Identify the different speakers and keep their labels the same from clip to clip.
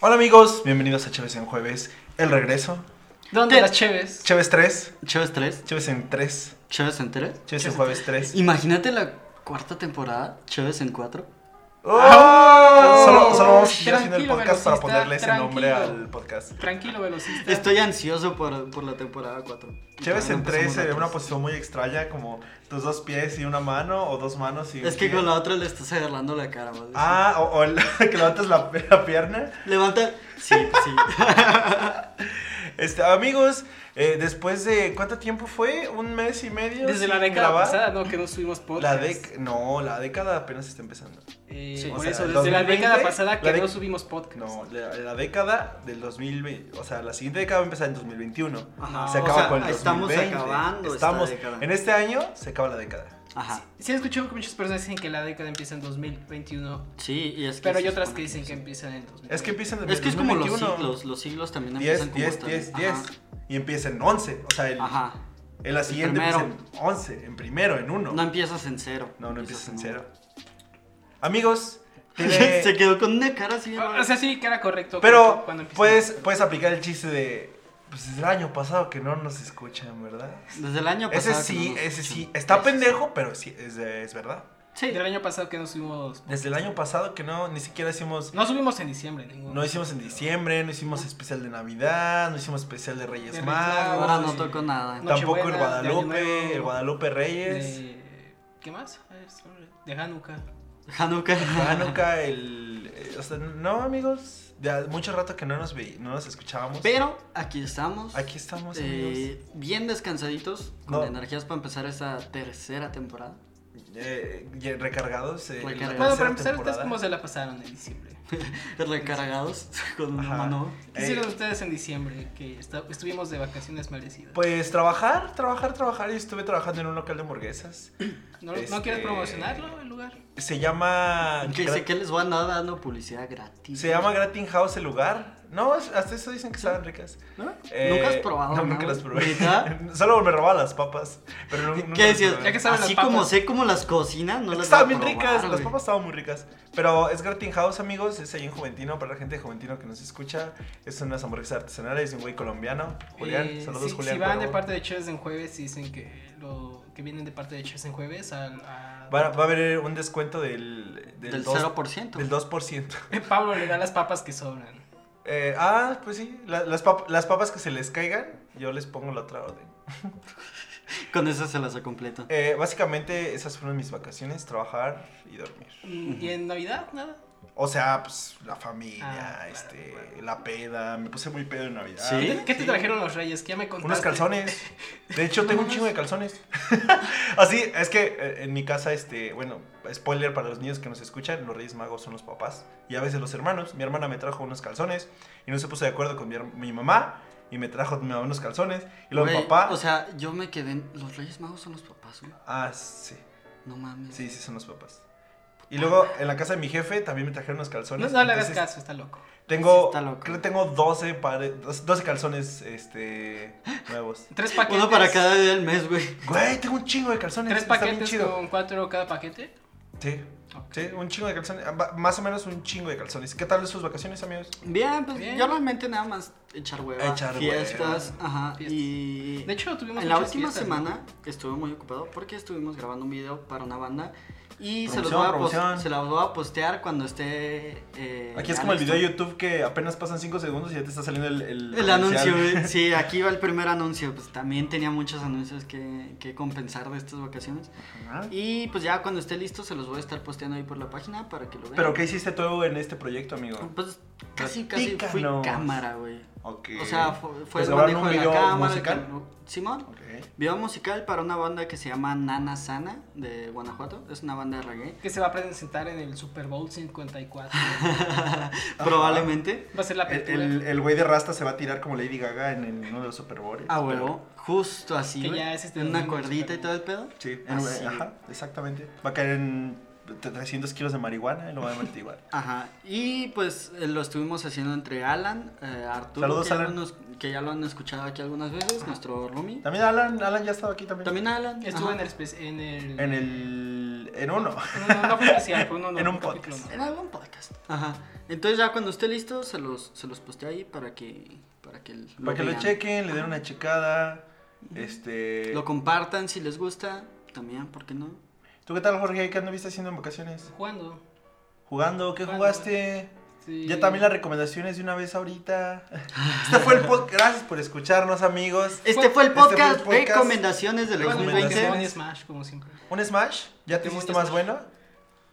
Speaker 1: Hola amigos, bienvenidos a Chéves en Jueves, el regreso.
Speaker 2: ¿Dónde
Speaker 1: Te-
Speaker 2: las cheves?
Speaker 1: Chéves 3,
Speaker 3: Chéves 3,
Speaker 1: Chéves en 3,
Speaker 3: Chéves en 3.
Speaker 1: Chéves en Jueves 3.
Speaker 3: Imagínate la cuarta temporada, Chéves en 4.
Speaker 1: ¡Oh! Solo, solo vamos a seguir haciendo el
Speaker 2: Tranquilo,
Speaker 1: podcast para
Speaker 2: velocista,
Speaker 1: ponerle ese nombre
Speaker 2: tranquilo.
Speaker 1: al podcast.
Speaker 2: Tranquilo, velocista.
Speaker 3: Estoy ansioso por, por la temporada 4.
Speaker 1: Chéves en 3 se ve una posición muy extraña, como tus dos pies y una mano, o dos manos y. un
Speaker 3: Es que
Speaker 1: pie.
Speaker 3: con la otra le estás agarrando la cara, más.
Speaker 1: Ah, o, o el- que levantas la, la pierna.
Speaker 3: Levanta. Sí, sí.
Speaker 1: Este, amigos, eh, después de. ¿Cuánto tiempo fue? ¿Un mes y medio?
Speaker 2: Desde
Speaker 1: sin
Speaker 2: la década
Speaker 1: grabar?
Speaker 2: pasada, ¿no? Que no subimos
Speaker 1: La
Speaker 2: podcast.
Speaker 1: dec no, la década apenas está empezando.
Speaker 2: Eh,
Speaker 3: Sí,
Speaker 2: por
Speaker 1: o sea,
Speaker 2: eso,
Speaker 1: el
Speaker 2: desde
Speaker 1: 2020,
Speaker 2: la década pasada que
Speaker 1: la dec-
Speaker 2: no subimos podcast.
Speaker 1: No, la, la década del 2020, o sea, la siguiente década va a empezar en 2021.
Speaker 3: Ajá.
Speaker 1: se
Speaker 3: o
Speaker 1: acaba
Speaker 3: sea,
Speaker 1: con el
Speaker 3: Estamos
Speaker 1: 2020.
Speaker 3: acabando
Speaker 1: Estamos
Speaker 3: esta década.
Speaker 1: en este año se acaba la década.
Speaker 3: Ajá.
Speaker 2: Sí, he escuchado que muchas personas dicen que la década empieza en 2021,
Speaker 3: Sí, y es que.
Speaker 2: pero hay
Speaker 3: se
Speaker 2: otras
Speaker 3: supone
Speaker 2: que dicen que
Speaker 3: sí.
Speaker 2: empiezan en 2021.
Speaker 1: Es que empieza en
Speaker 3: Es que es como los
Speaker 1: 2021.
Speaker 3: siglos. Los siglos también empiezan
Speaker 1: 10,
Speaker 3: como
Speaker 1: 10,
Speaker 3: tal.
Speaker 1: 10,
Speaker 3: Ajá.
Speaker 1: 10. Y empieza en 11. O sea, el,
Speaker 3: Ajá.
Speaker 1: en la siguiente
Speaker 3: primero.
Speaker 1: empieza en 11, en primero, en 1.
Speaker 3: No em- empiezas en cero.
Speaker 1: no, no empieza en 0. Amigos, tiene-
Speaker 3: Se quedó con una cara así.
Speaker 2: O sea, sí, que era correcto.
Speaker 1: pero pues,
Speaker 2: cuando- cuando empieza.
Speaker 1: puedes, puedes aplicar el chiste de. Pues es el año pasado que no nos escuchan, ¿verdad?
Speaker 3: Desde el año pasado.
Speaker 1: Ese
Speaker 3: que
Speaker 1: sí,
Speaker 3: no nos
Speaker 1: ese sí.
Speaker 3: escuchan.
Speaker 1: Está
Speaker 3: Ese sí.
Speaker 1: pendejo, pero sí, es, es verdad.
Speaker 3: Sí.
Speaker 2: Del año pasado que no subimos.
Speaker 1: Desde el año pasado que no, ni siquiera hicimos.
Speaker 2: No subimos en diciembre, ninguno.
Speaker 1: No hicimos en diciembre, no hicimos especial de Navidad, no hicimos especial de Reyes
Speaker 2: De Reyes
Speaker 1: Magos.
Speaker 3: Ahora no
Speaker 2: sí.
Speaker 3: toco nada.
Speaker 2: No.
Speaker 1: Tampoco el
Speaker 2: Nochebuena, de Año
Speaker 1: Guadalupe,
Speaker 2: Nuevo.
Speaker 1: el Guadalupe Reyes.
Speaker 2: De- Eh, ¿Qué más? De Hanukkah.
Speaker 3: Hanukkah.
Speaker 1: Hanukkah, el. eh, O sea, no, amigos. Ya mucho rato que no nos vi, no nos escuchábamos.
Speaker 3: Pero aquí estamos.
Speaker 1: Aquí estamos, amigos.
Speaker 3: eh, bien descansaditos, con
Speaker 1: No.
Speaker 3: energías para empezar esta tercera temporada.
Speaker 1: Eh, ya recargados. eh,
Speaker 3: Recargados.
Speaker 1: la tercera
Speaker 2: Bueno, pues
Speaker 3: Bueno,
Speaker 2: para empezar, ustedes
Speaker 1: temporada.
Speaker 2: cómo se la pasaron en diciembre.
Speaker 3: Recargados con una
Speaker 1: Ajá.
Speaker 3: mano.
Speaker 2: ¿Qué
Speaker 1: Eh,
Speaker 2: hicieron ustedes en diciembre? Que esta- estuvimos de vacaciones merecidas.
Speaker 1: Pues trabajar, trabajar, trabajar. Yo estuve trabajando en un local de hamburguesas.
Speaker 2: ¿No,
Speaker 1: este-
Speaker 2: ¿No quieres promocionarlo el lugar?
Speaker 1: Se llama.
Speaker 3: Que sé que les voy a andar dando publicidad gratis.
Speaker 1: Se llama Gratin House el lugar. No, es- hasta eso dicen que estaban ricas.
Speaker 3: ¿No?
Speaker 1: Eh,
Speaker 3: Nunca has probado.
Speaker 1: No,
Speaker 3: nada?
Speaker 1: nunca las probé.
Speaker 3: ¿Neta?
Speaker 1: Solo me robaba las papas. Pero nu- nunca
Speaker 3: ¿Qué
Speaker 1: las
Speaker 3: decías?
Speaker 1: probé.
Speaker 2: Ya que saben
Speaker 3: Así
Speaker 2: las
Speaker 3: como
Speaker 2: papas.
Speaker 3: sé cómo las cocinan, no las
Speaker 1: Estaban
Speaker 3: voy a
Speaker 1: bien
Speaker 3: probar,
Speaker 1: ricas, las
Speaker 3: güey.
Speaker 1: papas estaban muy ricas. Pero es Gratin House, amigos. Es ahí en Juventino. Para la gente de Juventino que nos escucha, es unas hamburguesas artesanales de un güey colombiano. Julián,
Speaker 2: Eh,
Speaker 1: saludos,
Speaker 2: si,
Speaker 1: Julián.
Speaker 2: Si van
Speaker 1: por
Speaker 2: de
Speaker 1: favor.
Speaker 2: parte de Cheves en Jueves y dicen que, lo, que vienen de parte de Cheves en Jueves al, a...
Speaker 1: Va, va a haber un descuento del, del,
Speaker 3: Del
Speaker 1: dos-
Speaker 3: 0%.
Speaker 1: del 2%.
Speaker 2: Pablo le da las papas que sobran.
Speaker 1: Eh, ah, pues sí. la- las, pap- las papas que se les caigan, yo les pongo la otra orden.
Speaker 3: Con eso se las completa.
Speaker 1: Eh, básicamente esas fueron mis vacaciones, trabajar y dormir.
Speaker 2: Mm, ¿Y en Navidad? Nada.
Speaker 1: O sea, pues la familia,
Speaker 2: Ah, claro,
Speaker 1: este, la peda, me puse muy pedo en Navidad.
Speaker 3: Sí.
Speaker 2: ¿Qué, qué te
Speaker 3: Sí.
Speaker 2: trajeron los reyes? ¿Qué ya me contaste?
Speaker 1: Unos calzones. De hecho, tengo un chingo de calzones. Así, es que eh, en mi casa, este, bueno, spoiler para los niños que nos escuchan, los Reyes Magos son los papás y a veces los hermanos. Mi hermana me trajo unos calzones y no se puso de acuerdo con mi, her- mi mamá y me trajo mi mamá unos calzones y luego mi
Speaker 3: Güey,
Speaker 1: papá.
Speaker 3: O sea, yo me quedé. en- Los Reyes Magos son los papás, güey.
Speaker 1: Ah, sí.
Speaker 3: No mames.
Speaker 1: Sí, sí, son los papás. Y luego en la casa de mi jefe también me trajeron unos
Speaker 2: No,
Speaker 1: calzones.
Speaker 2: no le hagas
Speaker 1: entonces,
Speaker 2: caso, está loco.
Speaker 1: Tengo,
Speaker 3: Está loco.
Speaker 1: creo que tengo 12, pares, 12 calzones este, nuevos.
Speaker 2: Tres paquetes.
Speaker 3: Uno para cada día del mes, güey.
Speaker 1: Güey, tengo un chingo de calzones.
Speaker 2: Tres
Speaker 1: está bien
Speaker 2: paquetes
Speaker 1: chido.
Speaker 2: con cuatro cada paquete.
Speaker 1: Sí,
Speaker 2: Ok.
Speaker 1: sí, un chingo de calzones. ah, va- Más o menos un chingo de calzones. ¿Qué tal sus vacaciones, amigos?
Speaker 3: Bien, pues
Speaker 2: Bien.
Speaker 3: yo realmente nada más echar hueva.
Speaker 1: Echar
Speaker 3: fiestas,
Speaker 1: hueva.
Speaker 3: ajá.
Speaker 2: Fiestas.
Speaker 3: Y.
Speaker 2: De hecho, tuvimos
Speaker 3: en la
Speaker 2: muchas
Speaker 3: última
Speaker 2: fiestas, ¿no?
Speaker 3: semana estuve muy ocupado porque estuvimos grabando un video para una banda. Y se los,
Speaker 1: Promoción,
Speaker 3: voy a pos-
Speaker 1: promoción.
Speaker 3: se la voy a postear cuando esté. eh,
Speaker 1: Aquí es como el
Speaker 3: Alex,
Speaker 1: video de YouTube que apenas pasan 5 segundos y ya te está saliendo el, el,
Speaker 3: El
Speaker 1: comercial.
Speaker 3: anuncio, güey. sí, aquí va el primer anuncio. Pues también tenía muchos anuncios que, que compensar de estas vacaciones.
Speaker 1: Ajá.
Speaker 3: Y pues ya cuando esté listo se los voy a estar posteando ahí por la página para que lo vean.
Speaker 1: Pero, ¿qué hiciste tú en este proyecto, amigo?
Speaker 3: Pues casi, casi fui
Speaker 1: Platícanos.
Speaker 3: cámara, güey.
Speaker 1: Ok.
Speaker 3: O sea, fue, fue
Speaker 1: ¿Les
Speaker 3: el
Speaker 1: pues grabaron
Speaker 3: manejo
Speaker 1: un
Speaker 3: de
Speaker 1: video
Speaker 3: la cámara.
Speaker 1: musical?
Speaker 3: el- Simón,
Speaker 1: Ok.
Speaker 3: video musical para una banda que se llama Nana Sana de Guanajuato. Es una banda de reggae.
Speaker 2: Que se va a presentar en el Super Bowl 54.
Speaker 3: Probablemente.
Speaker 2: Va a ser la
Speaker 1: El-
Speaker 2: apertura.
Speaker 1: El el güey de Rasta se va a tirar como Lady Gaga en, en uno de los Super Bowls.
Speaker 3: A Ah, huevo. Justo así.
Speaker 2: Que
Speaker 3: güey.
Speaker 2: ya es este
Speaker 3: una
Speaker 2: domingo,
Speaker 3: cuerdita y
Speaker 2: Super
Speaker 3: todo el pedo.
Speaker 1: Sí, en-
Speaker 3: Así.
Speaker 1: ajá, exactamente. Va a caer en 300 kilos de marihuana y lo va a amortiguar.
Speaker 3: Ajá, y pues eh, lo estuvimos haciendo entre Alan, eh, Arturo.
Speaker 1: Saludos,
Speaker 3: que ya no
Speaker 1: Alan.
Speaker 3: nos- que ya lo han escuchado aquí algunas veces, nuestro Rumi.
Speaker 1: También Alan, Alan ya estaba aquí también.
Speaker 3: También Alan.
Speaker 2: Estuvo
Speaker 3: ajá.
Speaker 2: en el, espe- en el.
Speaker 1: En el. En uno.
Speaker 2: No, no fue especial, fue uno
Speaker 1: En un
Speaker 2: capítulo,
Speaker 1: podcast.
Speaker 3: En algún podcast. Ajá. Entonces ya cuando esté listo se los, se los posté ahí para que para que lo,
Speaker 1: Para que lo
Speaker 3: vean.
Speaker 1: chequen, le den una checada. Este.
Speaker 3: Lo compartan si les gusta también, ¿por qué no?
Speaker 1: ¿Tú qué tal, Jorge? ¿Qué anduviste haciendo en vacaciones?
Speaker 2: no. ¿Cuándo?
Speaker 1: ¿Jugando? ¿Qué
Speaker 2: Jugando.
Speaker 1: jugaste?
Speaker 2: Sí.
Speaker 1: Ya también las recomendaciones de una vez ahorita. Este fue el podcast. Gracias por escucharnos, amigos.
Speaker 3: Este fue el
Speaker 1: Este fue el
Speaker 3: podcast,
Speaker 1: podcast.
Speaker 3: Recomendaciones del
Speaker 2: Bueno,
Speaker 1: recomendaciones.
Speaker 3: 2020.
Speaker 2: Pokémon Smash, como siempre.
Speaker 1: ¿Un Smash? ¿Ya te
Speaker 2: Pokémon
Speaker 1: hiciste
Speaker 2: Smash.
Speaker 1: más bueno?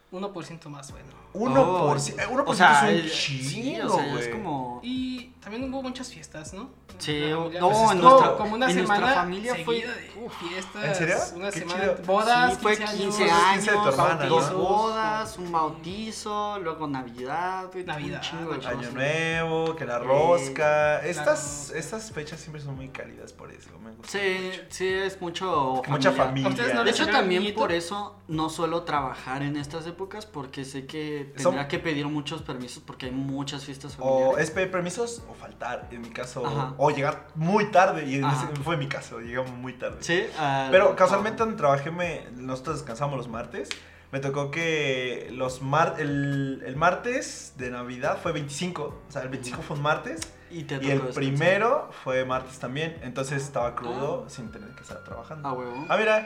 Speaker 2: 1% más bueno.
Speaker 1: 1%.
Speaker 3: Oh.
Speaker 1: por cien- eh, 1%
Speaker 3: O sea,
Speaker 1: es un
Speaker 3: el- sí,
Speaker 1: chingo,
Speaker 3: o sea, es
Speaker 1: güey.
Speaker 3: como
Speaker 2: Y también hubo muchas fiestas, ¿no?
Speaker 3: Sí,
Speaker 2: La
Speaker 3: o-
Speaker 2: familia, pues,
Speaker 3: no,
Speaker 1: en
Speaker 2: estuvo
Speaker 1: nuestra-
Speaker 2: como una
Speaker 3: en nuestra
Speaker 2: semana
Speaker 3: familia
Speaker 2: seguida
Speaker 3: fue-
Speaker 2: de fiestas.
Speaker 1: ¿En serio?
Speaker 2: Una
Speaker 1: Qué
Speaker 2: semana,
Speaker 1: chido.
Speaker 2: bodas,
Speaker 3: sí, fue 15 años,
Speaker 1: de tu hermana, ¿no?
Speaker 3: dos
Speaker 2: bautizos,
Speaker 3: bodas, un
Speaker 2: sí.
Speaker 3: bautizo, luego Navidad, güey,
Speaker 2: Navidad,
Speaker 3: un chingo de
Speaker 1: Año
Speaker 3: cosas.
Speaker 1: Nuevo, que la
Speaker 3: Eh,
Speaker 1: rosca. estas,
Speaker 2: rosca.
Speaker 1: estas fechas siempre son muy cálidas por eso. Me gusta
Speaker 3: Sí,
Speaker 1: mucho.
Speaker 3: sí, es mucho
Speaker 1: Mucha
Speaker 3: familiar.
Speaker 1: familia.
Speaker 2: ¿A ustedes no
Speaker 3: De
Speaker 2: les
Speaker 3: hecho,
Speaker 2: salió
Speaker 3: también
Speaker 2: amiguito?
Speaker 3: por eso no suelo trabajar en estas épocas porque sé que
Speaker 1: Son-
Speaker 3: tendrá que pedir muchos permisos porque hay muchas fiestas
Speaker 1: O
Speaker 3: familiares.
Speaker 1: es pedir permisos o faltar, en mi caso.
Speaker 3: Ajá.
Speaker 1: O llegar muy tarde. Y en
Speaker 3: Ajá.
Speaker 1: ese- fue mi caso, llegamos muy tarde.
Speaker 3: Sí, al-
Speaker 1: Pero casualmente donde trabajé, me- nosotros descansamos los martes. Me tocó que los mar, el, el martes de Navidad fue 25. O sea, el 25 fue un martes.
Speaker 3: y, te
Speaker 1: Y
Speaker 3: tocó
Speaker 1: el
Speaker 3: descansar.
Speaker 1: primero fue martes también. Entonces estaba crudo sin tener que estar trabajando.
Speaker 3: Ah, huevo.
Speaker 1: Ah, mira.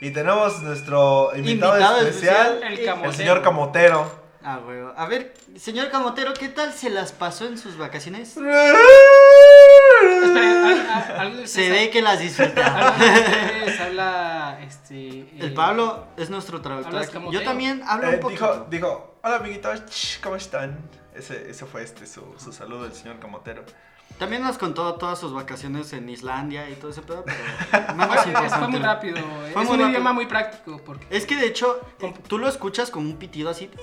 Speaker 1: Y tenemos nuestro invitado,
Speaker 3: Invitado
Speaker 1: especial,
Speaker 2: especial, el
Speaker 1: el
Speaker 2: Camotero.
Speaker 1: señor Camotero.
Speaker 3: Ah, huevo. A ver, señor Camotero, ¿qué tal se las pasó en sus vacaciones?
Speaker 2: Pues, Esperen, al- al- algo de
Speaker 3: Se
Speaker 2: ustedes-
Speaker 3: ve que las disfrutaba.
Speaker 2: algo de ustedes habla este. eh,
Speaker 3: El Pablo es nuestro traductor.
Speaker 2: Hablas
Speaker 3: aquí.
Speaker 2: camotero.
Speaker 3: Yo también hablo
Speaker 1: Eh,
Speaker 3: un poquito.
Speaker 1: dijo, dijo, hola amiguitos, ch, ¿cómo están? Ese, ese fue este su, su saludo del señor Camotero.
Speaker 3: También nos contó todas sus vacaciones en Islandia y todo ese pedo, pero
Speaker 2: Fue,
Speaker 3: más
Speaker 2: fue muy
Speaker 3: importante.
Speaker 2: rápido.
Speaker 3: Ah,
Speaker 2: eh.
Speaker 3: Fue
Speaker 2: es
Speaker 3: muy
Speaker 2: un
Speaker 3: rápido.
Speaker 2: idioma muy práctico porque
Speaker 3: Es que de hecho, eh, tú lo escuchas como un pitido así, "pi",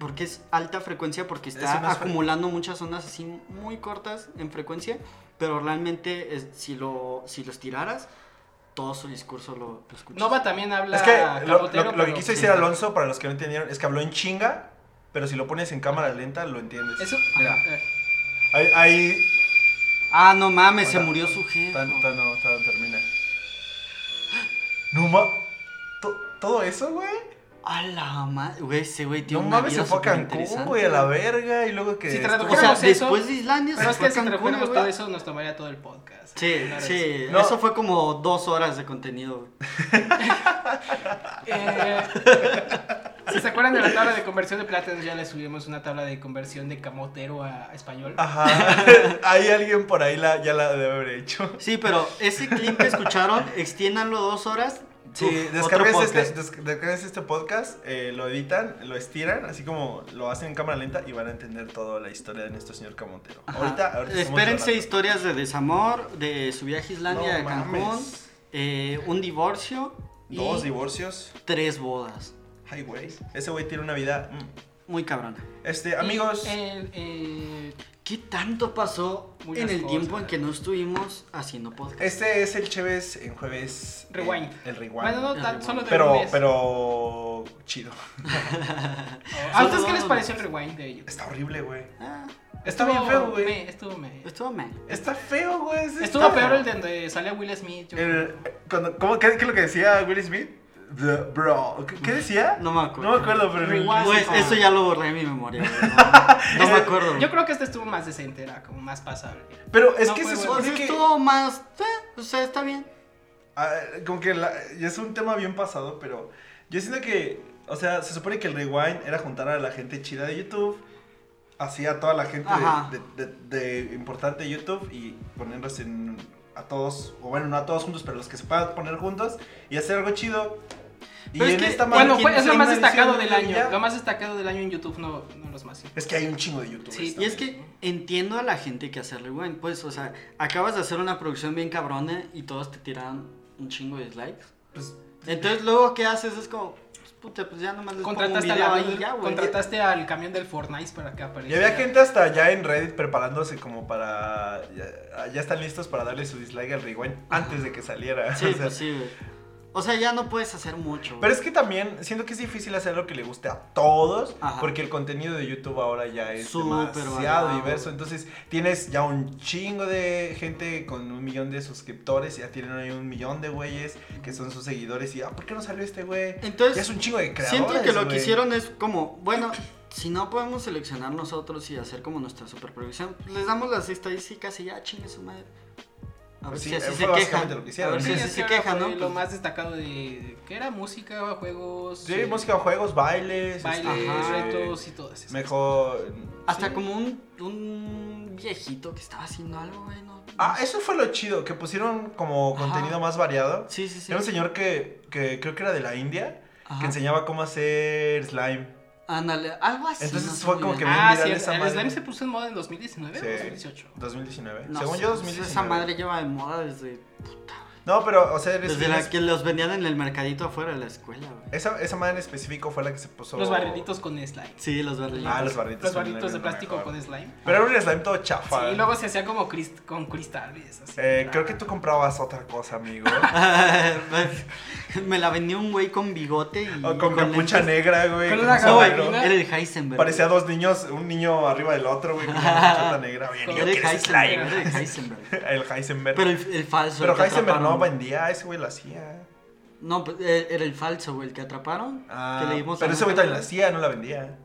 Speaker 3: porque es alta frecuencia, porque
Speaker 1: Eso no
Speaker 3: está
Speaker 1: es fre-
Speaker 3: acumulando muchas ondas así muy cortas en frecuencia, pero realmente es- si, lo, si los tiraras, todo su discurso lo, lo escuchas.
Speaker 2: Nova también habla.
Speaker 1: es que lo- lo,
Speaker 2: Camotero,
Speaker 1: lo que
Speaker 2: pero-
Speaker 1: quiso decir Alonso, para los que no entendieron, es que habló en chinga, pero si lo pones en cámara lenta, lo entiendes.
Speaker 2: Eso.
Speaker 1: Mira.
Speaker 2: eh,
Speaker 1: Ahí, ahí
Speaker 3: Ah, no mames, se
Speaker 1: Hola.
Speaker 3: murió su jefe.
Speaker 1: tan, tan, no, tan termina. No ma... to- ¿Todo eso, güey?
Speaker 3: A la madre, güey, ese güey
Speaker 1: No
Speaker 3: tiene una
Speaker 1: mames,
Speaker 3: vida
Speaker 1: se fue a Cancún,
Speaker 3: superinteresante,
Speaker 1: güey, a la verga, y luego que...
Speaker 2: Si
Speaker 1: estuvo-
Speaker 3: O sea,
Speaker 2: Trajéramos eso,
Speaker 3: después de Islandia se
Speaker 2: Pero es
Speaker 3: fue
Speaker 2: que
Speaker 3: a
Speaker 2: si
Speaker 3: Cancún,
Speaker 2: trajéramos
Speaker 3: güey.
Speaker 2: todo eso, nos tomaría todo el podcast.
Speaker 3: Sí,
Speaker 2: Claro,
Speaker 3: sí,
Speaker 1: No.
Speaker 3: eso fue como dos horas de contenido. güey.
Speaker 2: Eh, si se acuerdan de la tabla de conversión de plátanos, ya le subimos una tabla de conversión de camotero a español.
Speaker 1: Ah, Ajá, hay alguien por ahí la, ya la debe haber hecho.
Speaker 3: Sí, pero ese clip que escucharon, extiéndanlo dos horas.
Speaker 1: Sí,
Speaker 3: Uf, otro
Speaker 1: descargues este,
Speaker 3: podcast.
Speaker 1: des- descargues este podcast, eh, lo editan, lo estiran, así como lo hacen en cámara lenta y van a entender toda la historia de nuestro señor Camotero.
Speaker 3: Ajá.
Speaker 1: Ahorita, ahorita estamos
Speaker 3: Espérense
Speaker 1: hablando.
Speaker 3: historias de desamor, de su viaje a Islandia,
Speaker 1: No
Speaker 3: de Cancún,
Speaker 1: mames.
Speaker 3: eh, un divorcio y
Speaker 1: Dos divorcios.
Speaker 3: tres bodas.
Speaker 1: Ay, güey. Ese güey tiene una vida. mm.
Speaker 3: Muy cabrona.
Speaker 1: Este, amigos.
Speaker 2: Y, eh, eh,
Speaker 3: ¿Qué tanto pasó
Speaker 2: Muchas
Speaker 3: en el
Speaker 2: cosas.
Speaker 3: tiempo en que no estuvimos haciendo podcast?
Speaker 1: Este es el Cheves en jueves. eh,
Speaker 2: Rewind.
Speaker 1: El Rewind.
Speaker 2: bueno, no tan-
Speaker 3: Rewind.
Speaker 2: solo de un
Speaker 1: pero,
Speaker 2: mes.
Speaker 1: pero. Chido.
Speaker 2: Oh, ¿a ustedes
Speaker 3: Solo-
Speaker 2: qué les pareció el rewind de ellos?
Speaker 1: Está horrible, güey.
Speaker 3: Ah,
Speaker 1: Está
Speaker 2: Estuvo
Speaker 1: bien feo, güey.
Speaker 2: me, estuvo me.
Speaker 3: estuvo mal.
Speaker 1: Está feo, güey. sí
Speaker 2: Estuvo
Speaker 1: está
Speaker 2: peor
Speaker 1: feo.
Speaker 2: el de donde salía Will Smith. yo creo.
Speaker 1: El- eh, cuando- ¿cómo, qué, qué es lo que decía Will Smith? The bro. ¿Qué, qué decía?
Speaker 3: No me acuerdo.
Speaker 1: No me acuerdo, pero.
Speaker 2: Rewind.
Speaker 3: Pues,
Speaker 2: Básico.
Speaker 3: eso ya lo borré de mi memoria. güey, No, no me acuerdo. güey.
Speaker 2: Yo creo que este estuvo más decente, era como más pasable.
Speaker 1: Pero es
Speaker 2: No,
Speaker 1: que
Speaker 2: fue
Speaker 1: se
Speaker 2: bueno.
Speaker 1: supone
Speaker 3: Pues
Speaker 1: que.
Speaker 3: estuvo más. eh, o sea, está bien.
Speaker 1: Ah, como que la- es un tema bien pasado, pero yo siento que, o sea, se supone que el rewind era juntar a la gente chida de YouTube, así a toda la gente
Speaker 3: Ajá.
Speaker 1: de, de- de importante de YouTube y ponerlos en a todos, o bueno, no a todos juntos, pero los que se puedan poner juntos y hacer algo chido.
Speaker 3: Pero es que,
Speaker 1: madre,
Speaker 2: Bueno, fue-
Speaker 1: ¿quién
Speaker 2: es lo
Speaker 1: hizo
Speaker 2: más
Speaker 1: una
Speaker 2: destacado
Speaker 1: edición
Speaker 2: del
Speaker 1: de
Speaker 2: año.
Speaker 1: ya?
Speaker 2: Lo más destacado del año en YouTube, no, no los más.
Speaker 1: Es que hay un chingo de YouTube.
Speaker 2: Sí,
Speaker 3: Y es que entiendo a la gente que hace rewind, pues, o sea, acabas de hacer una producción bien cabrona y todos te tiraron un chingo de dislikes.
Speaker 1: Pues,
Speaker 3: Entonces, luego, ¿qué haces? Es como, pues, puta, pues ya nomás les pongo un
Speaker 2: Contrataste, a
Speaker 3: video
Speaker 2: la-
Speaker 3: ahí y ya, güey.
Speaker 2: contrataste al camión del Fortnite para que
Speaker 1: Y
Speaker 2: apareciera.
Speaker 1: había gente hasta allá en Reddit preparándose como para. Ya, ya están listos para darle su dislike al rewind antes de que saliera.
Speaker 3: Sí,
Speaker 1: o sea,
Speaker 3: pues sí, güey. O sea, ya no puedes hacer mucho.
Speaker 1: Pero
Speaker 3: güey.
Speaker 1: es que también siento que es difícil hacer lo que le guste a todos,
Speaker 3: Ajá.
Speaker 1: porque el contenido de YouTube ahora ya es
Speaker 3: Súper
Speaker 1: demasiado
Speaker 3: variado.
Speaker 1: diverso. Entonces tienes ya un chingo de gente con un millón de suscriptores, ya tienen ahí un millón de güeyes que son sus seguidores y ah, ¿por qué no salió este güey?
Speaker 3: Entonces,
Speaker 1: Ya es un chingo de creadores.
Speaker 3: Pues, Siento que lo que
Speaker 1: güey.
Speaker 3: hicieron es como, bueno, si no podemos seleccionar nosotros y hacer como nuestra superproducción, les damos las estadísticas y ya chingue su madre. A ver
Speaker 1: Pues sí,
Speaker 3: si así
Speaker 1: fue
Speaker 3: se
Speaker 1: básicamente
Speaker 3: quejan.
Speaker 1: lo que hicieron,
Speaker 3: a ver
Speaker 1: ¿no?
Speaker 3: si
Speaker 1: Sí,
Speaker 3: así
Speaker 2: es
Speaker 3: se
Speaker 2: que ahora
Speaker 3: quejan, ¿no?
Speaker 2: fue Lo
Speaker 3: Pues,
Speaker 2: más destacado de. ¿Qué era? Música, juegos.
Speaker 1: Sí,
Speaker 2: eh,
Speaker 1: música, juegos, bailes,
Speaker 2: Bailes,
Speaker 1: este,
Speaker 2: retos y todo eso.
Speaker 1: Mejor.
Speaker 3: Hasta
Speaker 2: sí.
Speaker 3: como un, un viejito que estaba haciendo algo, güey, ¿no?
Speaker 1: Ah, eso fue lo chido, que pusieron como
Speaker 3: Ajá.
Speaker 1: contenido más variado.
Speaker 3: Sí, sí, sí.
Speaker 1: Era un señor que, que creo que era de la India,
Speaker 3: Ajá.
Speaker 1: que enseñaba cómo hacer slime.
Speaker 3: Ándale, algo así.
Speaker 1: Entonces
Speaker 3: sé
Speaker 1: fue
Speaker 3: muy
Speaker 1: como
Speaker 3: bien.
Speaker 1: que bien
Speaker 2: Ah,
Speaker 1: viral
Speaker 2: sí, el,
Speaker 1: esa
Speaker 2: el
Speaker 1: madre.
Speaker 2: slime se puso en moda en 2019
Speaker 1: Sí.
Speaker 2: o 2018.
Speaker 1: 2019.
Speaker 3: No
Speaker 1: Según
Speaker 3: sé,
Speaker 1: yo,
Speaker 3: pues,
Speaker 1: 2019.
Speaker 3: Esa madre lleva de moda desde,
Speaker 1: No, pero, o sea, en
Speaker 3: desde la
Speaker 1: específico-
Speaker 3: que los vendían en el mercadito afuera de la escuela, güey.
Speaker 1: esa, esa madre en específico fue la que se puso.
Speaker 2: Los barrilitos con slime.
Speaker 3: Sí, los barrilitos.
Speaker 1: Ah, los barrilitos.
Speaker 2: Los
Speaker 1: son
Speaker 2: barritos de
Speaker 1: lo
Speaker 2: plástico
Speaker 1: mejor.
Speaker 2: con slime.
Speaker 1: Pero era un slime todo chafa.
Speaker 2: Sí, y luego se hacía como crist- con cristales. así.
Speaker 1: Eh, creo que tú comprabas otra cosa, amigo.
Speaker 3: Me la vendió un güey con bigote y.
Speaker 1: o con capucha
Speaker 3: lentes.
Speaker 1: negra, güey.
Speaker 2: Con
Speaker 1: con
Speaker 2: una
Speaker 3: No,
Speaker 1: sombrero.
Speaker 3: güey,
Speaker 2: gabardina.
Speaker 3: era el Heisenberg.
Speaker 1: Parecía dos niños, un niño arriba del otro, güey, con una capuchota negra. Oye,
Speaker 2: Con
Speaker 1: niño,
Speaker 3: Era el
Speaker 1: ¿quieres
Speaker 3: Heisenberg.
Speaker 1: slime?
Speaker 3: Era el Heisenberg.
Speaker 1: El Heisenberg.
Speaker 3: Pero
Speaker 1: Pero,
Speaker 3: el, el falso. el que
Speaker 1: Heisenberg no
Speaker 3: atraparon.
Speaker 1: vendía, ese güey lo hacía.
Speaker 3: No, pues, eh, era el falso, güey, el que atraparon.
Speaker 1: Ah,
Speaker 3: que le dimos a
Speaker 1: pero ese güey
Speaker 3: Marta.
Speaker 1: también lo hacía, no la vendía.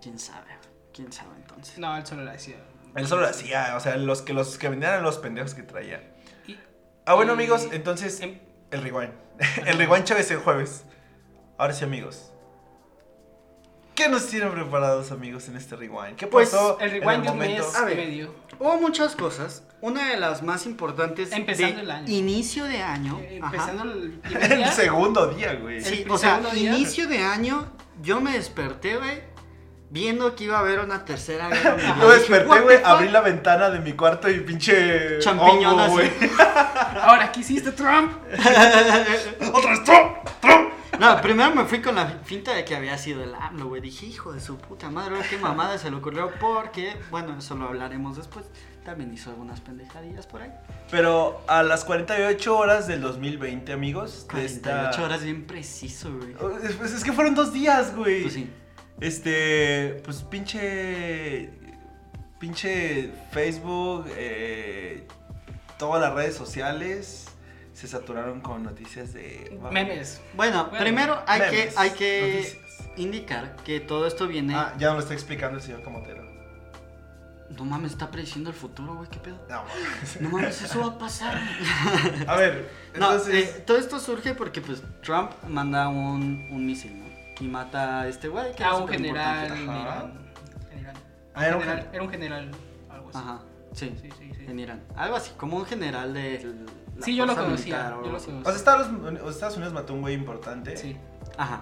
Speaker 3: Quién sabe, güey, quién sabe entonces.
Speaker 2: No, él solo la hacía.
Speaker 1: Él solo lo hacía, o sea, los que, los que vendían eran los pendejos que traía.
Speaker 2: Y-
Speaker 1: Ah, bueno,
Speaker 2: y-
Speaker 1: amigos, entonces,
Speaker 2: em-
Speaker 1: el rewind. El rewind Chávez el jueves. Ahora sí, amigos. ¿Qué nos tienen preparados, amigos, en este rewind? ¿Qué
Speaker 3: Pues,
Speaker 1: pasó
Speaker 2: El
Speaker 1: en el
Speaker 2: rewind de un
Speaker 1: momento? Ah,
Speaker 2: mes
Speaker 3: A
Speaker 2: y
Speaker 3: ver.
Speaker 2: medio.
Speaker 3: Hubo muchas cosas. Una de las más importantes.
Speaker 2: Empezando
Speaker 3: de
Speaker 2: el año.
Speaker 3: Inicio de año.
Speaker 2: Eh,
Speaker 3: ajá.
Speaker 2: Empezando el primer
Speaker 1: El
Speaker 2: día,
Speaker 1: segundo día, güey.
Speaker 3: Sí,
Speaker 2: El
Speaker 3: o sea,
Speaker 2: segundo día.
Speaker 3: inicio de año, yo me desperté, güey, viendo que iba a haber una tercera guerra
Speaker 1: Yo
Speaker 3: mundial. Dije, "What
Speaker 1: desperté,
Speaker 3: the
Speaker 1: güey,
Speaker 3: fuck?"
Speaker 1: abrí la ventana de mi cuarto y pinche.
Speaker 3: Champiñón
Speaker 1: hongo,
Speaker 3: así.
Speaker 1: güey.
Speaker 2: Ahora, ¿qué hiciste, Trump?
Speaker 1: ¡Otra vez, Trump! ¡Trump!
Speaker 3: No, primero me fui con la finta de que había sido el AMLO, güey. Dije, hijo de su puta madre, güey, qué mamada se le ocurrió. Porque, bueno, eso lo hablaremos después. También hizo algunas pendejadillas por ahí.
Speaker 1: Pero a las 48 horas del 2020, amigos, de esta-
Speaker 3: 48 horas bien preciso, güey.
Speaker 1: Pues es que fueron dos días, güey.
Speaker 3: Pues sí.
Speaker 1: Este, pues pinche. Pinche Facebook, eh, todas las redes sociales se saturaron con noticias de.
Speaker 2: Memes.
Speaker 3: Bueno,
Speaker 2: Bueno,
Speaker 3: primero hay que,
Speaker 1: memes,
Speaker 3: hay que
Speaker 1: noticias.
Speaker 3: indicar que todo esto viene.
Speaker 1: Ah, ya nos lo está explicando el señor Camotero.
Speaker 3: No mames, está prediciendo el futuro, güey, qué pedo.
Speaker 1: No, mames.
Speaker 3: No mames, eso va a pasar.
Speaker 1: A ver,
Speaker 3: No,
Speaker 1: entonces.
Speaker 3: eh, todo esto surge porque pues Trump manda un, un misil, ¿no? Y mata a este güey que
Speaker 2: A
Speaker 3: era
Speaker 2: un general.
Speaker 3: superimportante.
Speaker 1: importante.
Speaker 2: en
Speaker 1: Ajá.
Speaker 2: Irán. En Irán.
Speaker 1: Ah, era un
Speaker 2: General-
Speaker 1: gen-
Speaker 2: Era un general. Algo así.
Speaker 3: Ajá, sí,
Speaker 2: Sí, sí, sí.
Speaker 3: en Irán. Algo así, como un general de la
Speaker 2: Sí, yo lo
Speaker 3: fuerza
Speaker 2: conocía.
Speaker 3: militar o
Speaker 2: Yo
Speaker 3: algo
Speaker 2: lo
Speaker 3: así.
Speaker 1: O sea,
Speaker 2: conocía.
Speaker 1: Estados, Unidos- Estados Unidos mató a un güey importante.
Speaker 2: Sí,
Speaker 3: Ajá,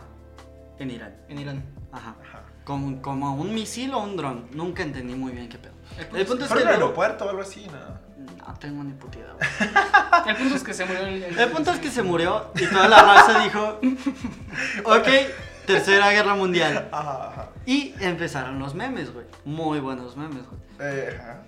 Speaker 3: en Irán.
Speaker 2: en Irán.
Speaker 3: Ajá.
Speaker 1: Ajá.
Speaker 3: Como, como un misil o un dron. Nunca entendí muy bien qué pedo.
Speaker 2: El punto,
Speaker 3: El punto es
Speaker 1: Fueron
Speaker 3: que...
Speaker 1: al
Speaker 3: luego-
Speaker 1: aeropuerto o algo así, ¿no?
Speaker 3: No tengo ni puta idea, güey.
Speaker 2: el punto es que se murió. El,
Speaker 3: El punto es que se murió y toda la raza dijo, ok, tercera guerra mundial.
Speaker 1: Ajá, ajá.
Speaker 3: Y empezaron los memes, güey. Muy buenos memes, güey.
Speaker 1: Eh, ajá.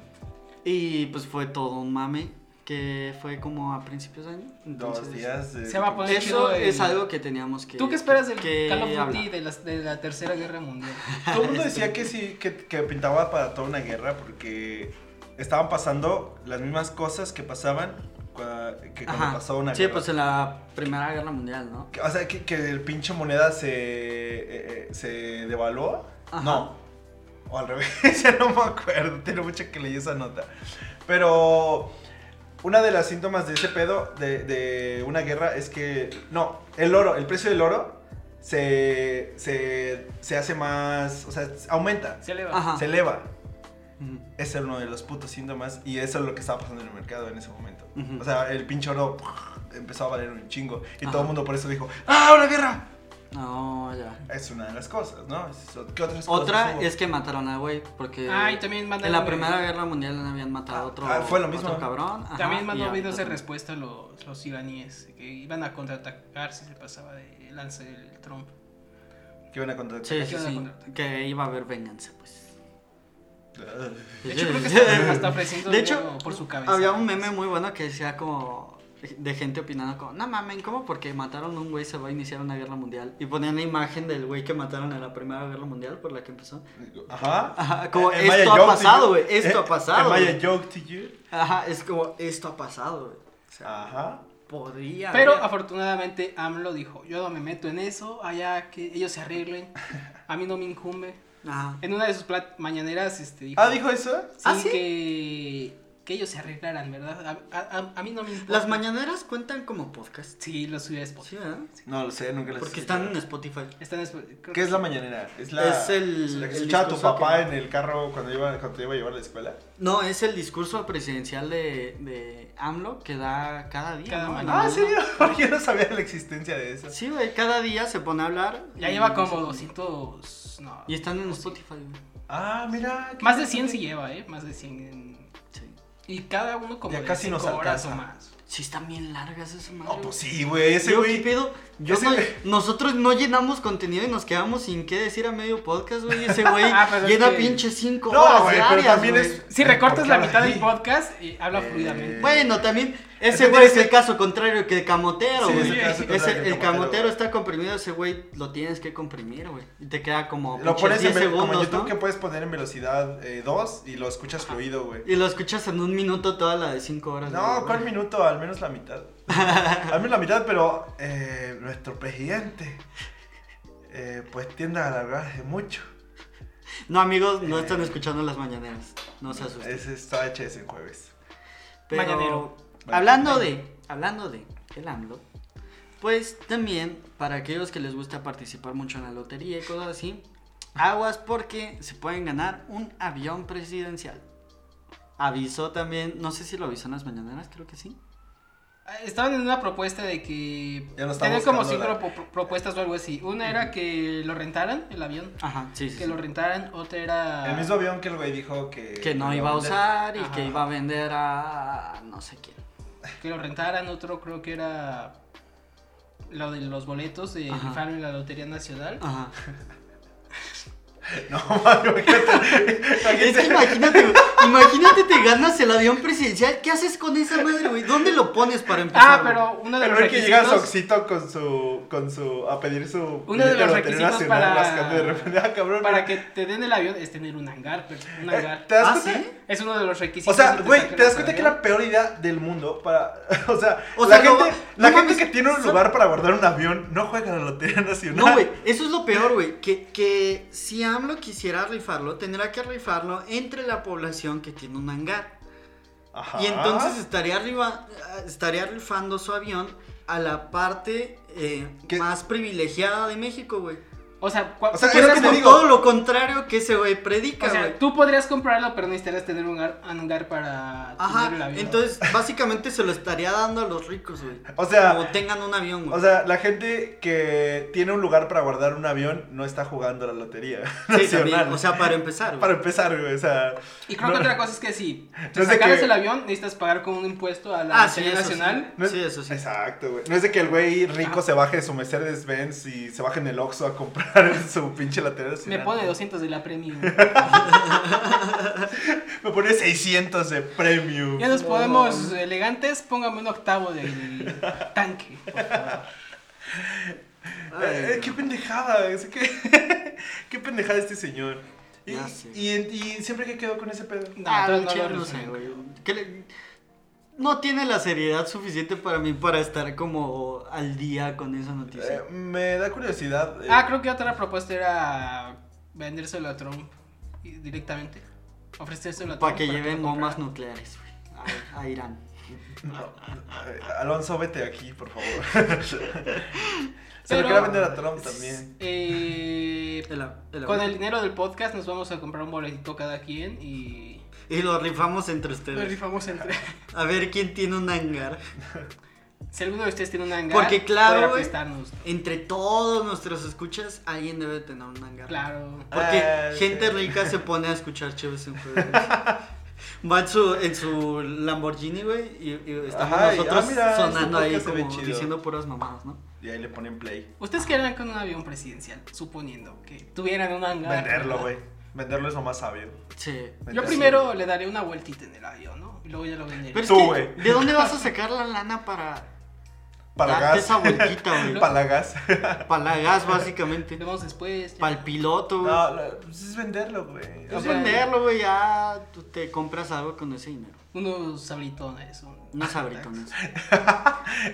Speaker 3: Y pues fue todo un mame que fue como a principios de año.
Speaker 1: Dos
Speaker 3: Entonces,
Speaker 1: días. de-
Speaker 2: Se va a poner-
Speaker 3: Eso
Speaker 2: Chido el-
Speaker 3: es algo que teníamos que.
Speaker 2: ¿Tú qué esperas del
Speaker 3: que
Speaker 2: Call of Duty
Speaker 3: hablar.
Speaker 2: de, las- de la Tercera Guerra Mundial?
Speaker 1: Todo el mundo decía que sí, que, que pintaba para toda una guerra porque estaban pasando las mismas cosas que pasaban cua- que cuando
Speaker 3: Ajá.
Speaker 1: pasó una
Speaker 3: sí,
Speaker 1: guerra.
Speaker 3: pues en la Primera Guerra Mundial, ¿no?
Speaker 1: Que- O sea, que, que el pinche moneda se, eh, eh, se devaluó.
Speaker 3: Ajá.
Speaker 1: No. O al revés, ya no me acuerdo. Tiene mucho que leí esa nota. Pero una de las síntomas de ese pedo de, de una guerra es que... No, el oro, el precio del oro se, se, se hace más... O sea, aumenta.
Speaker 2: Se le va.
Speaker 3: Ajá.
Speaker 1: Se eleva.
Speaker 3: Ujú.
Speaker 1: Ese era uno de los putos síntomas y eso es lo que estaba pasando en el mercado en ese momento.
Speaker 3: Ujú.
Speaker 1: O sea, el pinche oro empezó a valer un chingo y
Speaker 3: Ajá.
Speaker 1: todo el mundo por eso dijo, ¡ah, una guerra!
Speaker 3: No, ya.
Speaker 1: Es una de las cosas, ¿no? Es- ¿Qué otras cosas
Speaker 3: Otra
Speaker 1: hubo?
Speaker 3: es que mataron a güey, porque.
Speaker 2: Ah, y también mandan.
Speaker 3: En la Primera Guerra Mundial habían matado a
Speaker 1: Ah,
Speaker 3: otro,
Speaker 1: ah, fue lo mismo.
Speaker 3: otro cabrón. ajá,
Speaker 2: También
Speaker 3: y pues,
Speaker 2: mandó
Speaker 3: ahorita
Speaker 2: videos de
Speaker 3: también.
Speaker 2: respuesta a los, los iraníes que iban a contraatacar si se pasaba de lance el Trump.
Speaker 1: Que iban a contar.
Speaker 3: Sí,
Speaker 2: ¿Qué
Speaker 3: sí,
Speaker 2: onda
Speaker 3: sí,
Speaker 2: con el-
Speaker 3: Que iba a haber venganza, pues.
Speaker 2: De hecho, creo que está, está ofreciendo
Speaker 3: De
Speaker 2: dinero
Speaker 3: hecho,
Speaker 2: por su cabeza.
Speaker 3: Había un meme muy bueno que decía como. de gente opinando como, no mamen, ¿cómo? Porque mataron a un güey, se va a iniciar una guerra mundial. Y ponían la imagen del güey que mataron en la primera guerra mundial por la que empezó.
Speaker 1: Ajá. Eh,
Speaker 3: Ajá, como,
Speaker 1: Am I
Speaker 3: esto
Speaker 1: a
Speaker 3: ha
Speaker 1: joke to
Speaker 3: pasado,
Speaker 1: you?
Speaker 3: güey, esto
Speaker 1: Eh,
Speaker 3: ha pasado.
Speaker 1: Am I a
Speaker 3: güey.
Speaker 1: joke to you?
Speaker 3: Ajá, es como, esto ha pasado, güey. O sea,
Speaker 1: Ajá.
Speaker 3: podría.
Speaker 2: Pero
Speaker 3: haber-
Speaker 2: afortunadamente AMLO dijo, yo no me meto en eso, allá que ellos se arreglen, a mí no me incumbe.
Speaker 3: Ajá.
Speaker 2: En una de sus plat- mañaneras este, dijo,
Speaker 1: Ah, dijo eso.
Speaker 2: sí,
Speaker 3: ¿Ah, sí?
Speaker 2: Que, que ellos se arreglaran, ¿verdad? A, a- a- a mí no me importa.
Speaker 3: Las mañaneras cuentan como podcast.
Speaker 2: Sí, lo subí a Spotify.
Speaker 3: Sí, ¿verdad?
Speaker 1: No lo sé, nunca lo
Speaker 3: Porque
Speaker 1: sé.
Speaker 3: están en Spotify.
Speaker 2: Están en Sp- creo
Speaker 1: ¿Qué
Speaker 2: que-
Speaker 1: es la mañanera? Es la,
Speaker 3: Es el-
Speaker 1: la que
Speaker 3: el
Speaker 1: escuchaba tu
Speaker 3: discurso
Speaker 1: papá
Speaker 3: que-
Speaker 1: en el carro cuando, iba, cuando te iba a llevar a la escuela.
Speaker 3: No, es el discurso presidencial de, de AMLO que da cada día.
Speaker 2: Cada
Speaker 3: ¿no?
Speaker 2: mañana.
Speaker 1: Ah,
Speaker 3: Mañana.
Speaker 1: ¿en serio? Yo no sabía la existencia de eso.
Speaker 3: Sí, güey, cada día se pone a hablar.
Speaker 2: Ya
Speaker 3: y-
Speaker 2: lleva como 200... No,
Speaker 1: este
Speaker 3: Y están en Spotify, güey.
Speaker 1: Ah, mira. qué
Speaker 2: más de 100 sí
Speaker 1: interesante.
Speaker 2: lleva, ¿eh? Más de 100. en-
Speaker 3: Sí.
Speaker 2: Y cada uno como
Speaker 1: Ya
Speaker 2: de
Speaker 1: casi nos
Speaker 2: cinco horas o
Speaker 1: alcanza.
Speaker 2: más.
Speaker 3: Sí, están bien largas esas madres.
Speaker 1: No, pues sí, güey. Ese
Speaker 3: Yo,
Speaker 1: güey.
Speaker 3: ¿qué pedo? Yo
Speaker 1: ese
Speaker 3: no-
Speaker 1: güey-
Speaker 3: nosotros no llenamos contenido y nos quedamos sin qué decir a medio podcast, güey. Ese güey
Speaker 2: Ah, pero es
Speaker 3: llena
Speaker 2: que-
Speaker 3: pinche cinco
Speaker 1: No,
Speaker 3: horas
Speaker 1: güey, pero
Speaker 3: diarias,
Speaker 1: también
Speaker 3: güey.
Speaker 1: es.
Speaker 2: Si recortas la mitad del
Speaker 1: del podcast.
Speaker 2: podcast, eh, habla
Speaker 1: Eh,
Speaker 2: fluidamente.
Speaker 3: Bueno, también ese
Speaker 1: Entonces,
Speaker 3: güey es
Speaker 1: ese-
Speaker 3: el caso contrario que el camotero,
Speaker 1: Sí,
Speaker 3: güey.
Speaker 1: es el caso
Speaker 3: Ese-
Speaker 1: contrario que
Speaker 3: el
Speaker 1: el
Speaker 3: camotero
Speaker 1: camotero.
Speaker 3: está comprimido, ese güey lo tienes que comprimir, güey. Y te queda como
Speaker 1: Lo
Speaker 3: pinches
Speaker 1: pones en
Speaker 3: 10
Speaker 1: ve- como en
Speaker 3: segundos,
Speaker 1: YouTube
Speaker 3: ¿no?
Speaker 1: que puedes poner en velocidad 2 y lo escuchas fluido, güey.
Speaker 3: Y lo escuchas en un minuto toda la de cinco horas.
Speaker 1: No,
Speaker 3: güey.
Speaker 1: ¿cuál minuto? Al menos la mitad. Al menos la mitad, pero eh, nuestro presidente eh, pues tiende a alargarse mucho.
Speaker 3: No, amigos, no están escuchando las mañaneras. No se asusten.
Speaker 1: Ese está HS en jueves.
Speaker 3: Pero,
Speaker 2: Mañanero.
Speaker 3: Hablando de, hablando de el AMLO, pues también para aquellos que les gusta participar mucho en la lotería y cosas así, aguas porque se pueden ganar un avión presidencial. Avisó también, no sé si lo avisó en las mañaneras, creo que sí.
Speaker 2: Estaban en una propuesta de que
Speaker 1: Ya no estaba
Speaker 2: tenían como cinco
Speaker 1: buscando la-
Speaker 2: pro- propuestas o algo así. Una era que lo rentaran, el avión,
Speaker 3: Ajá, sí, sí.
Speaker 2: que
Speaker 3: sí.
Speaker 2: lo rentaran, otra era...
Speaker 1: El mismo avión que el güey dijo que...
Speaker 3: Ah. Que no
Speaker 1: lo
Speaker 3: iba a
Speaker 1: vender.
Speaker 3: usar y
Speaker 2: Ajá.
Speaker 3: que iba a vender a no sé quién.
Speaker 2: Que lo rentaran, otro creo que era lo de los boletos de
Speaker 3: Ajá.
Speaker 2: rifaron en la Lotería Nacional.
Speaker 1: Ah,
Speaker 2: Ah,
Speaker 3: Ajá.
Speaker 1: No, Mario, imagínate.
Speaker 3: Es que imagínate, güey, imagínate te ganas el avión presidencial, ¿qué haces con esa madre, güey? ¿Dónde lo pones para empezar?
Speaker 2: Ah,
Speaker 3: güey?
Speaker 2: pero uno de
Speaker 1: El
Speaker 2: los
Speaker 1: güey que llega a
Speaker 2: requisitos...
Speaker 1: Soxito con su, con su... a pedir su...
Speaker 2: Uno de
Speaker 1: billete Lotería
Speaker 2: los requisitos
Speaker 1: Nacional,
Speaker 2: para-
Speaker 1: rascando de repente, ah, cabrón.
Speaker 2: Para
Speaker 1: mira.
Speaker 2: que te den el avión es tener un hangar, pero un
Speaker 1: Eh,
Speaker 2: hangar.
Speaker 1: ¿Te das
Speaker 3: ¿Ah,
Speaker 1: cuenta?
Speaker 3: sí?
Speaker 2: Es uno de los requisitos.
Speaker 1: O sea,
Speaker 2: que te
Speaker 1: güey,
Speaker 2: sacan
Speaker 1: ¿te das
Speaker 2: el
Speaker 1: cuenta que
Speaker 2: avión.
Speaker 1: la peor idea del mundo para... O sea,
Speaker 3: O
Speaker 1: la
Speaker 3: sea, no
Speaker 1: gente,
Speaker 3: va-
Speaker 1: la
Speaker 3: no
Speaker 1: gente
Speaker 3: mames,
Speaker 1: que tiene un
Speaker 3: son-
Speaker 1: lugar para guardar un avión no juega a la Lotería Nacional.
Speaker 3: No, güey, eso es lo peor, güey. Que, que si AMLO quisiera rifarlo, tendrá que rifarlo entre la población que tiene un hangar.
Speaker 1: Ajá.
Speaker 3: Y entonces estaría, arriba, estaría rifando su avión a la parte eh,
Speaker 1: ¿Qué?
Speaker 3: más privilegiada de México, güey.
Speaker 2: O sea, cua-
Speaker 1: O sea,
Speaker 2: tú
Speaker 1: es
Speaker 3: Es
Speaker 1: lo que
Speaker 2: puedes
Speaker 3: como
Speaker 1: te digo.
Speaker 3: todo lo contrario que ese güey
Speaker 2: O
Speaker 3: predica, güey.
Speaker 2: sea, tú podrías comprarlo, pero necesitarías tener un hangar, un hangar para
Speaker 3: Ajá,
Speaker 2: tener el avión.
Speaker 3: entonces básicamente se lo estaría dando a los ricos, güey.
Speaker 1: O sea-
Speaker 3: Como tengan un avión, güey.
Speaker 1: O sea, la gente que tiene un lugar para guardar un avión no está jugando a la lotería
Speaker 3: Sí,
Speaker 1: nacional.
Speaker 3: también, o sea, para empezar, güey.
Speaker 1: para empezar, güey, o sea,
Speaker 2: y creo que otra cosa es que si te
Speaker 1: No es de
Speaker 2: sacaras
Speaker 1: que-
Speaker 2: el avión, necesitas pagar con un impuesto a la
Speaker 3: Ah, sí,
Speaker 2: Lotería
Speaker 3: eso
Speaker 2: Nacional.
Speaker 1: no es-
Speaker 3: sí. Sí, eso sí.
Speaker 1: Exacto, güey. No es de que el güey rico
Speaker 2: Ah.
Speaker 1: se baje de su Mercedes Benz y se baje en el Oxxo a comprar su pinche lateral.
Speaker 2: Me
Speaker 1: nacional.
Speaker 2: pone 200 de la premium.
Speaker 1: Me pone 600 de premium.
Speaker 2: Ya nos
Speaker 3: No,
Speaker 2: podemos
Speaker 3: mames.
Speaker 2: elegantes, póngame un octavo del tanque. por favor.
Speaker 1: Eh, eh, qué pendejada, es que qué pendejada este señor. Y,
Speaker 3: Ya sé.
Speaker 1: y, y siempre que quedó con ese pedo.
Speaker 2: No,
Speaker 3: Ah,
Speaker 2: entonces
Speaker 3: no,
Speaker 2: no lo
Speaker 3: no
Speaker 2: resuelvo.
Speaker 3: sé, güey. Que le- No tiene la seriedad suficiente para mí para estar como al día con esa
Speaker 1: Eh,
Speaker 3: noticia.
Speaker 1: me da curiosidad. eh,
Speaker 2: Ah, creo que otra propuesta era vendérselo a Trump y- directamente. Ofrecérselo a Trump.
Speaker 3: para que lleven
Speaker 2: lo
Speaker 3: bombas
Speaker 2: comprara.
Speaker 3: nucleares, güey. A, a Irán.
Speaker 1: No, eh, Alonso, vete aquí, por favor. Se
Speaker 2: Pero-
Speaker 1: lo quería vender a Trump también.
Speaker 2: Eh,
Speaker 3: El a- el
Speaker 2: Con
Speaker 3: avión.
Speaker 2: el dinero del podcast nos vamos a comprar un boletito cada quien y...
Speaker 3: Y lo rifamos entre
Speaker 2: Lo
Speaker 3: ustedes.
Speaker 2: rifamos entre...
Speaker 3: A ver quién tiene un hangar.
Speaker 2: si alguno de ustedes tiene un hangar,
Speaker 3: Porque, claro,
Speaker 2: pueden
Speaker 3: güey.
Speaker 2: prestarnos.
Speaker 3: Entre todos nuestros escuchas, alguien debe tener un hangar.
Speaker 2: Claro.
Speaker 3: Porque
Speaker 1: Ah,
Speaker 3: gente
Speaker 1: sí.
Speaker 3: rica se pone a escuchar Chéves en jueves. Va en su, en su Lamborghini, güey, y, y estamos
Speaker 1: Ajá, y- ah,
Speaker 3: nosotros
Speaker 1: mira, este
Speaker 3: sonando ahí
Speaker 1: podcast se ve
Speaker 3: como
Speaker 1: chido.
Speaker 3: diciendo puras mamadas, ¿no?
Speaker 1: Y ahí le ponen play.
Speaker 2: ¿Ustedes qué harían con un avión presidencial? Suponiendo que tuvieran un hangar.
Speaker 1: Venderlo,
Speaker 2: ¿verdad?
Speaker 1: güey. Venderlo es lo más sabio.
Speaker 3: Sí.
Speaker 2: Yo
Speaker 1: Venderlo.
Speaker 2: primero le daré una vueltita en el avión, ¿no? Y luego ya lo venderé.
Speaker 3: Pero es
Speaker 1: Tú,
Speaker 3: que,
Speaker 1: güey.
Speaker 3: ¿de dónde vas a sacar la lana para
Speaker 1: Para
Speaker 3: darte
Speaker 1: gas.
Speaker 3: esa vueltita,
Speaker 2: Ah,
Speaker 3: güey?
Speaker 1: Para gas.
Speaker 3: Para la gas, básicamente.
Speaker 2: Nos vemos después. ya.
Speaker 3: Para el piloto, güey.
Speaker 1: No, la- pues es venderlo, güey.
Speaker 3: Es
Speaker 2: sea,
Speaker 3: venderlo, güey, ya tú te compras algo con ese dinero.
Speaker 2: Unos sabritones. un-
Speaker 3: Unos abritones.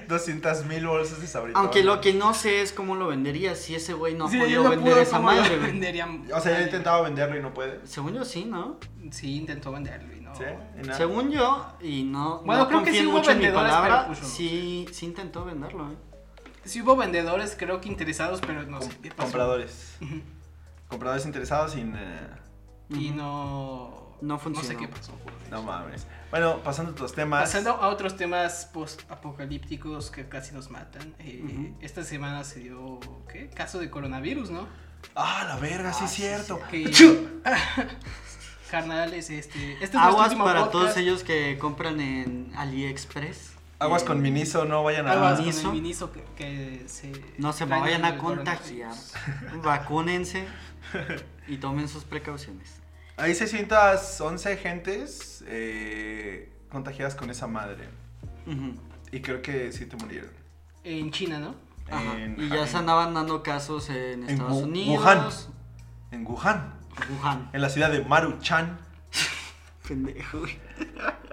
Speaker 1: 200 mil bolsas de sabritones.
Speaker 3: Aunque lo que no sé es cómo lo vendería, si ese güey no ha
Speaker 2: Sí,
Speaker 3: podido
Speaker 2: no
Speaker 3: vender
Speaker 2: pudo,
Speaker 3: esa
Speaker 2: ¿cómo lo
Speaker 3: madre, güey.
Speaker 2: vendería?
Speaker 1: O sea, él intentaba venderlo y no puede.
Speaker 3: Según yo sí, ¿no?
Speaker 2: Sí, intentó venderlo y no.
Speaker 1: ¿Sí? Y nada.
Speaker 3: Según yo, y no,
Speaker 2: Bueno,
Speaker 3: no
Speaker 2: creo que
Speaker 3: confíen
Speaker 2: sí hubo
Speaker 3: mucho en mi
Speaker 2: vendedores,
Speaker 3: palabra,
Speaker 2: pero, pues,
Speaker 3: sí, sí intentó venderlo, ¿eh?
Speaker 2: Sí hubo vendedores, creo que interesados, pero no
Speaker 1: Com-
Speaker 2: sé qué pasó.
Speaker 1: compradores.
Speaker 2: Ujú.
Speaker 1: Compradores interesados sin. eh,
Speaker 2: Y
Speaker 3: Ujú.
Speaker 2: no.
Speaker 3: No funcionó.
Speaker 2: No sé qué pasó. pues.
Speaker 1: no mames. Bueno, pasando a otros temas.
Speaker 2: Pasando a otros temas post-apocalípticos que casi nos matan. eh,
Speaker 3: Ujú.
Speaker 2: Esta semana se dio, ¿qué? Caso de coronavirus, ¿no?
Speaker 1: Ah, la verga, sí
Speaker 3: Ah,
Speaker 1: es
Speaker 3: sí,
Speaker 1: cierto.
Speaker 3: sí.
Speaker 2: Que... Carnales, este... este es nuestro
Speaker 3: Aguas
Speaker 2: último
Speaker 3: para
Speaker 2: podcast.
Speaker 3: todos ellos que compran en AliExpress.
Speaker 1: Aguas
Speaker 3: Eh,
Speaker 1: con Miniso, no vayan a.
Speaker 2: Aguas con
Speaker 3: Miniso.
Speaker 2: el Miniso que, que se...
Speaker 3: No se me
Speaker 2: traen
Speaker 3: vayan
Speaker 2: el
Speaker 3: a contagiar.
Speaker 2: coronavirus.
Speaker 3: Vacúnense y tomen sus precauciones.
Speaker 1: Hay 611 gentes eh, contagiadas con esa madre.
Speaker 3: Ujú.
Speaker 1: Y creo que sí te murieron.
Speaker 2: En China, ¿no?
Speaker 3: Ajá.
Speaker 1: En-
Speaker 3: y ya
Speaker 1: en-
Speaker 3: se andaban dando casos en
Speaker 1: en
Speaker 3: Estados
Speaker 1: Wu-
Speaker 3: Unidos.
Speaker 1: Wuhan. En Wuhan,
Speaker 3: Wuhan.
Speaker 1: en la ciudad de Maruchan.
Speaker 3: Pendejo, güey.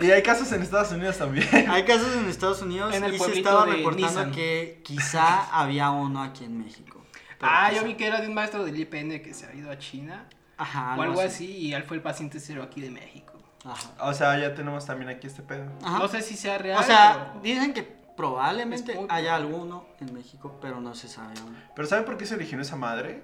Speaker 1: Y hay casos en Estados Unidos también.
Speaker 3: Hay casos en Estados Unidos
Speaker 2: En el
Speaker 3: y se
Speaker 2: pueblito
Speaker 3: estaba
Speaker 2: de
Speaker 3: reportando
Speaker 2: Nissan.
Speaker 3: que quizá había uno aquí en México. Pero pues
Speaker 2: Ah,
Speaker 3: quizá-
Speaker 2: yo vi que era de un maestro del IPN que se ha ido a China
Speaker 3: Ajá,
Speaker 2: o algo así y él fue el paciente cero aquí de México.
Speaker 3: Ajá.
Speaker 1: O sea, ya tenemos también aquí este pedo.
Speaker 3: Ajá.
Speaker 2: No sé si sea real,
Speaker 3: o sea,
Speaker 2: pero-
Speaker 3: dicen que probablemente
Speaker 2: Es muy
Speaker 3: haya
Speaker 2: probable.
Speaker 3: alguno en México, pero no se sabe aún.
Speaker 1: Pero ¿saben por qué se originó esa madre?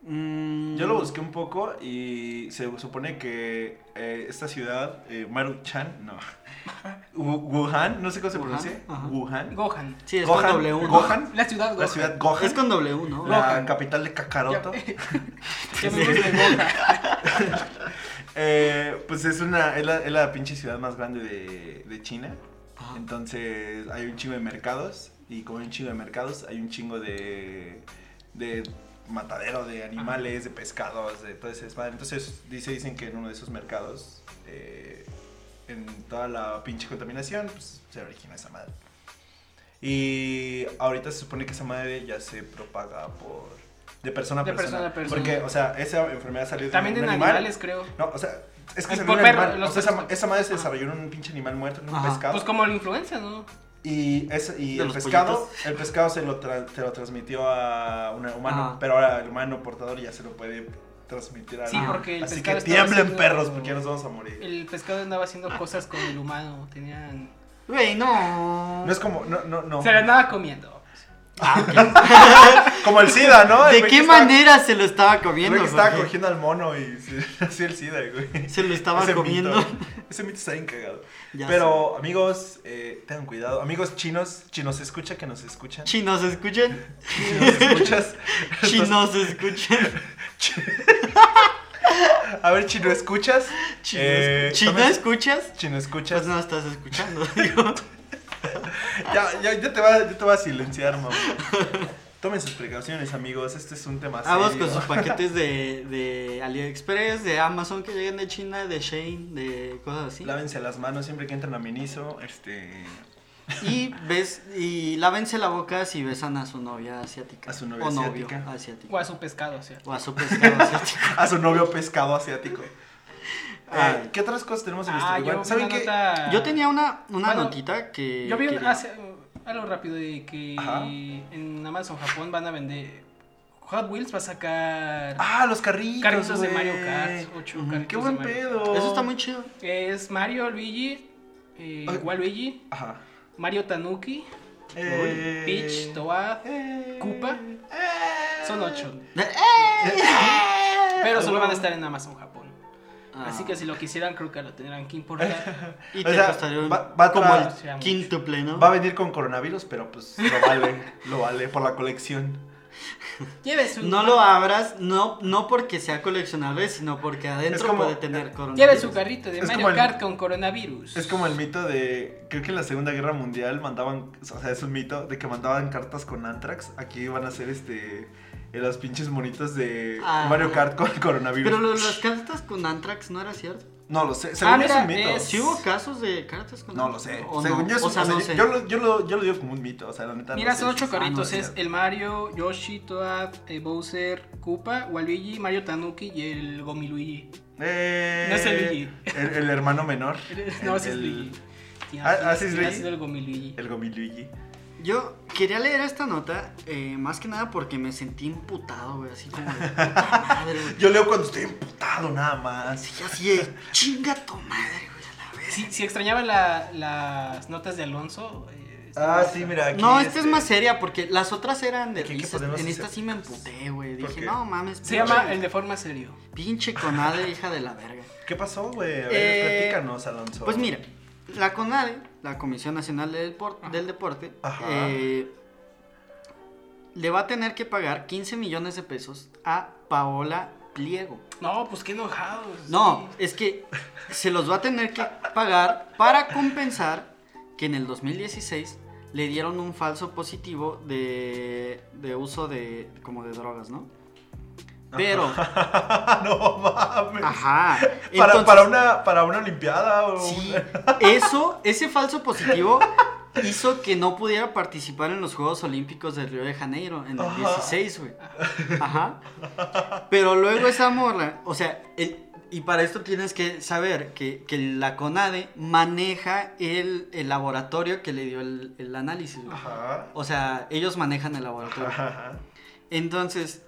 Speaker 3: Mm,
Speaker 1: Yo lo busqué un poco y se supone que eh, esta ciudad, eh, Maruchan, no. Wu- Wuhan, no sé cómo se
Speaker 3: Wuhan,
Speaker 1: pronuncia.
Speaker 3: ajá.
Speaker 1: Wuhan.
Speaker 2: Gohan.
Speaker 3: Sí, es
Speaker 1: Gohan,
Speaker 3: con W. ¿no?
Speaker 1: Gohan,
Speaker 2: La ciudad Gohan.
Speaker 1: la ciudad Gohan,
Speaker 3: Es con W, ¿no?
Speaker 1: la
Speaker 2: Gohan.
Speaker 1: capital de Kakaroto.
Speaker 2: Ya- ya me gusta el Gohan.
Speaker 1: Eh, pues es una, es la, es la pinche ciudad más grande de, de China.
Speaker 2: Ah.
Speaker 3: Ajá.
Speaker 1: Entonces hay un chingo de mercados y como hay un chingo de mercados hay un chingo de, de matadero de animales, de pescados, de todo ese desmadre. Entonces dice, dicen que en uno de esos mercados, eh, en toda la pinche contaminación, pues se origina esa madre. Y ahorita se supone que esa madre ya se propaga por... De persona a
Speaker 2: De
Speaker 1: persona.
Speaker 2: persona a persona.
Speaker 1: Porque, o sea, esa enfermedad salió
Speaker 2: También
Speaker 1: de
Speaker 2: en
Speaker 1: un
Speaker 2: animales, creo.
Speaker 1: no, o sea, es que
Speaker 2: Es
Speaker 1: se
Speaker 2: por
Speaker 1: un
Speaker 2: perro,
Speaker 1: animal.
Speaker 2: los
Speaker 1: O sea, esa,
Speaker 2: perros.
Speaker 1: esa madre se
Speaker 2: Ajá.
Speaker 1: desarrolló en un pinche animal muerto, en un
Speaker 3: Ajá.
Speaker 1: pescado.
Speaker 2: Pues como la influenza, ¿no?
Speaker 1: y ese- y
Speaker 3: De
Speaker 1: el
Speaker 3: los
Speaker 1: pescado, el pescado se lo, tra- se lo transmitió a un humano,
Speaker 3: Ajá.
Speaker 1: pero ahora el humano portador ya se lo puede transmitir a
Speaker 2: Sí,
Speaker 1: alguien.
Speaker 2: porque el
Speaker 1: Así que
Speaker 2: pescado estaba
Speaker 1: tiemblen
Speaker 2: haciendo-
Speaker 1: perros porque ya nos vamos a morir.
Speaker 2: El pescado andaba haciendo cosas con el humano, tenían...
Speaker 3: Güey, no.
Speaker 1: No es como, no, no, no.
Speaker 2: Se la andaba comiendo.
Speaker 3: Ah, ok.
Speaker 1: Como el SIDA, ¿no? El
Speaker 3: ¿De
Speaker 1: güey
Speaker 3: qué
Speaker 1: que estaba-
Speaker 3: manera se lo estaba
Speaker 1: El
Speaker 3: comiendo?
Speaker 1: güey que estaba
Speaker 3: Jorge?
Speaker 1: cogiendo al mono y se- así el SIDA, güey.
Speaker 3: Se lo estaba
Speaker 1: Ese
Speaker 3: comiendo.
Speaker 1: Mito, ese mito está bien cagado.
Speaker 3: Ya
Speaker 1: Pero, amigos, eh, tengan cuidado. Amigos chinos, chinos escucha que nos escuchan.
Speaker 3: sé. Chinos, escuchen.
Speaker 1: Si nos escuchas.
Speaker 3: Chinos, escuchen.
Speaker 1: A ver, chino, ¿escuchas?
Speaker 3: Chino,
Speaker 1: Eh,
Speaker 3: escu- ¿Chino
Speaker 1: tomes-
Speaker 3: escuchas?
Speaker 1: Chino, ¿escuchas?
Speaker 3: Pues no estás escuchando, digo.
Speaker 2: Pues
Speaker 1: Ya, ya, ya te va, ya te va a silenciar, mamá. Tomen sus precauciones, amigos. Este es un tema
Speaker 2: Ah,
Speaker 3: Aguas
Speaker 1: serio.
Speaker 3: Ah, con sus paquetes de, de AliExpress, de Amazon que llegan de China, de Shane, de cosas así.
Speaker 1: Lávense las manos siempre que entren a Miniso. Este,
Speaker 3: Y ves, y lávense la boca si besan a su novia asiática.
Speaker 1: A su novia
Speaker 3: o
Speaker 1: asiática.
Speaker 3: novio asiático.
Speaker 2: O a su pescado, o sea.
Speaker 3: O a su pescado asiático.
Speaker 1: a su novio pescado asiático.
Speaker 3: Ay.
Speaker 1: Eh, ¿Qué otras cosas tenemos en
Speaker 2: Ah,
Speaker 1: este
Speaker 2: yo
Speaker 1: lugar?
Speaker 2: vi
Speaker 1: ¿Saben
Speaker 2: una
Speaker 1: qué?
Speaker 2: nota...
Speaker 3: Yo tenía una, una
Speaker 2: Bueno,
Speaker 3: notita que.
Speaker 2: Yo vi un-
Speaker 3: quería-
Speaker 2: hace, uh, algo rápido de que
Speaker 1: Ajá.
Speaker 2: en Amazon Japón van a vender. Hot Wheels va a sacar
Speaker 1: Ah, los carritos.
Speaker 2: carritos de
Speaker 1: güey.
Speaker 2: Mario Kart, ocho
Speaker 3: Ujú,
Speaker 2: carritos
Speaker 1: Qué
Speaker 2: de
Speaker 1: buen
Speaker 2: Mario Kart.
Speaker 1: pedo.
Speaker 3: Eso está muy chido.
Speaker 2: Es Mario, Luigi, eh,
Speaker 1: Ay.
Speaker 2: Waluigi,
Speaker 1: Ajá.
Speaker 2: Mario Tanuki,
Speaker 1: Eh,
Speaker 2: Peach, Toad.
Speaker 1: eh,
Speaker 2: Koopa.
Speaker 1: eh.
Speaker 2: Son ocho.
Speaker 1: Eh.
Speaker 2: Pero solo van a estar en Amazon Japón.
Speaker 3: Ah.
Speaker 2: Así que si lo quisieran, creo que lo tendrán que importar.
Speaker 3: Y
Speaker 1: O
Speaker 3: te
Speaker 1: sea,
Speaker 3: costaría un-
Speaker 1: va- va a
Speaker 3: como
Speaker 1: tra-
Speaker 3: el quíntuple, ¿no?
Speaker 1: Va a venir con coronavirus, pero pues lo vale, lo vale por la colección.
Speaker 2: Lleve su,
Speaker 3: No lo abras, no, no porque sea coleccionable, sino porque
Speaker 1: Es
Speaker 3: adentro
Speaker 1: como-
Speaker 3: puede tener corona.
Speaker 2: lleve su carrito de
Speaker 1: Es
Speaker 2: Mario
Speaker 1: como el-
Speaker 2: Kart con coronavirus.
Speaker 1: Es como el mito de, creo que en la Segunda Guerra Mundial mandaban, o sea, es un mito de que mandaban cartas con anthrax. Aquí van a ser este en las pinches monitas de
Speaker 3: Ah.
Speaker 1: Mario Kart con el coronavirus.
Speaker 3: Pero lo de las cartas con Antrax no era cierto.
Speaker 1: No lo sé,
Speaker 2: Ah,
Speaker 1: según es
Speaker 2: mira,
Speaker 1: un mito.
Speaker 2: es-
Speaker 3: ¿Sí hubo casos de cartas con
Speaker 1: No lo
Speaker 3: Antrax?
Speaker 1: sé.
Speaker 3: ¿O
Speaker 1: Según
Speaker 3: no?
Speaker 1: yo, es-
Speaker 3: o sea,
Speaker 1: o sea,
Speaker 3: no
Speaker 1: yo-
Speaker 3: sé.
Speaker 1: yo, lo, yo, lo, yo lo digo como un mito, o sea, la neta.
Speaker 2: Mira,
Speaker 1: no
Speaker 2: son
Speaker 1: sé.
Speaker 2: ocho carritos.
Speaker 3: Ah, no,
Speaker 2: es
Speaker 1: cierto.
Speaker 2: el Mario, Yoshi, Toad, eh, Bowser, Koopa, Waluigi, Mario Tanuki y el Gomiluigi.
Speaker 1: Eh,
Speaker 2: No es el Luigi.
Speaker 1: El, el hermano menor.
Speaker 2: No,
Speaker 1: El-
Speaker 2: ese es
Speaker 1: el-
Speaker 2: Luigi. Tía,
Speaker 1: Ah,
Speaker 2: tía,
Speaker 1: ¿ah, sí es
Speaker 2: tía,
Speaker 1: Luigi?
Speaker 2: ha sido el Gomiluigi.
Speaker 1: El Gomiluigi.
Speaker 3: Yo quería leer esta nota eh, más que nada porque me sentí imputado, güey. Así como de puta madre, güey.
Speaker 1: Yo leo cuando estoy emputado, nada más.
Speaker 3: Sí, así de chinga tu madre, güey, a la vez.
Speaker 2: Si, si extrañaba la- las notas de Alonso. eh,
Speaker 1: Ah,
Speaker 2: estaba-
Speaker 1: sí, mira. Aquí, este,
Speaker 3: No, esta es más seria porque las otras eran de
Speaker 1: ¿De qué equipo
Speaker 3: risas.
Speaker 1: tenemos
Speaker 3: En
Speaker 1: ese?
Speaker 3: esta sí me emputé, güey.
Speaker 1: ¿Por
Speaker 3: Dije,
Speaker 1: qué?
Speaker 3: no mames.
Speaker 2: Se
Speaker 3: pinche-
Speaker 2: llama el de forma serio.
Speaker 3: Pinche conade, hija de la verga.
Speaker 1: ¿Qué pasó, güey? A ver,
Speaker 3: Eh,
Speaker 1: platícanos, Alonso.
Speaker 3: Pues mira, la CONADE, la Comisión Nacional del, Depor- del Deporte,
Speaker 1: Ajá.
Speaker 3: eh, le va a tener que pagar 15 millones de pesos a Paola Pliego.
Speaker 2: No, pues qué enojados.
Speaker 3: No, es que se los va a tener que pagar para compensar que en el 2016 le dieron un falso positivo de, de uso de como de drogas, ¿no? Pero,
Speaker 1: no mames.
Speaker 3: ajá.
Speaker 1: para,
Speaker 3: entonces-
Speaker 1: para, una, para una Olimpiada o
Speaker 3: Sí,
Speaker 1: un-
Speaker 3: eso, ese falso positivo hizo que no pudiera participar en los Juegos Olímpicos de Río de Janeiro en el
Speaker 1: Ajá.
Speaker 3: 16, güey. Ajá. Pero luego esa morra, o sea, el- y para esto tienes que saber que, que la CONADE maneja el, el laboratorio que le dio el, el análisis, güey.
Speaker 1: Ajá.
Speaker 3: O sea, ellos manejan el laboratorio.
Speaker 1: Ajá.
Speaker 3: Entonces,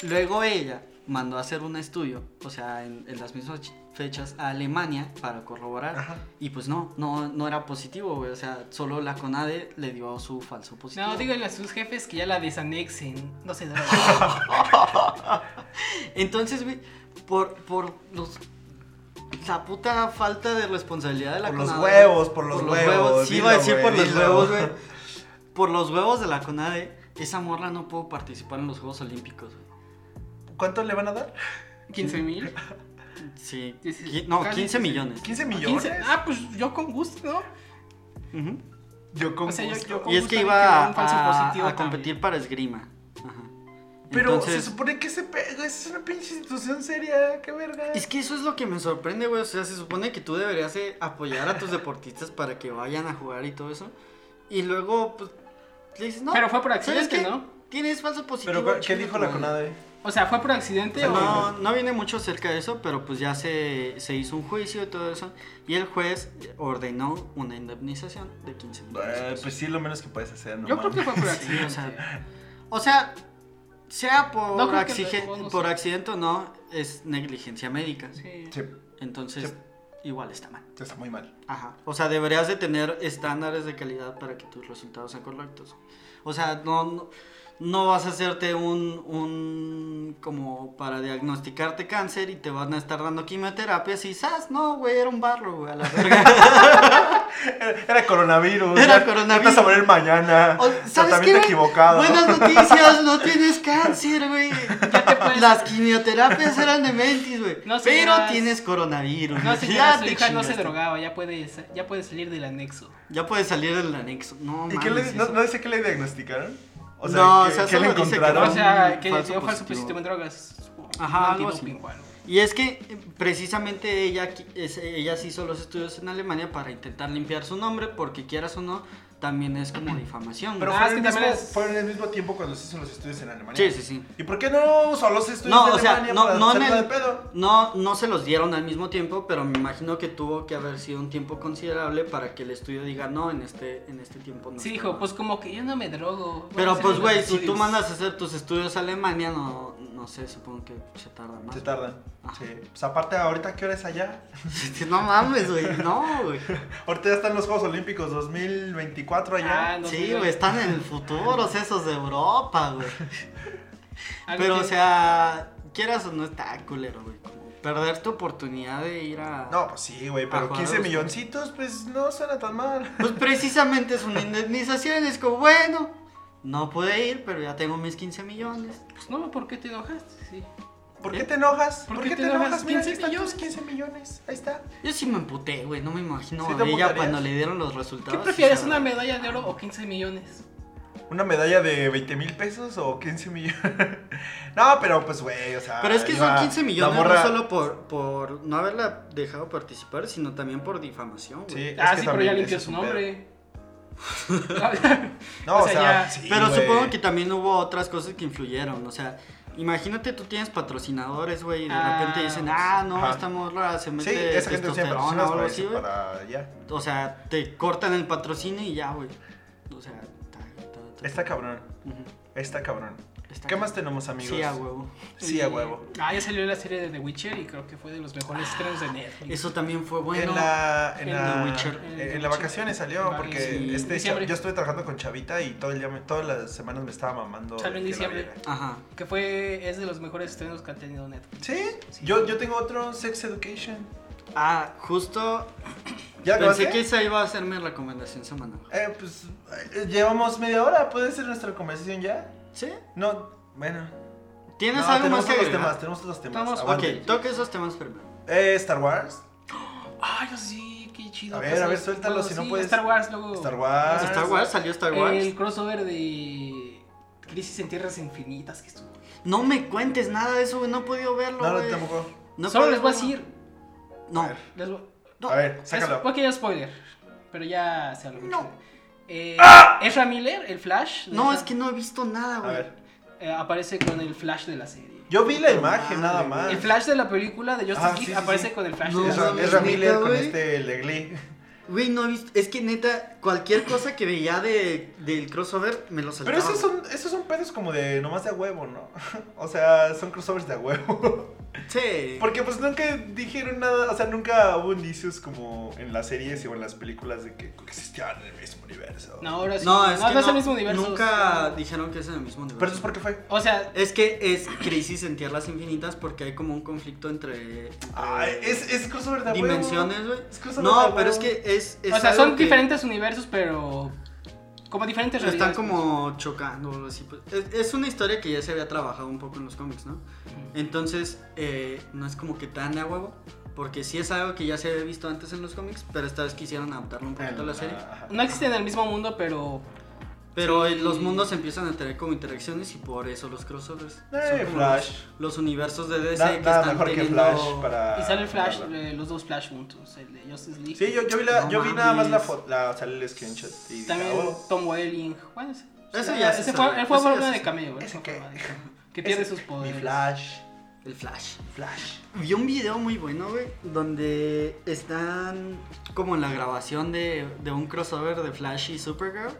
Speaker 3: luego ella mandó a hacer un estudio, o sea, en, en las mismas ch- fechas a Alemania para corroborar.
Speaker 1: Ajá.
Speaker 3: Y pues no, no, no era positivo, güey. O sea, solo la CONADE le dio su falso positivo.
Speaker 2: No, díganle a sus jefes que ya la desanexen. No se droga.
Speaker 3: Entonces, güey, por, por los. La puta falta de responsabilidad de la
Speaker 1: Por los
Speaker 3: CONADE.
Speaker 1: huevos, por los huevos,
Speaker 3: Sí, iba a
Speaker 1: dilo,
Speaker 3: decir
Speaker 1: güey,
Speaker 3: por los
Speaker 1: dilo.
Speaker 3: huevos, güey. Por los huevos de la CONADE, esa morra no pudo participar en los Juegos Olímpicos, güey.
Speaker 1: ¿Cuánto le van a dar?
Speaker 2: 15 mil.
Speaker 3: Sí.
Speaker 2: Dieci-
Speaker 3: qui- No,
Speaker 2: casi
Speaker 3: 15
Speaker 2: dieci-
Speaker 3: millones.
Speaker 1: 15 millones.
Speaker 2: Ah, pues yo con gusto, ¿no?
Speaker 3: Ujú.
Speaker 1: Yo con
Speaker 2: O sea, yo-
Speaker 1: gusto.
Speaker 2: yo con-
Speaker 3: Y es que
Speaker 2: gusto
Speaker 3: iba
Speaker 2: le quedó
Speaker 3: a,
Speaker 2: un falso
Speaker 3: a-
Speaker 2: positivo
Speaker 3: a competir para esgrima. Ajá.
Speaker 1: Pero
Speaker 3: Entonces-
Speaker 1: se supone que ese pe- es una pinche institución seria, qué verga.
Speaker 3: Es que eso es lo que me sorprende, güey. O sea, se supone que tú deberías eh, apoyar a tus deportistas para que vayan a jugar y todo eso. Y luego, pues, le dices, no.
Speaker 2: Pero fue por
Speaker 3: ¿sabes
Speaker 2: accidente,
Speaker 3: qué?
Speaker 2: ¿no?
Speaker 3: Tienes falso positivo.
Speaker 1: Pero, ¿qué- ¿qué
Speaker 3: chinga
Speaker 1: dijo
Speaker 3: tu
Speaker 1: la
Speaker 3: madre.
Speaker 1: CONADE?
Speaker 2: O sea, ¿fue por accidente o.?
Speaker 3: No, no viene mucho cerca de eso, pero pues ya se, se hizo un juicio y todo eso. Y el juez ordenó una indemnización de 15 millones. de
Speaker 1: Eh,
Speaker 3: pesos.
Speaker 1: pues sí, lo menos que puedes hacer, ¿no?
Speaker 2: yo creo que
Speaker 1: mames.
Speaker 2: fue por
Speaker 3: Sí,
Speaker 2: accidente.
Speaker 3: o sea, o sea, sea por,
Speaker 2: No creo que
Speaker 3: accigen-
Speaker 2: luego no
Speaker 3: por
Speaker 2: sea.
Speaker 3: accidente o no, es negligencia médica.
Speaker 2: Sí.
Speaker 1: Sí,
Speaker 3: Entonces,
Speaker 1: Sí.
Speaker 3: igual está mal.
Speaker 1: está muy mal.
Speaker 3: Ajá. O sea, deberías de tener estándares de calidad para que tus resultados sean correctos. O sea, no, no, no vas a hacerte un, un como para diagnosticarte cáncer y te van a estar dando quimioterapias y ¡zas! No, güey, era un barro, güey, a la verga.
Speaker 1: Era, era coronavirus.
Speaker 3: Era
Speaker 1: ya-
Speaker 3: coronavirus.
Speaker 1: ya Te vas a morir mañana.
Speaker 3: O- ¿Sabes qué?
Speaker 1: Tratamiento
Speaker 3: güey?
Speaker 1: equivocado.
Speaker 3: Buenas noticias, no tienes cáncer, güey. Las quimioterapias eran de mentis, güey.
Speaker 2: Pues No,
Speaker 3: pero
Speaker 2: señoras.
Speaker 3: tienes coronavirus.
Speaker 2: No,
Speaker 3: güey.
Speaker 2: señora,
Speaker 3: Ya
Speaker 2: su
Speaker 3: te
Speaker 2: hija no se
Speaker 3: chingaste.
Speaker 2: drogaba, ya puede, sa- ya puede salir del anexo.
Speaker 3: Ya puedes salir del anexo. No,
Speaker 1: ¿Y qué le,
Speaker 3: mames,
Speaker 1: no,
Speaker 3: eso.
Speaker 1: no dice que le diagnosticaron? O
Speaker 3: No,
Speaker 1: ¿qué-
Speaker 3: o sea,
Speaker 1: ¿qué le
Speaker 3: solo dice que-
Speaker 1: encontraron?
Speaker 2: o sea, que
Speaker 3: falso
Speaker 2: dio falso
Speaker 3: positivo.
Speaker 2: positivo en drogas.
Speaker 3: Ajá,
Speaker 2: Un
Speaker 3: algo así.
Speaker 2: antidoping o algo.
Speaker 3: Y es que eh, precisamente ella, qui- es- ella se hizo los estudios en Alemania para intentar limpiar su nombre, porque quieras o no, también es como difamación.
Speaker 1: Pero
Speaker 2: Ah,
Speaker 1: fue,
Speaker 2: es
Speaker 1: en el
Speaker 2: que también
Speaker 1: mismo,
Speaker 2: es-
Speaker 1: fue en el mismo tiempo cuando se hizo los estudios en Alemania.
Speaker 3: Sí, sí, sí.
Speaker 1: ¿Y por qué no usó los estudios
Speaker 3: No,
Speaker 1: de
Speaker 3: o sea,
Speaker 1: Alemania
Speaker 3: no-
Speaker 1: para
Speaker 3: no en
Speaker 1: hacerla
Speaker 3: el-
Speaker 1: de pedo?
Speaker 3: No, no se los dieron al mismo tiempo, pero me imagino que tuvo que haber sido un tiempo considerable para que el estudio diga no en este, en este tiempo. No
Speaker 2: Sí,
Speaker 3: estaba".
Speaker 2: dijo, pues como que yo no me drogo. voy a
Speaker 3: Pero
Speaker 2: hacer
Speaker 3: pues,
Speaker 2: los
Speaker 3: güey, si tú
Speaker 2: estudios.
Speaker 3: mandas a hacer tus estudios a Alemania, no, no sé, supongo que se tarda más.
Speaker 1: Se tardan.
Speaker 3: Ajá.
Speaker 1: Sí. Pues aparte, ahorita, ¿qué hora es allá?
Speaker 3: no mames, güey, no, güey.
Speaker 1: Ahorita ya están los Juegos Olímpicos 2024 allá.
Speaker 2: Ah, no,
Speaker 3: Sí, güey, están en el futuro, esos de Europa, güey.
Speaker 2: Algo
Speaker 3: Pero,
Speaker 2: que-
Speaker 3: o sea, quieras o no, está culero, güey. como Perder tu oportunidad de ir a...
Speaker 1: No, pues sí, güey,
Speaker 3: Ah,
Speaker 1: pero
Speaker 3: jugar
Speaker 1: 15
Speaker 3: los-
Speaker 1: milloncitos, pues no suena tan mal.
Speaker 3: Pues precisamente es una indemnización, es como, bueno, no pude ir, pero ya tengo mis 15 millones.
Speaker 2: Pues no, ¿por qué te enojaste? Sí.
Speaker 1: ¿Por qué te enojas? ¿Por, qué te, enojas? Mira,
Speaker 2: 15
Speaker 1: ahí están tus
Speaker 2: millones.
Speaker 1: 15 millones. Ahí está.
Speaker 3: Yo sí me emputé, güey, no me imagino
Speaker 1: ¿Sí te
Speaker 3: a ella
Speaker 1: emputarías?
Speaker 3: cuando le dieron los
Speaker 2: ¿Qué
Speaker 3: resultados.
Speaker 2: prefieres,
Speaker 3: o sea,
Speaker 2: una medalla de oro o 15 millones?
Speaker 1: una medalla de 20 mil pesos o 15 millones. no, pero pues, güey, o sea.
Speaker 3: Pero es que
Speaker 1: iba-
Speaker 3: son 15 millones
Speaker 1: la morra-
Speaker 3: no solo por, por no haberla dejado participar, sino también por difamación, güey.
Speaker 1: Sí, es
Speaker 2: Ah,
Speaker 1: que
Speaker 2: sí, pero ya
Speaker 1: también
Speaker 2: limpió
Speaker 1: ese
Speaker 2: su
Speaker 1: es un pedo.
Speaker 2: nombre.
Speaker 1: No, o sea,
Speaker 2: ya-
Speaker 1: sí,
Speaker 3: Pero
Speaker 1: güey.
Speaker 3: supongo que también hubo otras cosas que influyeron, o sea, imagínate tú tienes patrocinadores, güey, y de
Speaker 2: Ah,
Speaker 3: repente dicen, ah, no,
Speaker 1: Ajá.
Speaker 3: esta morra se
Speaker 1: Sí,
Speaker 3: mete
Speaker 1: esa gente siempre
Speaker 3: testosterona o algo así, güey.
Speaker 1: para allá.
Speaker 3: O sea, te cortan el patrocinio y ya, güey. O sea, ta- ta- ta-
Speaker 1: Está cabrón,
Speaker 3: Ujú.
Speaker 1: está cabrón.
Speaker 3: Está
Speaker 1: ¿Qué
Speaker 3: cabrón.
Speaker 1: más tenemos, amigos?
Speaker 3: Sí, a huevo.
Speaker 1: Sí, a huevo.
Speaker 2: Ah, ya salió la serie de The Witcher y creo que fue de los mejores estrenos de Netflix.
Speaker 3: Eso también fue bueno.
Speaker 1: en la, en
Speaker 2: en
Speaker 1: la,
Speaker 3: The Witcher.
Speaker 1: en-
Speaker 2: En
Speaker 1: en
Speaker 2: The
Speaker 1: las
Speaker 2: Witcher.
Speaker 1: vacaciones salió
Speaker 2: Varios.
Speaker 1: porque
Speaker 3: Sí.
Speaker 1: este
Speaker 2: Diciembre.
Speaker 1: cha- yo estuve trabajando con Chavita y todo el día me- todas las semanas me estaba mamando.
Speaker 2: Salió
Speaker 1: de
Speaker 2: en
Speaker 1: que la
Speaker 2: diciembre.
Speaker 1: viera.
Speaker 3: Ajá.
Speaker 2: Que fue, es de los mejores estrenos que ha tenido Netflix.
Speaker 1: ¿Sí?
Speaker 2: Sí.
Speaker 1: Yo, yo tengo otro Sex Education.
Speaker 3: Ah, justo
Speaker 1: ¿Ya
Speaker 3: pensé
Speaker 1: acabaste?
Speaker 3: que esa iba a ser mi recomendación semanal.
Speaker 1: Eh, pues eh, llevamos media hora, ¿puede ser nuestra conversación ya?
Speaker 3: ¿Sí?
Speaker 1: No, bueno.
Speaker 3: ¿Tienes
Speaker 1: No,
Speaker 3: algo
Speaker 1: tenemos
Speaker 3: más que
Speaker 1: otros
Speaker 3: agregar?
Speaker 1: temas, tenemos otros temas.
Speaker 2: Vamos,
Speaker 1: aguanta.
Speaker 3: Ok, toque esos temas primero.
Speaker 1: Eh, Star Wars.
Speaker 2: Ah, yo sí, qué chido.
Speaker 1: A ver,
Speaker 2: Pues,
Speaker 1: a ver, suéltalo,
Speaker 2: bueno,
Speaker 1: si no
Speaker 2: sí,
Speaker 1: puedes-
Speaker 2: Star Wars, luego.
Speaker 1: Star Wars.
Speaker 3: Star Wars, salió Star Wars.
Speaker 2: El crossover de Crisis en Tierras Infinitas que estuvo.
Speaker 3: No me cuentes nada de eso, güey. No he podido verlo.
Speaker 1: No, no,
Speaker 3: güey.
Speaker 1: tampoco.
Speaker 3: No he
Speaker 2: Solo
Speaker 3: podido
Speaker 2: les voy a
Speaker 3: verlo.
Speaker 2: decir.
Speaker 3: No.
Speaker 2: Les voy...
Speaker 3: No.
Speaker 1: A ver, sácalo.
Speaker 2: Es pequeño spoiler, pero ya se habló mucho.
Speaker 3: No.
Speaker 2: Eh,
Speaker 1: ¡Ah!
Speaker 2: Ezra Miller, el Flash. de
Speaker 3: No,
Speaker 2: esa-
Speaker 3: es que no he visto nada,
Speaker 1: A
Speaker 3: güey.
Speaker 1: ver.
Speaker 2: eh, aparece con el Flash de la serie.
Speaker 1: Yo vi la
Speaker 3: Puta
Speaker 1: imagen
Speaker 3: madre,
Speaker 1: nada
Speaker 3: güey.
Speaker 1: más.
Speaker 2: El Flash de la película de Justice
Speaker 1: Ah, sí,
Speaker 2: League
Speaker 1: sí,
Speaker 2: aparece
Speaker 1: sí.
Speaker 2: con el Flash
Speaker 3: No,
Speaker 2: de
Speaker 1: Es
Speaker 2: la
Speaker 1: Ra-
Speaker 3: mames,
Speaker 1: es Ra
Speaker 3: neta,
Speaker 1: Miller con
Speaker 3: güey. Pues
Speaker 1: este el de Glee.
Speaker 3: Güey, no he visto. Es que neta, cualquier cosa que veía de, del crossover me lo
Speaker 1: Pero
Speaker 3: saltaba.
Speaker 1: esos son, esos son pedos como de nomás de a huevo, ¿no? O sea, son crossovers de a huevo.
Speaker 3: Sí.
Speaker 1: Porque pues nunca dijeron nada, o sea, nunca hubo indicios como en las series o en las películas de que existían en el mismo universo.
Speaker 2: No, ahora sí.
Speaker 3: No, es que
Speaker 2: no es el mismo universo.
Speaker 3: Nunca
Speaker 2: sí.
Speaker 3: dijeron que es en el mismo universo.
Speaker 1: Pero eso es porque fue.
Speaker 2: O sea,
Speaker 3: Es que es crisis en tierras infinitas porque hay como un conflicto entre. entre
Speaker 1: Ah, es, es crossover de a huevo.
Speaker 3: dimensiones, güey.
Speaker 1: Es crossover de a
Speaker 3: No,
Speaker 1: huevo.
Speaker 3: pero es que es. es
Speaker 2: o sea,
Speaker 3: algo
Speaker 2: son
Speaker 3: que-
Speaker 2: diferentes universos, pero como diferentes
Speaker 3: Pero están
Speaker 2: realidades.
Speaker 3: como chocando. o algo así, pues. Es, es una historia que ya se había trabajado un poco en los cómics, ¿no? Entonces, eh, no es como que tan a huevo. Porque sí es algo que ya se había visto antes en los cómics, pero esta vez quisieron adaptarlo un poquito a la serie.
Speaker 1: Ajá.
Speaker 2: No existen en el mismo mundo, pero
Speaker 3: Pero eh, los
Speaker 2: Sí.
Speaker 3: mundos empiezan a tener como interacciones y por eso los crossovers.
Speaker 1: Eh,
Speaker 3: Son como
Speaker 1: Flash.
Speaker 3: Los, los universos de DC
Speaker 1: Na-
Speaker 3: que
Speaker 1: nada
Speaker 3: están
Speaker 1: mejor que
Speaker 3: teniendo...
Speaker 1: Flash para.
Speaker 2: y sale el Flash,
Speaker 1: para-
Speaker 2: eh, los dos Flash juntos, el de Justice League.
Speaker 1: Sí, yo, yo vi, la,
Speaker 3: No
Speaker 1: yo vi nada más la
Speaker 3: mames.
Speaker 1: foto. La, o sea, el screenshot. Y dije,
Speaker 2: También
Speaker 1: ah, huevo.
Speaker 2: Tom Welling. Bueno, ese,
Speaker 3: Ese ya se
Speaker 2: ese
Speaker 3: sabe,
Speaker 2: fue, él fue
Speaker 3: ese
Speaker 2: forma
Speaker 3: ya se
Speaker 2: de
Speaker 3: sabe.
Speaker 2: cameo. él
Speaker 1: Ese
Speaker 2: fue
Speaker 1: que-
Speaker 2: forma de cameo. Que pierde
Speaker 1: Ese-
Speaker 2: sus poderes.
Speaker 1: Mi Flash.
Speaker 3: El Flash.
Speaker 1: Flash.
Speaker 3: Vi un video muy bueno, güey, donde están como en la grabación de, de un crossover de Flash y Supergirl.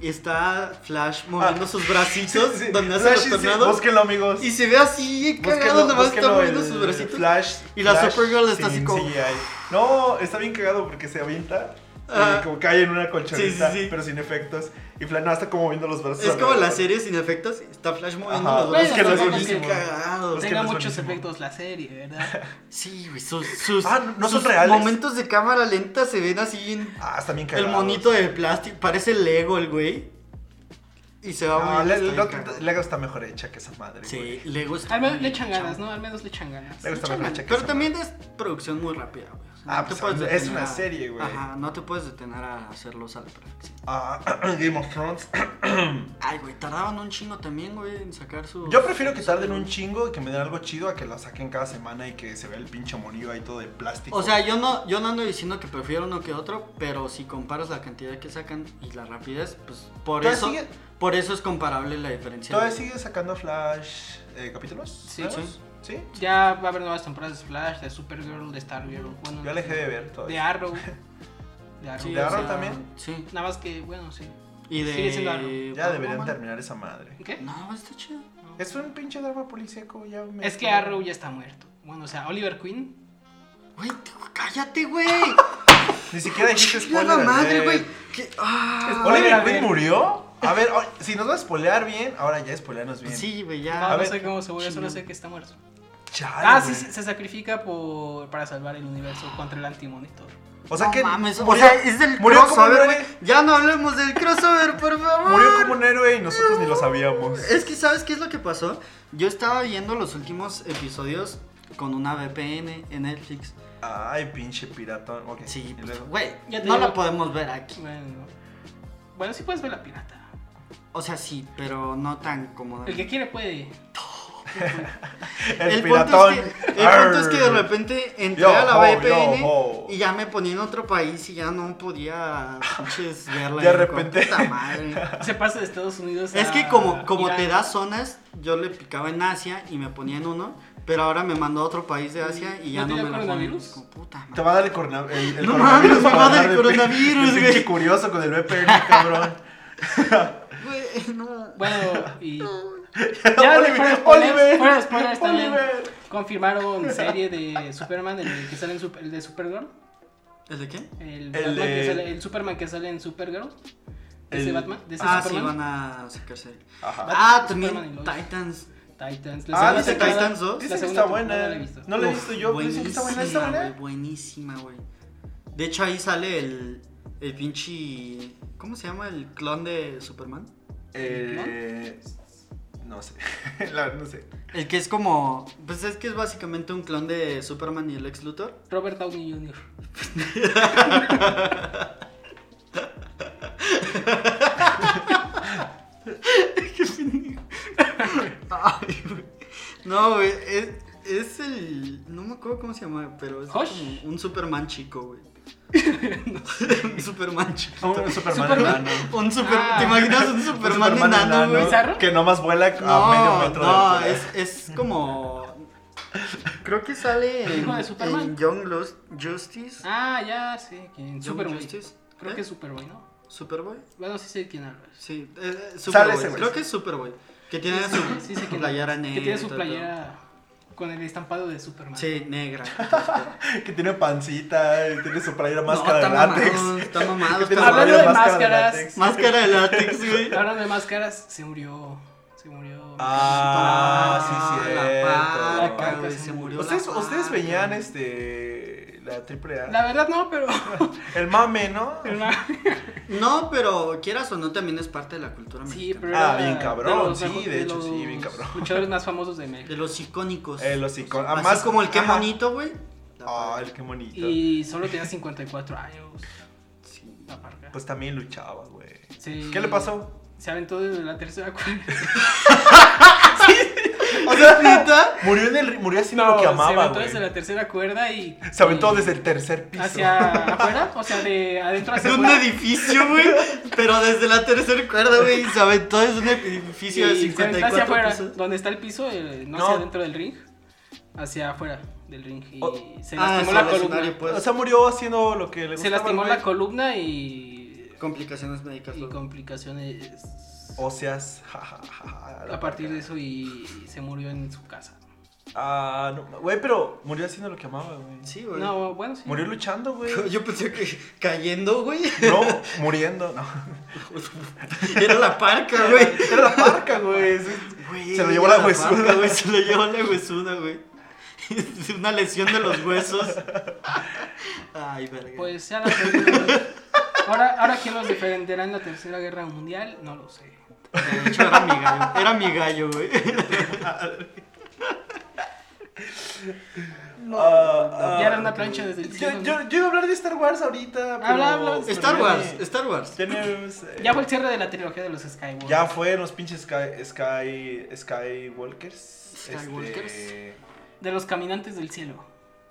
Speaker 3: Y está Flash moviendo
Speaker 1: Ah.
Speaker 3: sus bracitos
Speaker 1: Sí, sí.
Speaker 3: donde hace
Speaker 1: Flash,
Speaker 3: los
Speaker 1: sí,
Speaker 3: tornados.
Speaker 1: Búsquenlo, amigos.
Speaker 3: y se ve así, cagado, nada más está moviendo sus
Speaker 1: el
Speaker 3: bracitos.
Speaker 1: Flash.
Speaker 3: Y la
Speaker 1: Flash
Speaker 3: Supergirl está así
Speaker 1: sin
Speaker 3: como-
Speaker 1: CGI. No, está bien cagado porque se avienta.
Speaker 3: Ah.
Speaker 1: Y como cae en una colchoneta,
Speaker 3: Sí, sí, sí.
Speaker 1: pero sin efectos. Y Flash no, está como moviendo los brazos.
Speaker 3: Es como
Speaker 1: alrededor.
Speaker 3: la serie sin efectos. Está Flash moviendo
Speaker 1: Ajá.
Speaker 3: los brazos.
Speaker 2: Bueno,
Speaker 3: está
Speaker 2: es
Speaker 3: bien
Speaker 2: buenísimo.
Speaker 3: cagado.
Speaker 1: Es que
Speaker 2: Tenga
Speaker 1: no es
Speaker 2: muchos
Speaker 1: buenísimo.
Speaker 2: efectos la serie, ¿verdad?
Speaker 3: Sí, güey, sus, sus,
Speaker 1: Ah, no- no son
Speaker 3: sus
Speaker 1: reales.
Speaker 3: momentos de cámara lenta se ven así en
Speaker 1: Ah, está bien cagado.
Speaker 3: el monito de plástico. Parece Lego el güey. Y se va
Speaker 1: No,
Speaker 3: moviendo,
Speaker 1: Ah, le-
Speaker 3: Ah, está
Speaker 1: le-
Speaker 3: bien
Speaker 1: la otra-
Speaker 3: cagado.
Speaker 1: Lego está mejor hecha que esa madre.
Speaker 3: Sí,
Speaker 1: güey.
Speaker 3: Lego está
Speaker 2: Al menos le
Speaker 3: bien
Speaker 2: echan
Speaker 3: chavo.
Speaker 2: ganas, ¿no? Al menos le echan ganas.
Speaker 1: Lego
Speaker 3: Le
Speaker 1: está mejor
Speaker 3: echan ganas.
Speaker 1: hecha que
Speaker 3: Pero
Speaker 1: esa
Speaker 3: también
Speaker 1: madre.
Speaker 3: es producción muy rápida, güey. O sea,
Speaker 1: Ah,
Speaker 3: no te
Speaker 1: pues,
Speaker 3: puedes
Speaker 1: es
Speaker 3: detener
Speaker 1: una
Speaker 3: a-
Speaker 1: serie, güey.
Speaker 3: Ajá, no te puedes detener a hacerlos a la perfección.
Speaker 1: Ah, Game of Thrones.
Speaker 3: Ay, güey, tardaban un chingo también, güey, en sacar su.
Speaker 1: Yo prefiero que tarden un chingo y que me den algo chido a que la saquen cada semana y que se vea el pinche monillo ahí todo de plástico.
Speaker 3: O sea, yo no, yo no ando diciendo que prefiero uno que otro, pero si comparas la cantidad que sacan y la rapidez, pues por
Speaker 1: ¿Todavía
Speaker 3: eso,
Speaker 1: sigue?
Speaker 3: por eso es comparable la diferencia.
Speaker 1: ¿Todavía
Speaker 3: de-
Speaker 1: sigue sacando Flash eh, capítulos?
Speaker 2: Sí.
Speaker 1: nuevos?
Speaker 3: Sí.
Speaker 1: ¿Sí?
Speaker 2: Ya va a haber nuevas temporadas de Flash, de Supergirl, de Stargirl. Bueno,
Speaker 1: Yo alejé de ver
Speaker 2: De
Speaker 1: todavía.
Speaker 2: Arrow. De Arrow.
Speaker 3: Sí,
Speaker 1: ¿De
Speaker 3: o
Speaker 1: Arrow
Speaker 3: sea,
Speaker 1: también?
Speaker 3: Sí.
Speaker 2: Nada más que, bueno, sí.
Speaker 3: Y de.
Speaker 2: Sigue siendo Arrow.
Speaker 1: Ya deberían
Speaker 3: Batwoman.
Speaker 1: terminar esa madre.
Speaker 2: ¿Qué?
Speaker 3: No, está chido.
Speaker 1: Es un pinche drama policíaco, ya me-
Speaker 2: Es que Arrow ya está muerto. Bueno, o sea, Oliver Queen.
Speaker 3: Güey, t- cállate, güey.
Speaker 1: Ni siquiera dijiste
Speaker 3: Ya
Speaker 1: spoiler.
Speaker 3: la madre,
Speaker 1: alert.
Speaker 3: güey. Que- ah.
Speaker 2: Spoiler
Speaker 1: ¿Oliver
Speaker 2: alert.
Speaker 1: Queen murió? A ver, o- si nos va a spoilear bien, ahora ya spoilearnos bien.
Speaker 3: Sí, güey,
Speaker 2: No,
Speaker 3: ya.
Speaker 1: A
Speaker 2: no
Speaker 1: ver,
Speaker 2: sé cómo se murió, solo
Speaker 3: chingón.
Speaker 2: sé que está muerto.
Speaker 1: Chale,
Speaker 2: Ah, sí,
Speaker 1: güey.
Speaker 2: sí, se sacrifica por, para salvar el universo contra el antimonitor.
Speaker 1: O sea
Speaker 3: No
Speaker 1: que.
Speaker 3: mames, o
Speaker 1: murió-
Speaker 3: sea, es del
Speaker 1: murió como
Speaker 3: crossover,
Speaker 1: un
Speaker 3: güey.
Speaker 1: héroe.
Speaker 3: Ya no hablemos del crossover, por favor.
Speaker 1: Murió como un héroe y nosotros ni lo sabíamos.
Speaker 3: Es que, ¿sabes qué es lo que pasó? Yo estaba viendo los últimos episodios con una VPN en Netflix.
Speaker 1: Ay, pinche piratón. Ok,
Speaker 3: Sí,
Speaker 1: y
Speaker 3: pues,
Speaker 1: luego.
Speaker 3: güey,
Speaker 2: Ya te
Speaker 3: no
Speaker 2: digo.
Speaker 3: la podemos ver aquí.
Speaker 2: Bueno, bueno, sí puedes ver la pirata.
Speaker 3: O O sea, sí, pero no tan cómoda.
Speaker 2: El que quiere puede.
Speaker 1: El,
Speaker 3: Punto
Speaker 1: piratón.
Speaker 3: es que, el punto es que de
Speaker 1: Arr.
Speaker 3: repente entré
Speaker 1: Yo
Speaker 3: a la
Speaker 1: ho,
Speaker 3: VPN
Speaker 1: yo ho.
Speaker 3: y ya me ponía en otro país y ya no podía pinches, verla.
Speaker 1: De
Speaker 3: y digo,
Speaker 1: repente.
Speaker 3: "Puta madre".
Speaker 2: Se pasa de Estados Unidos a
Speaker 3: Es que como, como te
Speaker 2: Irán.
Speaker 3: da zonas, yo le picaba en Asia y me ponía en uno, pero ahora me mandó a otro país de Asia y ya
Speaker 2: ¿No te
Speaker 3: no,
Speaker 2: dio
Speaker 3: me lo ponen.
Speaker 2: coronavirus?
Speaker 3: Es como, puta madre.
Speaker 1: Te va a dar el, corona- el, el
Speaker 3: No
Speaker 1: coronavirus.
Speaker 3: mames, me va
Speaker 1: para
Speaker 3: a dar
Speaker 1: andar
Speaker 3: el
Speaker 1: de pin-
Speaker 3: coronavirus,
Speaker 1: de
Speaker 3: güey.
Speaker 1: pinche curioso con el VPN, cabrón.
Speaker 3: Güey, no.
Speaker 2: Bueno, y ya de-
Speaker 1: Oliver,
Speaker 2: fuera de spoilers, fuera de
Speaker 1: Oliver.
Speaker 2: spoilers también
Speaker 1: Oliver.
Speaker 2: confirmaron serie de Superman, el que sale en Sup- el de Supergirl,
Speaker 3: ¿El de qué?
Speaker 2: el,
Speaker 1: El
Speaker 2: Batman
Speaker 1: de-
Speaker 2: que sale- el Superman que sale en Supergirl, de ese
Speaker 1: El-
Speaker 2: Batman, de ese
Speaker 3: Ah, sí,
Speaker 2: Superman,
Speaker 3: van a sacarse.
Speaker 1: Ajá.
Speaker 3: Ah,
Speaker 2: Superman y
Speaker 3: también
Speaker 2: Lois.
Speaker 3: Titans.
Speaker 2: Titans.
Speaker 1: Ah,
Speaker 2: segunda
Speaker 1: dice
Speaker 2: temporada-
Speaker 3: Titans dos.
Speaker 1: Dicen que
Speaker 2: la segunda
Speaker 1: está
Speaker 2: temporada
Speaker 1: buena.
Speaker 2: no la he visto.
Speaker 1: No la he
Speaker 3: Uf,
Speaker 1: visto yo. pero Dicen que está buena. ¿Está
Speaker 3: buenísima,
Speaker 1: buena?
Speaker 3: güey, Buenísima, güey. De hecho, ahí sale el, el pinche. ¿Cómo se llama el clon de Superman?
Speaker 1: Eh, no sé. La- no sé.
Speaker 3: El que es como. Pues es que es básicamente un clon de Superman y el ex Luthor.
Speaker 2: Robert Downey Jr.
Speaker 3: Ay, güey. No, güey. Es, es el. No me acuerdo cómo se llama, pero es
Speaker 2: ¿Hush?
Speaker 3: como un Superman chico, güey. un Superman chico.
Speaker 1: Un Superman
Speaker 2: Superman.
Speaker 1: enano. Un
Speaker 3: Un super,
Speaker 2: Ah.
Speaker 3: ¿Te imaginas un Superman, enano, güey?
Speaker 2: ¿Bizarro?
Speaker 1: Que nomás vuela a
Speaker 3: No,
Speaker 1: medio metro de
Speaker 3: no,
Speaker 1: altura.
Speaker 3: es, es como. Creo que sale en,
Speaker 2: Hijo de Superman.
Speaker 3: en Young Lust- Justice.
Speaker 2: Ah, ya sé quién.
Speaker 3: Young
Speaker 2: Superboy.
Speaker 3: Justice.
Speaker 2: Creo
Speaker 3: ¿Eh?
Speaker 2: que es Superboy, ¿no?
Speaker 3: Superboy.
Speaker 2: Bueno, sí sé quién habla.
Speaker 3: Sí, eh, eh,
Speaker 1: Sale ese
Speaker 3: Superboy.
Speaker 1: güey.
Speaker 3: Creo que es Superboy. Que tiene
Speaker 2: Sí,
Speaker 3: su
Speaker 2: sí sé quién
Speaker 3: playera
Speaker 2: es.
Speaker 3: negra.
Speaker 2: Que tiene
Speaker 3: y
Speaker 2: su
Speaker 3: todo el
Speaker 2: playera con el estampado de Superman.
Speaker 3: pedo. Sí, negra.
Speaker 1: Que tiene pancita, y tiene su playera máscara
Speaker 3: No,
Speaker 1: de
Speaker 3: está
Speaker 1: látex.
Speaker 3: mamado, está mamado,
Speaker 1: Que tiene
Speaker 3: está
Speaker 1: su
Speaker 2: Ah, Hablando
Speaker 1: playera
Speaker 2: de
Speaker 1: de
Speaker 2: máscaras.
Speaker 1: látex.
Speaker 3: Máscara de látex, güey.
Speaker 2: Hablando de máscaras, se murió. Se murió.
Speaker 1: Ah, sí,
Speaker 3: La
Speaker 1: cierto.
Speaker 3: paca,
Speaker 2: La
Speaker 3: güey,
Speaker 2: paca
Speaker 3: se
Speaker 2: se
Speaker 3: murió.
Speaker 2: murió.
Speaker 1: Ustedes,
Speaker 3: la
Speaker 1: ustedes
Speaker 3: paca.
Speaker 1: veían este. La triple A.
Speaker 2: La verdad no, pero.
Speaker 1: El mame, ¿no?
Speaker 3: No, pero quieras o no, también es parte de la cultura
Speaker 2: sí,
Speaker 3: mexicana.
Speaker 2: pero.
Speaker 1: Ah,
Speaker 2: era
Speaker 1: bien cabrón, sí,
Speaker 2: mejo-
Speaker 1: de hecho, sí, bien cabrón.
Speaker 2: Luchadores más famosos de
Speaker 3: De
Speaker 2: México.
Speaker 3: los icónicos.
Speaker 1: Eh, los icon-
Speaker 3: Así
Speaker 1: además-
Speaker 3: como el que
Speaker 1: ajá.
Speaker 3: bonito, güey. La
Speaker 1: Ah,
Speaker 3: paca.
Speaker 1: el qué bonito.
Speaker 2: Y solo tenía 54 años.
Speaker 3: Sí.
Speaker 2: La parca.
Speaker 1: Pues también luchaba, güey.
Speaker 2: Sí.
Speaker 1: ¿Qué le pasó?
Speaker 2: Se aventó desde la tercera cuerda.
Speaker 1: O sea,
Speaker 3: ¿Neta?
Speaker 1: murió, en el, murió haciendo lo que
Speaker 2: se
Speaker 1: amaba,
Speaker 2: aventó
Speaker 1: güey.
Speaker 2: desde la tercera cuerda y.
Speaker 1: Se aventó
Speaker 2: y-
Speaker 1: desde el tercer piso.
Speaker 2: Hacia afuera, o sea, de adentro hacia
Speaker 3: De un
Speaker 2: afuera.
Speaker 3: edificio, güey. Pero desde la tercera cuerda, güey. Se aventó desde un edificio de
Speaker 2: Y se aventó hacia
Speaker 3: 54
Speaker 2: afuera,
Speaker 3: pisos.
Speaker 2: donde está el piso, eh, no,
Speaker 1: No.
Speaker 2: hacia adentro del ring, hacia afuera del ring. Y
Speaker 1: Oh.
Speaker 2: se
Speaker 3: Ah,
Speaker 2: lastimó
Speaker 3: sí,
Speaker 2: la
Speaker 3: el
Speaker 2: columna.
Speaker 3: escenario, pues.
Speaker 1: O sea, murió haciendo lo que le gustaba.
Speaker 2: Se lastimó
Speaker 1: güey.
Speaker 2: la columna y,
Speaker 3: Complicaciones médicas.
Speaker 2: y
Speaker 3: luego.
Speaker 2: complicaciones
Speaker 1: Óseas. ja, ja, ja, ja, la
Speaker 2: a partir
Speaker 1: paca.
Speaker 2: de eso y se murió en su casa.
Speaker 1: Ah, no. Güey, pero murió haciendo lo que amaba, güey.
Speaker 3: Sí, güey.
Speaker 2: No, bueno, sí.
Speaker 1: Murió luchando, güey.
Speaker 3: Yo pensé que cayendo, güey.
Speaker 1: No, muriendo, no.
Speaker 3: Era la parca, güey.
Speaker 1: Era la marca, güey.
Speaker 3: Güey,
Speaker 1: Se lo llevó la
Speaker 3: era
Speaker 1: huesuda.
Speaker 3: parca, güey. Se lo llevó la huesuda, güey. Una lesión de los huesos. Ay, verga.
Speaker 2: Pues ya la película- ahora, ahora, ¿quién los defenderá en la Tercera Guerra Mundial? No lo sé.
Speaker 3: De hecho, era mi gallo. Era mi gallo, güey.
Speaker 1: Ah, ah,
Speaker 2: Ya era una plancha desde el
Speaker 1: Yo,
Speaker 2: cielo.
Speaker 1: yo, yo iba a hablar de Star Wars ahorita. pero-
Speaker 2: Ah, Habla, habla.
Speaker 1: pero
Speaker 3: Star
Speaker 1: ya
Speaker 3: Wars,
Speaker 1: ni-
Speaker 3: Star Wars.
Speaker 1: Ya, ni- eh,
Speaker 2: Ya fue el cierre de la trilogía de los Skywalker.
Speaker 1: ya fue en los pinches Sky, Sky, Skywalkers.
Speaker 3: Skywalkers.
Speaker 1: Este,
Speaker 2: De los caminantes del cielo.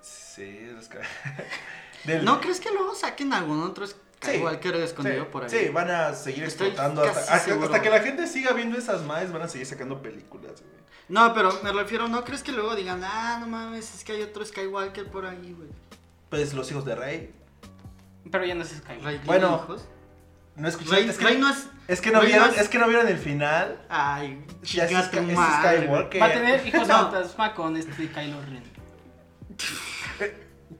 Speaker 1: sí, los Sky. Del-
Speaker 3: ¿No crees que luego saquen algún otro Skywalker escondido
Speaker 1: sí,
Speaker 3: por ahí?
Speaker 1: Sí, van a seguir
Speaker 3: Estoy
Speaker 1: explotando
Speaker 3: casi
Speaker 1: hasta, hasta-
Speaker 3: seguro.
Speaker 1: hasta que la gente siga viendo esas más, van a seguir sacando películas, güey.
Speaker 3: No, pero me refiero, ¿no crees que luego digan, ah, no mames, es que hay otro Skywalker por ahí, güey?
Speaker 1: Pues los hijos de Rey.
Speaker 2: Pero ya no es Skywalker.
Speaker 3: Rey tiene
Speaker 1: Bueno,
Speaker 3: hijos.
Speaker 1: No escuchaste.
Speaker 3: Rey,
Speaker 1: es, que,
Speaker 3: Rey no es.
Speaker 1: es que no
Speaker 3: Rey no
Speaker 1: vieron,
Speaker 3: es-
Speaker 1: es que no vieron el final.
Speaker 3: Ay,
Speaker 1: Ya es,
Speaker 3: chinga
Speaker 1: Sky-
Speaker 3: tu
Speaker 1: es
Speaker 3: madre. güey.
Speaker 1: Skywalker.
Speaker 2: Va a tener hijos
Speaker 3: No.
Speaker 2: fantasma con este Kylo Ren.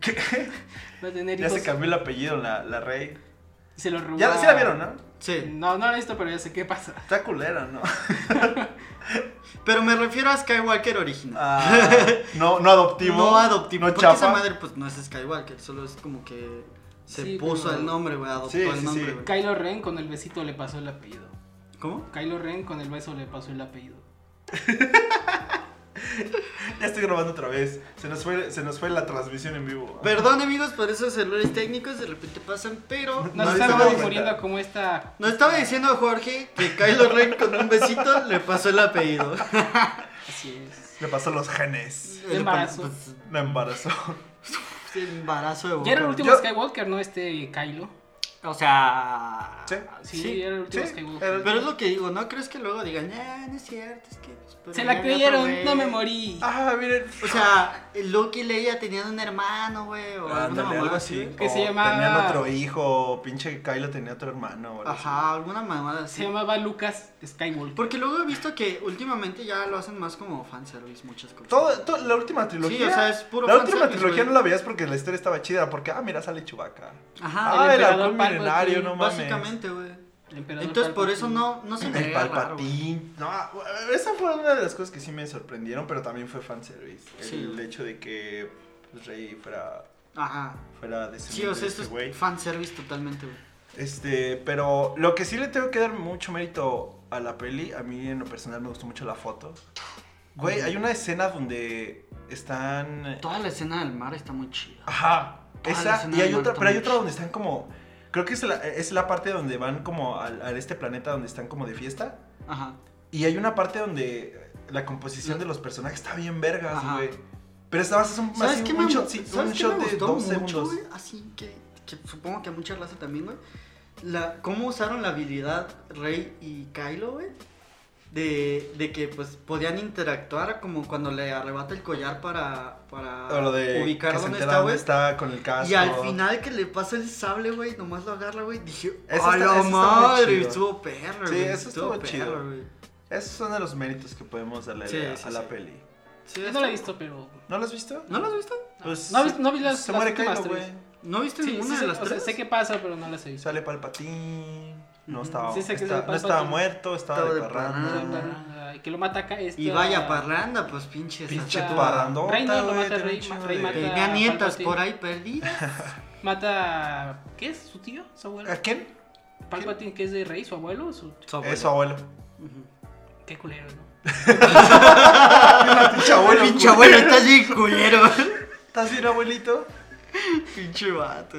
Speaker 1: ¿Qué?
Speaker 2: Va a tener
Speaker 1: Ya
Speaker 2: hijos.
Speaker 1: se cambió el apellido la, la Rey.
Speaker 2: Se lo robó.
Speaker 1: Ya sí la vieron, ¿no?
Speaker 3: Sí,
Speaker 2: No, no la he visto, pero ya sé qué pasa.
Speaker 1: Está culera, ¿no?
Speaker 3: pero me refiero a Skywalker original.
Speaker 1: Ah, no, no adoptivo.
Speaker 3: no adoptivo.
Speaker 1: No
Speaker 3: porque
Speaker 1: chafa.
Speaker 3: esa madre, pues no es Skywalker, solo es como que se
Speaker 2: Sí,
Speaker 3: puso
Speaker 2: pero-
Speaker 3: el nombre, güey, adoptó
Speaker 1: Sí,
Speaker 3: el
Speaker 1: sí,
Speaker 3: nombre,
Speaker 1: sí.
Speaker 3: güey.
Speaker 2: Kylo Ren con el besito le pasó el apellido.
Speaker 3: ¿Cómo?
Speaker 2: Kylo Ren con el beso le pasó el apellido.
Speaker 1: Ya estoy grabando otra vez. Se nos fue, se nos fue la transmisión en vivo.
Speaker 3: Perdón amigos por esos errores técnicos, de repente pasan, pero
Speaker 1: No
Speaker 2: Nos
Speaker 1: se
Speaker 2: estaba
Speaker 1: daba
Speaker 2: difundiendo
Speaker 1: cuenta.
Speaker 2: como esta.
Speaker 3: nos estaba diciendo Jorge que Kylo Ren con un besito le pasó el apellido. Así es.
Speaker 1: Le pasó los genes.
Speaker 2: El embarazo.
Speaker 1: La embarazó.
Speaker 3: Pues, Sí, embarazo de boca.
Speaker 2: Ya era el último
Speaker 1: Yo-
Speaker 2: Skywalker, ¿no? Este Kylo.
Speaker 3: O sea.
Speaker 1: Sí.
Speaker 2: Sí,
Speaker 3: sí.
Speaker 2: era el último
Speaker 1: sí,
Speaker 2: Skywalker.
Speaker 1: era el-
Speaker 3: Pero es lo que digo, ¿no crees que luego digan, "Ah, no es cierto, es que. pues, pero
Speaker 2: Se
Speaker 3: ya
Speaker 2: la
Speaker 3: había otro
Speaker 2: creyeron,
Speaker 3: güey"?
Speaker 2: no me morí.
Speaker 1: Ah, miren.
Speaker 3: O sea, Luke y Leia tenían un hermano, güey, o alguna
Speaker 1: Ándale,
Speaker 3: mamada
Speaker 1: algo
Speaker 3: Ah, así.
Speaker 1: así.
Speaker 3: güey.
Speaker 2: Que
Speaker 1: o
Speaker 2: se llamaba-
Speaker 1: Tenían otro hijo. Pinche Kylo tenía otro hermano. o algo así.
Speaker 3: Ajá, alguna mamada
Speaker 2: Se
Speaker 3: así.
Speaker 2: llamaba Lucas Skywalker.
Speaker 3: Porque luego he visto que últimamente ya lo hacen más como fanservice, muchas cosas.
Speaker 1: Todo, todo- la última trilogía.
Speaker 3: Sí, o sea, es puro
Speaker 1: la última
Speaker 3: fanservice,
Speaker 1: trilogía no
Speaker 3: güey.
Speaker 1: la veías porque la historia estaba chida. era Porque, ah, mira, sale Chewbacca.
Speaker 3: Ajá,
Speaker 2: el
Speaker 1: Ah, el
Speaker 2: emperador
Speaker 1: halcón
Speaker 2: Palpatine,
Speaker 1: milenario, no mames.
Speaker 3: básicamente, güey.
Speaker 2: El emperador
Speaker 3: Entonces por eso
Speaker 2: Palpatine.
Speaker 3: no, no se me
Speaker 1: El
Speaker 3: haría raro, güey.
Speaker 1: Palpatín. No, esa fue una de las cosas que sí me sorprendieron, pero también fue fanservice. El
Speaker 3: Sí.
Speaker 1: hecho de que pues, Rey fuera,
Speaker 3: Ajá.
Speaker 1: fuera de
Speaker 3: Sí, o sea, esto
Speaker 1: este güey.
Speaker 3: es fanservice totalmente, güey.
Speaker 1: Este, pero lo que sí le tengo que dar mucho mérito a la peli, a mí en lo personal me gustó mucho la foto. Güey, hay una escena donde están...
Speaker 3: Toda la escena del mar está muy chida.
Speaker 1: Ajá.
Speaker 3: Toda Ah, la
Speaker 1: Esa,
Speaker 3: escena
Speaker 1: y hay
Speaker 3: del
Speaker 1: otra,
Speaker 3: Marta
Speaker 1: pero hay
Speaker 3: Munch.
Speaker 1: otra donde están como... Creo que es la, es la parte donde van como al, a este planeta donde están como de fiesta.
Speaker 3: Ajá.
Speaker 1: Y hay una parte donde la composición de los personajes está bien vergas,
Speaker 3: Mm. Ajá.
Speaker 1: güey. Pero esta base es un,
Speaker 3: ¿Sabes
Speaker 1: así
Speaker 3: qué
Speaker 1: un
Speaker 3: me,
Speaker 1: shot,
Speaker 3: gu-
Speaker 1: sí,
Speaker 3: ¿sabes
Speaker 1: un
Speaker 3: qué
Speaker 1: shot
Speaker 3: me
Speaker 1: de
Speaker 3: gustó
Speaker 1: dos
Speaker 3: mucho,
Speaker 1: segundos.
Speaker 3: güey? Así que, que supongo que a mucha raza también, güey. La, ¿Cómo usaron la habilidad Rey y Kylo, güey? De, de que pues podían interactuar como cuando le arrebata el collar para, para
Speaker 1: O lo de
Speaker 3: Ah, ubicar
Speaker 1: que se
Speaker 3: dónde
Speaker 1: entera
Speaker 3: está,
Speaker 1: dónde
Speaker 3: güey.
Speaker 1: está con el casco.
Speaker 3: Y al final que le pasa el sable, güey, nomás lo agarra, güey. Dije,
Speaker 1: Eso está-
Speaker 3: ¡a la
Speaker 1: eso está muy
Speaker 3: madre!
Speaker 1: chido.
Speaker 3: Estuvo perro,
Speaker 1: Sí,
Speaker 3: güey.
Speaker 1: eso estuvo chido.
Speaker 3: güey.
Speaker 1: Esos son de los méritos que podemos darle
Speaker 3: Sí,
Speaker 1: a,
Speaker 3: sí,
Speaker 1: a la
Speaker 3: sí.
Speaker 1: peli.
Speaker 3: Sí,
Speaker 2: Yo
Speaker 3: esto-
Speaker 2: no la he visto, pero.
Speaker 1: ¿No lo has visto?
Speaker 3: ¿No lo has visto?
Speaker 1: Pues,
Speaker 2: No, no vi las-
Speaker 1: Se
Speaker 2: las
Speaker 1: muere
Speaker 2: últimas
Speaker 1: Kylo, güey.
Speaker 2: tres.
Speaker 3: ¿No viste
Speaker 2: Sí,
Speaker 3: ninguna
Speaker 2: sí,
Speaker 3: de
Speaker 2: sé-
Speaker 3: las
Speaker 2: o sea,
Speaker 3: tres?
Speaker 2: sé qué pasa, pero no las he visto.
Speaker 1: Sale Palpatín. No
Speaker 3: Ujú.
Speaker 1: estaba,
Speaker 2: Sí, sé que
Speaker 1: está-
Speaker 2: es el
Speaker 1: no estaba
Speaker 2: Palpatine.
Speaker 1: muerto, estaba,
Speaker 3: Estaba
Speaker 1: de
Speaker 3: de
Speaker 1: parranda.
Speaker 3: parranda.
Speaker 2: Ay, que lo mata acá. Esta...
Speaker 3: Y vaya parranda, pues pinche.
Speaker 1: Pinche
Speaker 2: Esta-
Speaker 1: parrandota,
Speaker 2: Rey no lo
Speaker 1: güey,
Speaker 2: mata,
Speaker 1: tenía
Speaker 2: Rey
Speaker 1: un chingo
Speaker 2: ma- Rey
Speaker 1: de-
Speaker 2: mata-
Speaker 3: Tenía nietas
Speaker 2: Palpatine.
Speaker 3: por ahí perdidas.
Speaker 2: Mata. ¿Qué es? ¿Su tío? ¿Su abuelo?
Speaker 1: ¿A
Speaker 3: Eh,
Speaker 1: quién?
Speaker 2: Palpatine, que es de rey, su abuelo. Su...
Speaker 1: Es su abuelo.
Speaker 3: Ujú.
Speaker 2: Qué culero, ¿no?
Speaker 1: Ah, Pinche abuelo.
Speaker 3: Pinche
Speaker 1: güey.
Speaker 3: abuelo, estás bien culero.
Speaker 1: ¿Estás bien, abuelito?
Speaker 3: Pinche vato.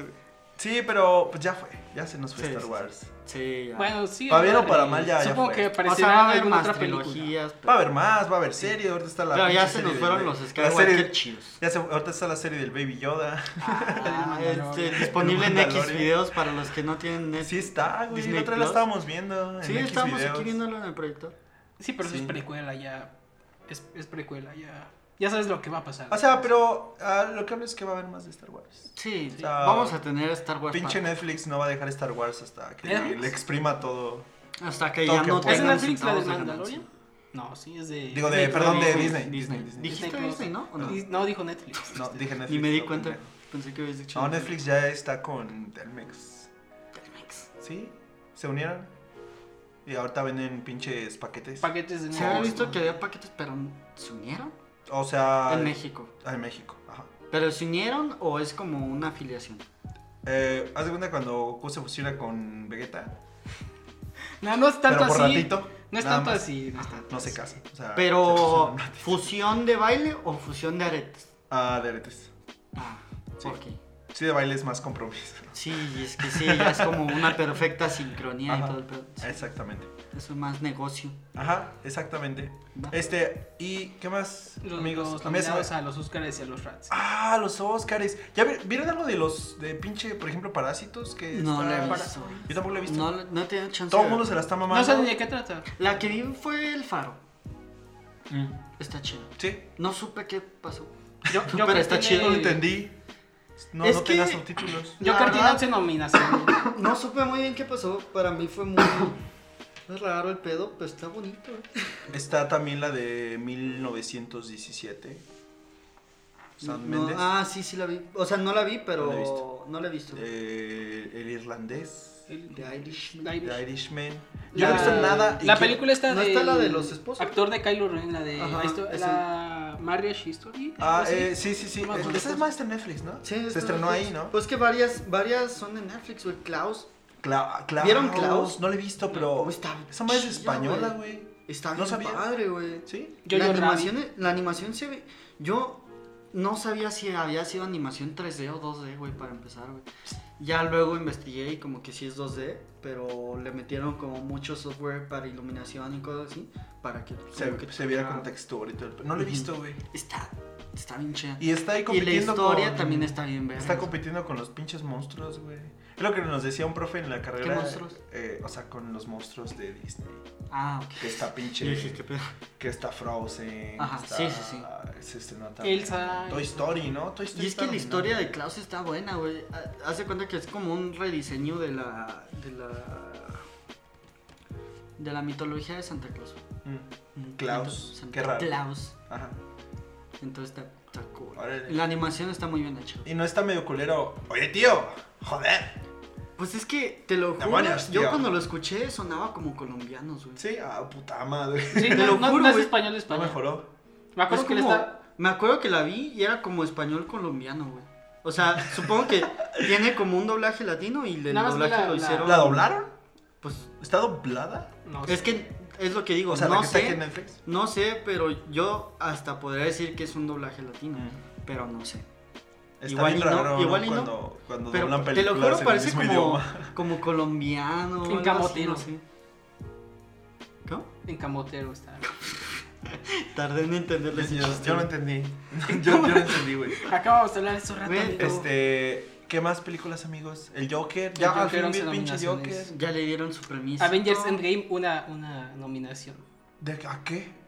Speaker 1: Sí, pero pues ya fue. Ya se nos fue Star Wars.
Speaker 3: Sí, ya.
Speaker 2: Bueno, sí.
Speaker 1: Para bien
Speaker 2: ¿no?
Speaker 1: o para
Speaker 2: Rey.
Speaker 1: mal, ya- ya
Speaker 2: Supongo
Speaker 1: fue.
Speaker 2: que
Speaker 1: O sea,
Speaker 3: o
Speaker 2: aparecerá
Speaker 3: sea, va a
Speaker 2: en
Speaker 3: haber
Speaker 2: alguna
Speaker 3: más
Speaker 2: otra película.
Speaker 3: trilogías.
Speaker 1: Va a haber más, va a haber serie, ahorita está la
Speaker 3: Pero ya
Speaker 1: pinche
Speaker 3: se nos
Speaker 1: serie
Speaker 3: fueron
Speaker 1: del-
Speaker 3: los
Speaker 1: la serie-
Speaker 3: Skywalker chidos.
Speaker 1: Ya se, ahorita está la serie del Baby Yoda.
Speaker 3: Ah,
Speaker 2: El Mandalorian.
Speaker 3: este, disponible en X
Speaker 1: Mandalorian.
Speaker 3: videos para los que no tienen Netflix.
Speaker 1: Sí está, güey.
Speaker 3: Disney
Speaker 1: la otra la
Speaker 3: Plus.
Speaker 1: estábamos viendo en
Speaker 3: Sí,
Speaker 1: X
Speaker 3: estamos
Speaker 1: videos.
Speaker 3: aquí viéndolo en el proyector.
Speaker 2: Sí, pero eso
Speaker 1: Sí.
Speaker 2: es precuela, ya. Es, es precuela, ya. Ya sabes lo que va a pasar.
Speaker 1: O sea, pero ah, lo que hablo es que va a haber más de Star Wars.
Speaker 3: Sí,
Speaker 1: Sí.
Speaker 3: vamos a tener Star Wars.
Speaker 1: Pinche
Speaker 3: para-
Speaker 1: Netflix no va a dejar Star Wars hasta que le,
Speaker 2: ¿Netflix?
Speaker 1: le exprima todo.
Speaker 3: Hasta que
Speaker 1: Todo
Speaker 3: ya
Speaker 1: que
Speaker 3: no
Speaker 1: pueda.
Speaker 2: ¿Es en
Speaker 3: tengan
Speaker 2: Netflix la de
Speaker 3: centavos de
Speaker 2: Mandalorian?
Speaker 3: ganancia.
Speaker 2: No, sí, es de.
Speaker 1: Digo, de, perdón, de Disney.
Speaker 3: Disney. Dijiste
Speaker 2: Plus.
Speaker 3: Disney, ¿no? ¿O no?
Speaker 2: Dis- No, dijo Netflix. Este,
Speaker 1: No, dije Netflix.
Speaker 3: Ni me di
Speaker 1: no,
Speaker 3: cuenta.
Speaker 1: pendejo.
Speaker 3: Pensé que habías dicho.
Speaker 1: No, Netflix ya está con Telmex.
Speaker 3: Telmex.
Speaker 1: ¿Sí? Se unieron. Y ahorita venden pinches paquetes.
Speaker 2: Paquetes de
Speaker 3: Se había
Speaker 2: nuevos,
Speaker 3: visto
Speaker 2: ¿no?
Speaker 3: que había paquetes, pero se unieron.
Speaker 1: o sea.
Speaker 3: En México.
Speaker 1: Ah, en México, ajá.
Speaker 3: ¿Pero se unieron o es como una afiliación?
Speaker 1: Eh, Haz de cuenta cuando Goku se fusiona con Vegeta.
Speaker 2: No, no es tanto
Speaker 1: pero por
Speaker 2: así.
Speaker 1: ratito.
Speaker 2: No es
Speaker 1: nada
Speaker 2: tanto
Speaker 1: más.
Speaker 2: así. No es tanto
Speaker 1: No se
Speaker 2: así.
Speaker 1: casan. O sea, se fusionan
Speaker 3: Pero,
Speaker 1: un ratito.
Speaker 3: ¿fusión de baile o fusión de aretes?
Speaker 1: Ah, de aretes.
Speaker 3: Ah,
Speaker 1: Sí.
Speaker 3: ok.
Speaker 1: Sí, de baile es más compromiso.
Speaker 3: Sí, es que sí, ya es como una perfecta sincronía y
Speaker 1: Ajá.
Speaker 3: todo el pedo. Sí,
Speaker 1: Exactamente.
Speaker 3: Eso es más negocio.
Speaker 1: Ajá, exactamente.
Speaker 3: Va.
Speaker 1: Este, ¿y qué más,
Speaker 2: Los,
Speaker 1: amigos?
Speaker 2: los
Speaker 1: A mí se me-
Speaker 2: nominados a los Oscars y a los Rats.
Speaker 1: Ah, los Oscars. ¿Ya vi- vieron algo de los de pinche, por ejemplo, parásitos? Que
Speaker 3: No
Speaker 1: está-
Speaker 3: la he
Speaker 1: para-
Speaker 3: visto.
Speaker 1: Yo tampoco lo he visto.
Speaker 3: No, no he tenido chance.
Speaker 1: Todo
Speaker 3: de
Speaker 1: el mundo se
Speaker 3: verlo.
Speaker 1: la está
Speaker 2: No
Speaker 1: mamando.
Speaker 2: sé ni de qué trata.
Speaker 3: La que vi fue el faro.
Speaker 1: Mm.
Speaker 3: Está chido.
Speaker 1: Sí.
Speaker 3: No supe qué pasó.
Speaker 2: Yo,
Speaker 3: Pero está chido,
Speaker 1: No
Speaker 3: Eh,
Speaker 1: lo entendí. No,
Speaker 3: es
Speaker 1: no
Speaker 3: que-
Speaker 1: tenía subtítulos.
Speaker 2: Yo
Speaker 3: La
Speaker 2: creo que
Speaker 3: verdad-
Speaker 2: no se nominación.
Speaker 3: No supe muy bien qué pasó. Para mí fue muy raro el pedo, pero está bonito. eh.
Speaker 1: Está también la de 1917. San
Speaker 3: No-
Speaker 1: Méndez.
Speaker 3: ah, sí, sí la vi. O sea, no la vi, pero
Speaker 1: No la he visto.
Speaker 3: no la he visto.
Speaker 1: Eh, el irlandés.
Speaker 3: The Irishman.
Speaker 2: The Irish.
Speaker 1: The Irishman. Yo no he
Speaker 2: La-
Speaker 1: visto nada. y
Speaker 2: La
Speaker 1: quiero-
Speaker 2: película está
Speaker 3: ¿No
Speaker 2: de.
Speaker 3: está la de los esposos?
Speaker 2: Actor de Kylo Ren, la de.
Speaker 3: Ajá,
Speaker 2: esto-
Speaker 3: esa.
Speaker 2: la Marriage History.
Speaker 1: Ah,
Speaker 2: algo así.
Speaker 1: eh, sí, sí, sí.
Speaker 2: No me acuerdo.
Speaker 1: Esa es más de Netflix, ¿no?
Speaker 3: Sí,
Speaker 1: Se
Speaker 3: está
Speaker 1: estrenó
Speaker 3: Netflix.
Speaker 1: ahí, ¿no?
Speaker 3: Pues que varias, varias son de Netflix, güey. Klaus.
Speaker 1: Cla- Klaus.
Speaker 3: ¿Vieron Klaus? pues,
Speaker 1: No la he visto, pero.
Speaker 3: Uy, está
Speaker 1: Oh, Esa madre es
Speaker 3: chida,
Speaker 1: española, güey.
Speaker 3: Está
Speaker 1: No
Speaker 3: bien
Speaker 1: sabía.
Speaker 3: padre, güey.
Speaker 1: ¿Sí?
Speaker 2: Yo-
Speaker 3: la,
Speaker 2: yo
Speaker 3: animación, la animación se ve. Yo no sabía si había sido animación 3D o 2D, güey, para empezar, güey. Ya luego investigué y como que sí es 2D, pero le metieron como mucho software para iluminación y cosas así, para que como que
Speaker 1: Se, se viera
Speaker 3: tuviera-
Speaker 1: con textura y todo. el pe- No lo he
Speaker 3: Ujú.
Speaker 1: visto, güey.
Speaker 3: Está, está bien chida.
Speaker 1: Y está ahí
Speaker 3: Y la
Speaker 1: compitiendo
Speaker 3: historia
Speaker 1: con-
Speaker 3: también está bien verga.
Speaker 1: Está compitiendo con los pinches monstruos, güey. Es lo que nos decía un profe en la carrera.
Speaker 3: ¿Qué monstruos?
Speaker 1: eh, o sea, con los monstruos de Disney.
Speaker 3: Ah, ok.
Speaker 1: Que está pinche.
Speaker 3: Yo dije, ¿qué pedo?
Speaker 1: Que está Frozen.
Speaker 3: Ajá,
Speaker 1: que está-
Speaker 3: sí, sí, sí.
Speaker 1: es este, no, está-
Speaker 2: Elsa.
Speaker 1: Toy Story, ¿no? Toy Story
Speaker 3: Y es
Speaker 1: está
Speaker 3: que la historia de
Speaker 1: nominada.
Speaker 3: Klaus está buena, güey. Ha- Haz de cuenta que es como un rediseño de la. de la. de la mitología de Santa Claus.
Speaker 1: Mm,
Speaker 3: Mm,
Speaker 1: Klaus,
Speaker 3: Santa
Speaker 1: qué raro.
Speaker 3: Claus.
Speaker 1: Ajá.
Speaker 3: Entonces está, está cool.
Speaker 1: Órale.
Speaker 3: La animación está muy bien hecha.
Speaker 1: Y no está medio culero. Oye, tío. Joder.
Speaker 3: Pues es que, te lo juro,
Speaker 1: Demonios,
Speaker 3: yo
Speaker 1: tío.
Speaker 3: cuando lo escuché sonaba como colombianos, güey.
Speaker 1: Sí, ah, puta madre.
Speaker 2: Sí,
Speaker 3: Te
Speaker 2: no,
Speaker 3: lo
Speaker 2: no- no
Speaker 3: juro,
Speaker 2: es
Speaker 3: güey.
Speaker 2: español
Speaker 1: No
Speaker 2: de España.
Speaker 1: mejoró.
Speaker 2: Me
Speaker 3: Es
Speaker 2: acuerdo que le
Speaker 3: como-
Speaker 2: está.
Speaker 3: Me acuerdo que la vi y era como español colombiano, güey. O sea, supongo que tiene como un doblaje latino y el
Speaker 2: Nada más que
Speaker 3: doblaje
Speaker 2: la-
Speaker 3: lo
Speaker 2: la-
Speaker 3: hicieron.
Speaker 1: ¿La doblaron?
Speaker 3: Pues
Speaker 1: ¿Está doblada?
Speaker 2: No
Speaker 3: es
Speaker 2: sé.
Speaker 3: que es lo que digo,
Speaker 1: O sea, la
Speaker 3: no
Speaker 1: que está aquí en
Speaker 3: sé.
Speaker 1: Netflix.
Speaker 3: No sé, pero yo hasta podría decir que es un doblaje latino,
Speaker 1: Mm.
Speaker 3: pero no sé.
Speaker 1: Está
Speaker 3: Mm. Igual
Speaker 1: bien
Speaker 3: y no,
Speaker 1: raro, ¿no?
Speaker 3: igual y no.
Speaker 1: Cuando, cuando
Speaker 3: Pero
Speaker 1: doblan
Speaker 3: te lo
Speaker 1: películas
Speaker 3: juro,
Speaker 1: en el
Speaker 3: parece
Speaker 1: mismo
Speaker 3: como,
Speaker 1: idioma.
Speaker 3: como colombiano.
Speaker 2: Un
Speaker 3: algo así,
Speaker 2: camotero.
Speaker 3: no sé. ¿Cómo?
Speaker 2: En Camotero está.
Speaker 3: Tardé en entenderle ese
Speaker 1: Yo,
Speaker 3: chiste,
Speaker 1: yo no
Speaker 3: güey.
Speaker 1: entendí. Yo, yo no entendí, güey.
Speaker 2: Acabamos de hablar de eso rato.
Speaker 3: Güey,
Speaker 2: amigo.
Speaker 1: Este, ¿qué más películas, amigos? El Joker, ya
Speaker 2: El
Speaker 1: al
Speaker 2: Joker,
Speaker 1: fin vi
Speaker 2: once
Speaker 1: el pinche Joker.
Speaker 2: nominaciones.
Speaker 3: Ya le dieron su premisa.
Speaker 2: Avengers Endgame, una, una nominación.
Speaker 1: ¿De a qué?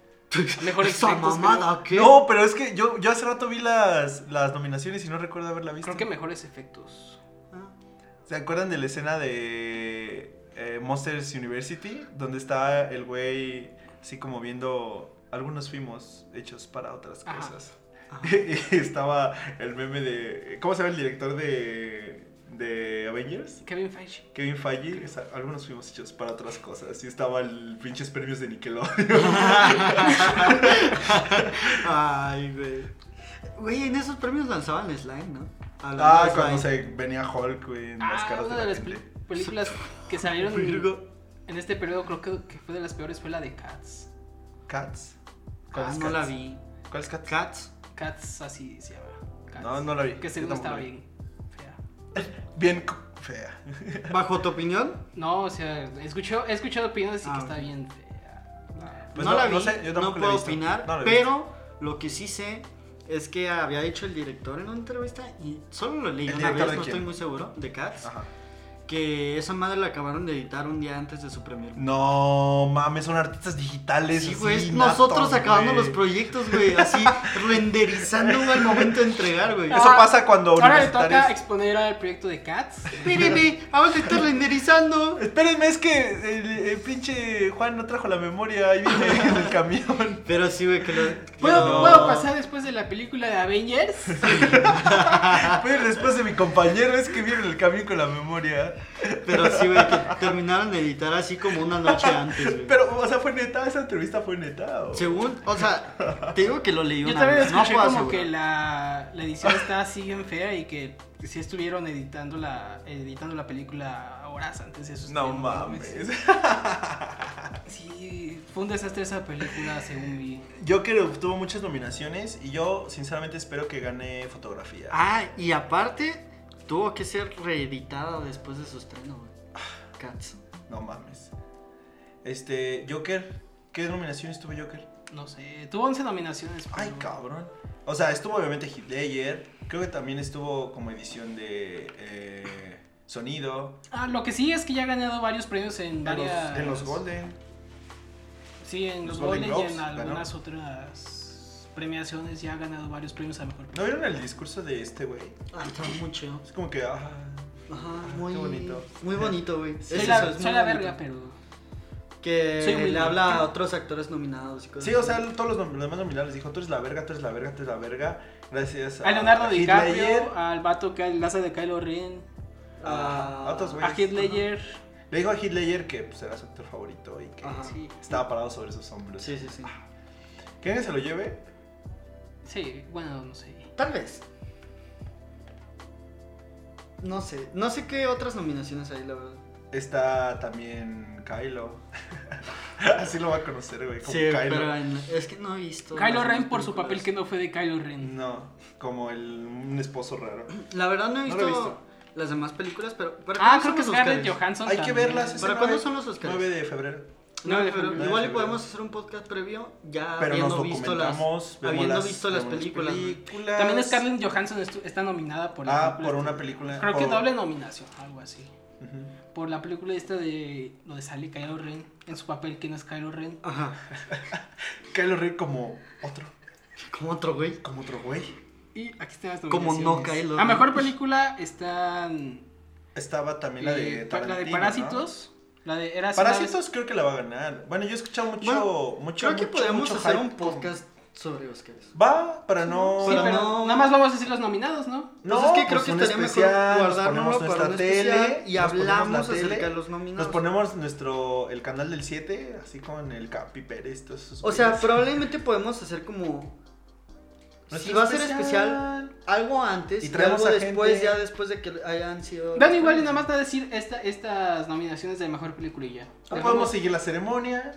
Speaker 2: Mejor
Speaker 3: Esa
Speaker 2: efectos,
Speaker 3: mamada, ¿qué?
Speaker 1: No, pero es que yo, yo hace rato vi las, las nominaciones y no recuerdo haberla visto.
Speaker 2: Creo que mejores efectos.
Speaker 3: Ah,
Speaker 1: ¿Se acuerdan de la escena de eh, Monsters University? Donde está el güey así como viendo algunos filmos hechos para otras
Speaker 2: Ajá.
Speaker 1: cosas.
Speaker 3: ajá.
Speaker 1: y estaba el meme de... ¿Cómo se llama el director de, de Avengers?
Speaker 2: Kevin Feige.
Speaker 1: Kevin Feige, esa- algunos fuimos hechos para otras cosas. Y estaba el pinches premios de Nickelodeon.
Speaker 3: Ay, güey. Güey, en esos premios lanzaban slime, ¿no? Hablando
Speaker 1: Ah,
Speaker 3: de
Speaker 1: cuando
Speaker 3: slime.
Speaker 1: se venía Hulk güey, en las
Speaker 2: Ah,
Speaker 1: caras de
Speaker 2: una de
Speaker 1: la
Speaker 2: las
Speaker 1: gente.
Speaker 2: pel- películas que salieron
Speaker 3: Virgo.
Speaker 2: en este periodo, creo que, que fue de las peores, fue la de Cats.
Speaker 1: Cats. ¿Cuál
Speaker 3: Ah,
Speaker 1: es
Speaker 3: no la
Speaker 1: Cats?
Speaker 3: vi.
Speaker 1: ¿Cuál es Cats?
Speaker 3: Cats.
Speaker 2: Cats, así se llama. Cats.
Speaker 1: No, no la vi.
Speaker 2: Que
Speaker 1: Yo
Speaker 2: según
Speaker 1: tampoco
Speaker 2: estaba
Speaker 1: la vi.
Speaker 2: bien fea.
Speaker 1: Bien co- fea.
Speaker 3: ¿Bajo tu opinión?
Speaker 2: No, o sea, escucho- he escuchado opiniones y
Speaker 3: Ah,
Speaker 2: que está
Speaker 3: ok.
Speaker 2: bien fea.
Speaker 1: Pues
Speaker 3: no,
Speaker 1: no,
Speaker 3: la vi,
Speaker 1: no
Speaker 3: no,
Speaker 1: sé, yo tampoco la he
Speaker 3: puedo
Speaker 1: visto.
Speaker 3: opinar,
Speaker 1: No la he
Speaker 3: pero lo que sí sé es que había dicho el director en una entrevista y solo lo leí
Speaker 1: ¿El
Speaker 3: una
Speaker 1: director
Speaker 3: vez,
Speaker 1: de quién?
Speaker 3: no
Speaker 1: Ah.
Speaker 3: estoy muy seguro, de Cats,
Speaker 1: Ajá.
Speaker 3: que esa madre la acabaron de editar un día antes de su premier.
Speaker 1: No mames, son artistas digitales.
Speaker 3: Sí,
Speaker 1: así,
Speaker 3: güey, es
Speaker 1: natos,
Speaker 3: nosotros acabando
Speaker 1: güey.
Speaker 3: los proyectos, güey, así renderizando güey, al momento de entregar, güey. Ah,
Speaker 1: Eso pasa cuando
Speaker 2: Ah, Ahora le toca
Speaker 1: universitarios.
Speaker 2: exponer al proyecto de Cats.
Speaker 3: Espéreme, ahora te estás renderizando.
Speaker 1: Espérenme, es que el, el pinche Juan no trajo la memoria. Ahí viene en el camión.
Speaker 3: Pero sí, güey, que lo. que
Speaker 2: ¿Puedo,
Speaker 3: lo-
Speaker 2: puedo pasar después de la película de Avengers?
Speaker 1: Pero después de mi compañero, es que viene en el camión con la memoria.
Speaker 3: Pero sí, güey, que terminaron de editar así como una noche antes, güey.
Speaker 1: Pero, o sea, fue neta, esa entrevista fue neta. ¿o?
Speaker 3: Según, o sea, te digo que lo leí
Speaker 2: Yo
Speaker 3: una
Speaker 2: también
Speaker 3: vez, no
Speaker 2: escuché
Speaker 3: puedo
Speaker 2: como que
Speaker 3: asegurar.
Speaker 2: la, la edición está así bien fea y que sí estuvieron editando la, editando la película horas antes de sus
Speaker 1: No mames.
Speaker 2: Sí, fue un desastre esa película según vi.
Speaker 1: Joker obtuvo muchas nominaciones y yo, sinceramente, espero que gane fotografía.
Speaker 3: Ah, y aparte, tuvo que ser reeditada después de su estreno, güey. Cats.
Speaker 1: No mames. Este, Joker, ¿qué nominaciones tuvo Joker?
Speaker 2: No sé, tuvo 11 nominaciones.
Speaker 1: Ay,
Speaker 2: pero-
Speaker 1: cabrón. O sea, estuvo obviamente Heath Ledger, creo que también estuvo como edición de eh, sonido.
Speaker 2: Ah, lo que sí es que ya ha ganado varios premios en
Speaker 1: En los,
Speaker 2: varias...
Speaker 1: en los Golden.
Speaker 2: Sí, en
Speaker 1: los
Speaker 2: los,
Speaker 1: Golden
Speaker 2: Golden y en
Speaker 1: Globes, ganó.
Speaker 2: algunas otras premiaciones ya ha ganado varios premios a mejor.
Speaker 1: ¿No vieron el discurso de este güey?
Speaker 3: Ah, está muy chido.
Speaker 1: Es como que, ah,
Speaker 3: Ajá, muy
Speaker 1: Qué bonito.
Speaker 3: Muy bonito, güey.
Speaker 1: Sí,
Speaker 2: Soy
Speaker 3: Es
Speaker 2: la,
Speaker 3: eso, es muy
Speaker 2: soy la
Speaker 3: bonito.
Speaker 2: verga, pero...
Speaker 3: Que
Speaker 2: Soy humilde.
Speaker 3: le habla a otros actores nominados y cosas
Speaker 1: Sí, o sea,
Speaker 3: así.
Speaker 1: todos los, nom- los demás nominados dijo, tú eres la verga, tú eres la verga, tú eres la verga. Gracias a,
Speaker 2: A Leonardo
Speaker 1: Ah, Heath Ledger,
Speaker 2: DiCaprio, al vato que enlace de Kylo Ren,
Speaker 3: Ah,
Speaker 1: a otros
Speaker 2: a
Speaker 1: güeyes.
Speaker 2: Heath Ledger.
Speaker 1: Le dijo a Heath Ledger que pues, era su actor favorito y que
Speaker 3: Ajá.
Speaker 2: Sí.
Speaker 1: estaba parado sobre sus hombros.
Speaker 3: Sí, sí, sí.
Speaker 1: ¿Quieren que se lo lleve?
Speaker 2: Sí, bueno, no sé.
Speaker 3: Tal vez. No sé, no sé qué otras nominaciones hay, la verdad.
Speaker 1: Está también Kylo. Así lo va a conocer, güey. Como
Speaker 3: Sí,
Speaker 1: Kylo.
Speaker 3: pero en- es que no he visto.
Speaker 2: Kylo
Speaker 3: las
Speaker 2: Ren
Speaker 3: demás
Speaker 2: por su papel
Speaker 3: películas.
Speaker 2: que no fue de Kylo Ren.
Speaker 1: No, como el, un esposo raro.
Speaker 3: La verdad no he
Speaker 1: No
Speaker 3: visto,
Speaker 1: lo he visto.
Speaker 3: las demás películas, pero. pero
Speaker 2: Ah,
Speaker 3: ¿cuándo
Speaker 2: creo
Speaker 3: son
Speaker 2: que
Speaker 3: los
Speaker 2: Scarlett
Speaker 3: Óscares?
Speaker 2: Johansson.
Speaker 1: Hay que
Speaker 2: también.
Speaker 1: verlas. ese
Speaker 3: ¿Pero cuándo son los Óscares?
Speaker 1: 9 de febrero.
Speaker 3: No,
Speaker 2: No,
Speaker 3: pero
Speaker 2: no,
Speaker 1: no,
Speaker 3: igual y
Speaker 1: no.
Speaker 3: podemos hacer un podcast previo ya
Speaker 1: Pero
Speaker 3: Ah, habiendo
Speaker 1: nos
Speaker 3: visto las
Speaker 1: documentamos. vemos
Speaker 3: habiendo visto las
Speaker 1: vemos
Speaker 3: películas. güey.
Speaker 1: películas.
Speaker 2: También Scarlett Johansson estu- está nominada por la
Speaker 1: Ah, por una
Speaker 2: película.
Speaker 1: película.
Speaker 2: Creo que
Speaker 1: por-
Speaker 2: doble nominación, algo así.
Speaker 1: Ujú.
Speaker 2: Por la película esta de lo de sale Kylo Ren en su papel que no es Kylo Ren.
Speaker 3: Ajá.
Speaker 1: Kylo Ren como otro.
Speaker 3: Como otro güey.
Speaker 1: Como otro güey.
Speaker 2: Y aquí están las
Speaker 3: Como
Speaker 2: nominaciones.
Speaker 3: no Kylo
Speaker 2: A
Speaker 3: Ren. pues.
Speaker 2: mejor película están
Speaker 1: Estaba también la de
Speaker 2: eh, pa- la de
Speaker 1: Tarantino, ¿no?
Speaker 2: Parásitos, la de Érase una vez-
Speaker 1: Parásitos creo que la va a ganar. Bueno, yo he escuchado mucho,
Speaker 3: Bueno,
Speaker 1: mucho,
Speaker 3: Creo que
Speaker 1: mucho,
Speaker 3: podemos
Speaker 1: mucho
Speaker 3: hacer
Speaker 1: hype
Speaker 3: un
Speaker 1: con-
Speaker 3: podcast sobre Oscars.
Speaker 1: Va, para no...
Speaker 2: Sí,
Speaker 3: Pero
Speaker 2: pero
Speaker 3: no-
Speaker 2: nada más vamos a decir los nominados, ¿no?
Speaker 1: No,
Speaker 3: Entonces, es que creo
Speaker 1: pues
Speaker 3: que
Speaker 1: un
Speaker 3: estaría
Speaker 1: especial,
Speaker 3: mejor
Speaker 1: nos
Speaker 3: guardárnoslo
Speaker 1: ponemos
Speaker 3: para un
Speaker 1: nuestra tele,
Speaker 3: especial y
Speaker 1: nos ponemos
Speaker 3: hablamos
Speaker 1: la
Speaker 3: acerca
Speaker 1: tele,
Speaker 3: de los nominados.
Speaker 1: Nos ponemos nuestro, el canal del 7, así con el Capi Pérez, todos esos
Speaker 3: O sea,
Speaker 1: güeyes.
Speaker 3: probablemente podemos hacer como si
Speaker 1: Nuestro
Speaker 3: va a ser especial, algo antes
Speaker 1: Y
Speaker 3: y,
Speaker 1: traemos
Speaker 3: algo
Speaker 1: a
Speaker 3: después,
Speaker 1: gente.
Speaker 3: ya después de que hayan sido.
Speaker 2: Dan igual y nada más va a decir esta, estas nominaciones de mejor película y ya.
Speaker 1: No
Speaker 2: Dejamos-
Speaker 1: podemos seguir la ceremonia,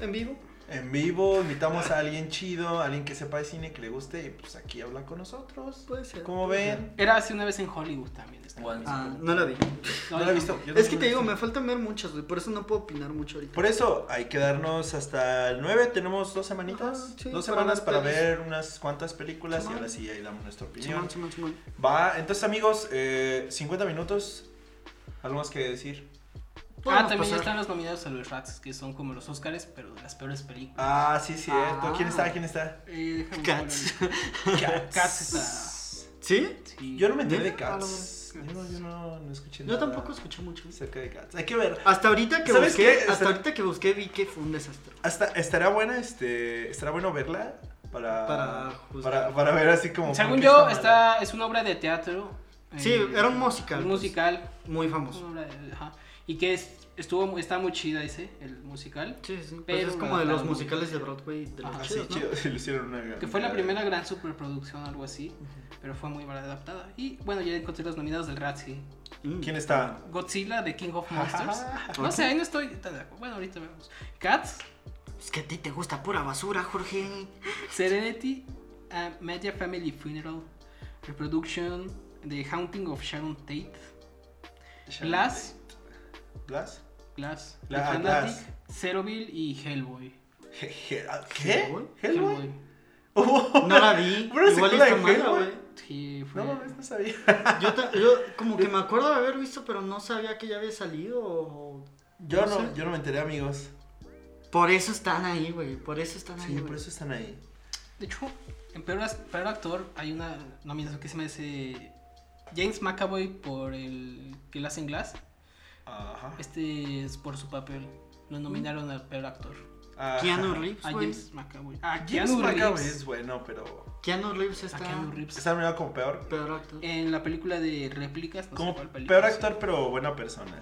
Speaker 3: En vivo.
Speaker 1: en vivo, invitamos a alguien chido, a alguien que sepa de cine, que le guste, y pues aquí hablan con nosotros.
Speaker 3: Puede ser.
Speaker 1: ¿Cómo
Speaker 3: puede
Speaker 1: ven?
Speaker 2: Era hace una vez en Hollywood también. esta
Speaker 3: ser.
Speaker 2: película.
Speaker 3: Ah, no la vi.
Speaker 1: No la he visto. yo
Speaker 3: Es que
Speaker 1: tampoco
Speaker 3: te
Speaker 1: la he
Speaker 3: digo,
Speaker 1: visto.
Speaker 3: me faltan ver muchas, güey. Por eso no puedo opinar mucho ahorita.
Speaker 1: Por eso hay que darnos hasta el 9, tenemos dos semanitas,
Speaker 3: Ajá, sí,
Speaker 1: dos
Speaker 3: para
Speaker 1: semanas
Speaker 3: ver
Speaker 1: para
Speaker 3: pelis.
Speaker 1: ver unas cuantas películas y
Speaker 3: Simón.
Speaker 1: ahora sí ahí damos nuestra opinión.
Speaker 3: Simón, Simón, Simón.
Speaker 1: Va, entonces amigos, eh, 50 minutos, algo más que decir.
Speaker 2: Ah,
Speaker 3: Podemos
Speaker 2: también
Speaker 3: pasar.
Speaker 2: están los nominados a los Rats, que son como los Oscars, pero de las peores películas.
Speaker 1: Ah, sí, cierto.
Speaker 3: Ah.
Speaker 1: ¿Quién está? ¿Quién está?
Speaker 2: Eh, déjame
Speaker 3: Cats.
Speaker 2: ver.
Speaker 1: Cats.
Speaker 2: Cats está.
Speaker 3: ¿Sí?
Speaker 2: Sí.
Speaker 1: Yo no me enteré de
Speaker 3: ¿Neta?
Speaker 1: Cats. Yo no, yo no, no escuché
Speaker 3: Yo
Speaker 1: nada
Speaker 3: tampoco escuché mucho.
Speaker 1: acerca de Cats. Hay que ver.
Speaker 3: Hasta ahorita que
Speaker 1: ¿Sabes qué?
Speaker 3: busqué,
Speaker 1: Este-
Speaker 3: hasta ahorita que busqué vi que fue un desastre.
Speaker 1: Hasta, estará buena, este, estará bueno verla para
Speaker 3: Para
Speaker 1: para,
Speaker 3: juzgar.
Speaker 1: para ver así como. por
Speaker 2: Según
Speaker 1: qué
Speaker 2: yo,
Speaker 1: mala.
Speaker 2: está, es una obra de teatro. eh,
Speaker 3: Sí, era un musical,
Speaker 2: Un
Speaker 3: pues.
Speaker 2: musical.
Speaker 3: Muy
Speaker 2: una
Speaker 3: famoso.
Speaker 2: obra de- ajá. Y que es- estuvo, mu- está muy chida, dice, el musical.
Speaker 3: Sí, sí, sí. Pues
Speaker 2: Pero
Speaker 3: es como de
Speaker 2: no,
Speaker 3: los
Speaker 2: no.
Speaker 3: musicales de Broadway de los
Speaker 2: Ajá,
Speaker 1: Ah, sí,
Speaker 3: chidos, ¿no?
Speaker 1: chido. Le hicieron una.
Speaker 2: Que fue la
Speaker 1: una-
Speaker 2: primera gran superproducción, algo así. Pero fue muy mal adaptada. Y bueno, ya encontré los nominados del Razzie.
Speaker 3: Mm.
Speaker 1: ¿Quién está?
Speaker 2: Godzilla de King of Monsters.
Speaker 1: Ah,
Speaker 2: No sé, ahí no estoy tan de acuerdo. Bueno, ahorita vemos. Cats,
Speaker 3: Es que a ti te gusta pura basura, Jorge.
Speaker 2: Serenity, uh, Media Family Funeral, Reproduction, The Haunting of Sharon Tate, Glass,
Speaker 1: Glass.
Speaker 2: Glass, The
Speaker 1: La- ah,
Speaker 2: Fanatic,
Speaker 1: Glass.
Speaker 2: Ceroville y Hellboy.
Speaker 1: Je- je- ah, ¿Qué?
Speaker 3: ¿Hellboy?
Speaker 1: ¿Hellboy? Oh,
Speaker 3: No la vi.
Speaker 1: Una
Speaker 3: Igual
Speaker 1: secuela
Speaker 3: está
Speaker 1: de
Speaker 3: mala,
Speaker 1: Hellboy.
Speaker 3: güey.
Speaker 2: Sí, fue.
Speaker 1: No mames, no sabía.
Speaker 3: Yo, ta- yo como que me acuerdo de haber visto, pero no sabía que ya había salido. o-
Speaker 1: Yo
Speaker 3: No
Speaker 1: no,
Speaker 3: sé.
Speaker 1: yo no me enteré, amigos.
Speaker 3: Por eso están ahí, güey. Por eso están ahí.
Speaker 1: Sí, por
Speaker 3: güey.
Speaker 1: eso están ahí.
Speaker 2: De hecho, en peor, as- peor actor hay una nominación que se me dice James McAvoy por el que le hacen Glass.
Speaker 1: Ajá.
Speaker 2: Este es por su papel. Lo
Speaker 1: Mm.
Speaker 2: nominaron al peor actor.
Speaker 1: Ajá.
Speaker 3: Keanu Reeves,
Speaker 2: A
Speaker 3: güey.
Speaker 2: James McAvoy. A
Speaker 1: pues, James
Speaker 2: Keanu
Speaker 1: McAvoy
Speaker 2: Reeves.
Speaker 1: es bueno, pero.
Speaker 3: Keanu Reeves
Speaker 2: A
Speaker 3: está.
Speaker 2: Keanu Reeves. Eh,
Speaker 1: Está nominado como peor.
Speaker 3: Peor actor.
Speaker 2: En la película de réplicas. No sé
Speaker 1: Como
Speaker 2: cuál
Speaker 1: peor
Speaker 2: película.
Speaker 1: actor, pero buena persona.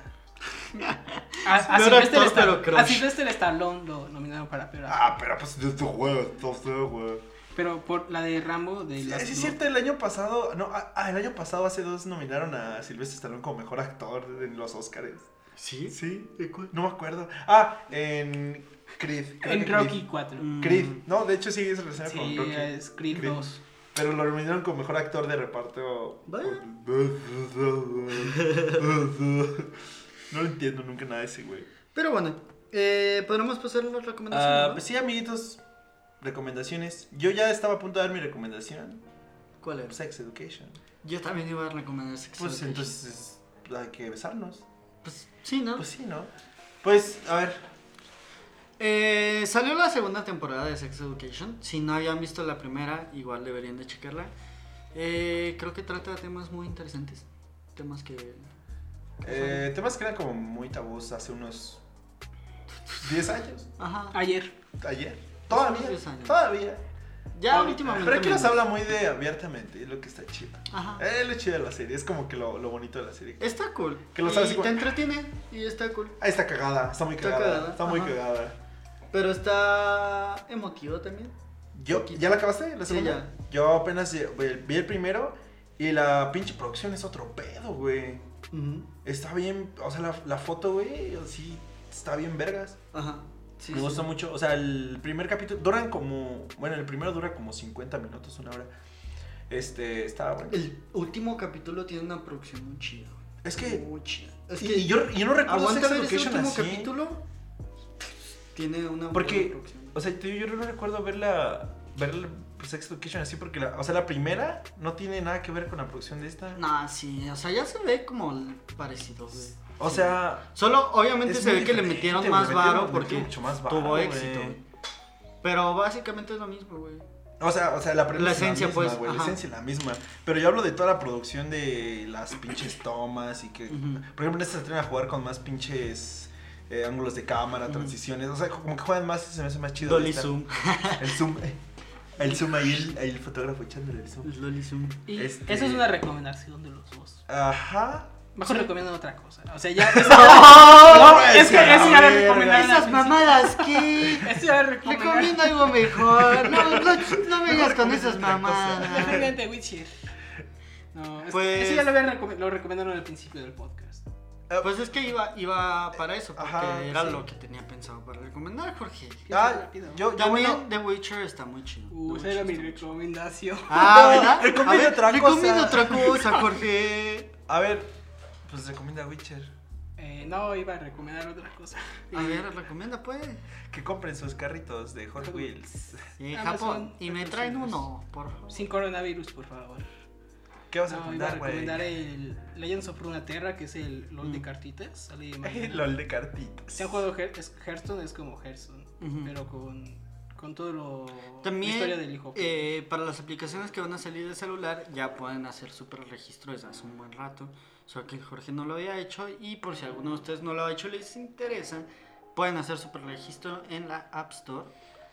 Speaker 2: A, a
Speaker 3: Peor
Speaker 2: Ah, Sylvester
Speaker 3: actor, pero
Speaker 2: Stallone-
Speaker 3: crush.
Speaker 2: A Sylvester Stallone lo nominaron para peor actor.
Speaker 1: Ah, pero pues de tu huevo, todo feo, güey.
Speaker 2: Pero por la de Rambo. De
Speaker 1: Sí,
Speaker 2: Last
Speaker 1: es
Speaker 2: Blood.
Speaker 1: cierto, el año pasado. No, ah, ah, el año pasado, hace dos, nominaron a Silvestre Stallone como mejor actor en los Oscars.
Speaker 3: ¿Sí?
Speaker 1: Sí,
Speaker 3: ¿De cuál?
Speaker 1: no me acuerdo. Ah, en Creed. creo
Speaker 2: En
Speaker 1: que
Speaker 2: Rocky 4.
Speaker 3: Mm.
Speaker 1: Creed. Creed. No, de hecho sí es relacionado
Speaker 2: Sí,
Speaker 1: con Rocky.
Speaker 2: es Creed
Speaker 1: Creed.
Speaker 2: 2.
Speaker 1: Pero lo nominaron como mejor actor de reparto.
Speaker 3: Vaya.
Speaker 1: No lo entiendo nunca nada de ese güey.
Speaker 3: Pero bueno, eh, podremos pasar las recomendaciones.
Speaker 1: Ah,
Speaker 3: ¿no?
Speaker 1: pues sí, amiguitos. Recomendaciones. Yo ya estaba a punto de dar mi recomendación.
Speaker 3: ¿Cuál era?
Speaker 1: Sex Education.
Speaker 3: Yo también iba a recomendar Sex
Speaker 1: Pues
Speaker 3: Education.
Speaker 1: entonces es- hay que besarnos.
Speaker 3: Pues sí, ¿no?
Speaker 1: Pues sí, ¿no? Pues, a ver.
Speaker 3: Eh, salió la segunda temporada de Sex Education. Si no habían visto la primera, igual deberían de checarla. Eh, creo que trata de temas muy interesantes. Temas que...
Speaker 1: eh, temas que eran como muy tabús hace unos 10 años.
Speaker 3: Ajá.
Speaker 2: Ayer.
Speaker 1: Ayer. Todavía.
Speaker 3: 10 años.
Speaker 1: Todavía.
Speaker 3: Ya
Speaker 2: ahorita.
Speaker 3: últimamente...
Speaker 1: Pero aquí nos Eh,
Speaker 3: menos.
Speaker 1: habla muy de abiertamente. Es lo que está chido.
Speaker 3: Ajá.
Speaker 1: Es lo chido de la serie. Es como que lo, lo bonito de la serie.
Speaker 3: Está cool.
Speaker 1: Que lo sabes
Speaker 3: y
Speaker 1: igual.
Speaker 3: te entretiene y está cool.
Speaker 1: Ah, está cagada. Está muy
Speaker 3: Está
Speaker 1: cagada. Está,
Speaker 3: cagada,
Speaker 1: muy
Speaker 3: ajá.
Speaker 1: cagada.
Speaker 3: Pero está emotivo también.
Speaker 1: Yo, ¿Ya la acabaste? ¿La
Speaker 3: Sí,
Speaker 1: segunda? Yo apenas eh, vi el primero. Y la pinche
Speaker 3: Mm,
Speaker 1: producción es otro pedo, güey. Está bien, o sea, la, la foto, güey, así está bien vergas.
Speaker 3: Ajá. Sí,
Speaker 1: me
Speaker 3: sí.
Speaker 1: gusta mucho. O sea, el primer capítulo duran como. Bueno, el primero dura como 50 minutos, una hora. Este, está bueno.
Speaker 3: El último capítulo tiene una producción muy chida. güey.
Speaker 1: Es que.
Speaker 3: Muy chida. Es
Speaker 1: y-
Speaker 3: que
Speaker 1: y yo, yo no recuerdo
Speaker 3: aguanta
Speaker 1: Sex
Speaker 3: ver ese
Speaker 1: Education
Speaker 3: último
Speaker 1: así.
Speaker 3: capítulo. Tiene una
Speaker 1: Porque-
Speaker 3: buena producción.
Speaker 1: O sea, te digo, yo no recuerdo verla. Ver Sex Education así porque, la- o sea, la primera no tiene nada que ver con la producción de esta.
Speaker 3: Nah, sí, o sea, ya se ve como el parecido, güey.
Speaker 1: O
Speaker 3: Sí.
Speaker 1: sea,
Speaker 3: Solo, obviamente
Speaker 1: es
Speaker 3: se
Speaker 1: muy
Speaker 3: ve que le
Speaker 1: diferente,
Speaker 3: metieron
Speaker 1: güey,
Speaker 3: más
Speaker 1: le
Speaker 3: varo
Speaker 1: metieron
Speaker 3: porque
Speaker 1: mucho más varo,
Speaker 3: tuvo
Speaker 1: güey.
Speaker 3: éxito. güey. Pero básicamente es lo mismo, güey.
Speaker 1: O sea, o sea, la, premisa
Speaker 3: La
Speaker 1: es
Speaker 3: esencia,
Speaker 1: la misma,
Speaker 3: pues,
Speaker 1: güey, la
Speaker 3: ajá.
Speaker 1: esencia es la misma. Pero yo hablo de toda la producción de las pinches tomas y que,
Speaker 3: Ujú.
Speaker 1: por ejemplo, en esta se atreven a jugar con más pinches eh, ángulos de cámara,
Speaker 3: Ujú.
Speaker 1: transiciones, o sea, como que juegan más, se me hace más chido.
Speaker 3: Loli
Speaker 1: esta.
Speaker 3: Zoom.
Speaker 1: El zoom, eh, el zoom ahí, el, ahí el fotógrafo echándole el zoom.
Speaker 3: Loli Zoom.
Speaker 2: Y
Speaker 1: Este-
Speaker 2: eso es una recomendación de los dos.
Speaker 1: Ajá.
Speaker 2: Mejor recomiendan otra cosa. O sea, ya. eso ya- No,
Speaker 1: pues,
Speaker 2: Ah, es que
Speaker 1: a Ah,
Speaker 2: eso ya
Speaker 1: ver,
Speaker 2: le recomendaba.
Speaker 3: Esas mamadas que.
Speaker 2: Eso ya le recomendaron.
Speaker 3: Recomiendo algo mejor. No, no, no me vengas con
Speaker 1: recomienda
Speaker 3: esas
Speaker 1: otra cosa.
Speaker 3: mamadas.
Speaker 2: Recomiendan The Witcher. No, es-
Speaker 3: Pues-
Speaker 2: eso ya lo, habían recome- lo recomendaron al principio del podcast.
Speaker 3: Pues es que iba, iba para eso, porque
Speaker 1: Ajá,
Speaker 3: era
Speaker 1: sí.
Speaker 3: lo que tenía pensado para recomendar, Jorge.
Speaker 1: Ah, yo, yo
Speaker 3: También
Speaker 1: bueno,
Speaker 3: The Witcher está muy chido.
Speaker 2: Uh,
Speaker 3: The
Speaker 2: esa era mi
Speaker 3: Witcher está muy chido.
Speaker 2: recomendación.
Speaker 3: Ah,
Speaker 1: No,
Speaker 3: ¿verdad?
Speaker 1: recomienda
Speaker 3: A ver,
Speaker 1: otra cosa.
Speaker 3: Recomienda otra cosa, Jorge.
Speaker 1: a ver, pues recomienda Witcher.
Speaker 2: Eh, no, iba a recomendar otra cosa.
Speaker 3: A
Speaker 2: Eh,
Speaker 3: ver, recomienda pues.
Speaker 1: Que compren sus carritos de Hot Wheels.
Speaker 3: Sí,
Speaker 2: Amazon,
Speaker 3: Japón. Y me traen uno, por favor.
Speaker 2: Eh, Sin coronavirus, por favor.
Speaker 1: ¿Qué vas a
Speaker 2: No, iba a
Speaker 1: recomendar, güey?
Speaker 2: recomendar el Legends of Runeterra, que es el LOL de
Speaker 3: Mm.
Speaker 2: cartitas. Sale mañana.
Speaker 1: LOL de cartitas.
Speaker 2: Si han jugado Hear- es- Hearthstone, es como Hearthstone,
Speaker 3: Ujú.
Speaker 2: pero con, con todo lo...
Speaker 3: También,
Speaker 2: la historia del hijo.
Speaker 3: eh, para las aplicaciones que van a salir de celular, ya pueden hacer super registro desde hace un buen rato. Solo que Jorge no lo había hecho y por si alguno de ustedes no lo ha hecho y les interesa, pueden hacer super registro en la App Store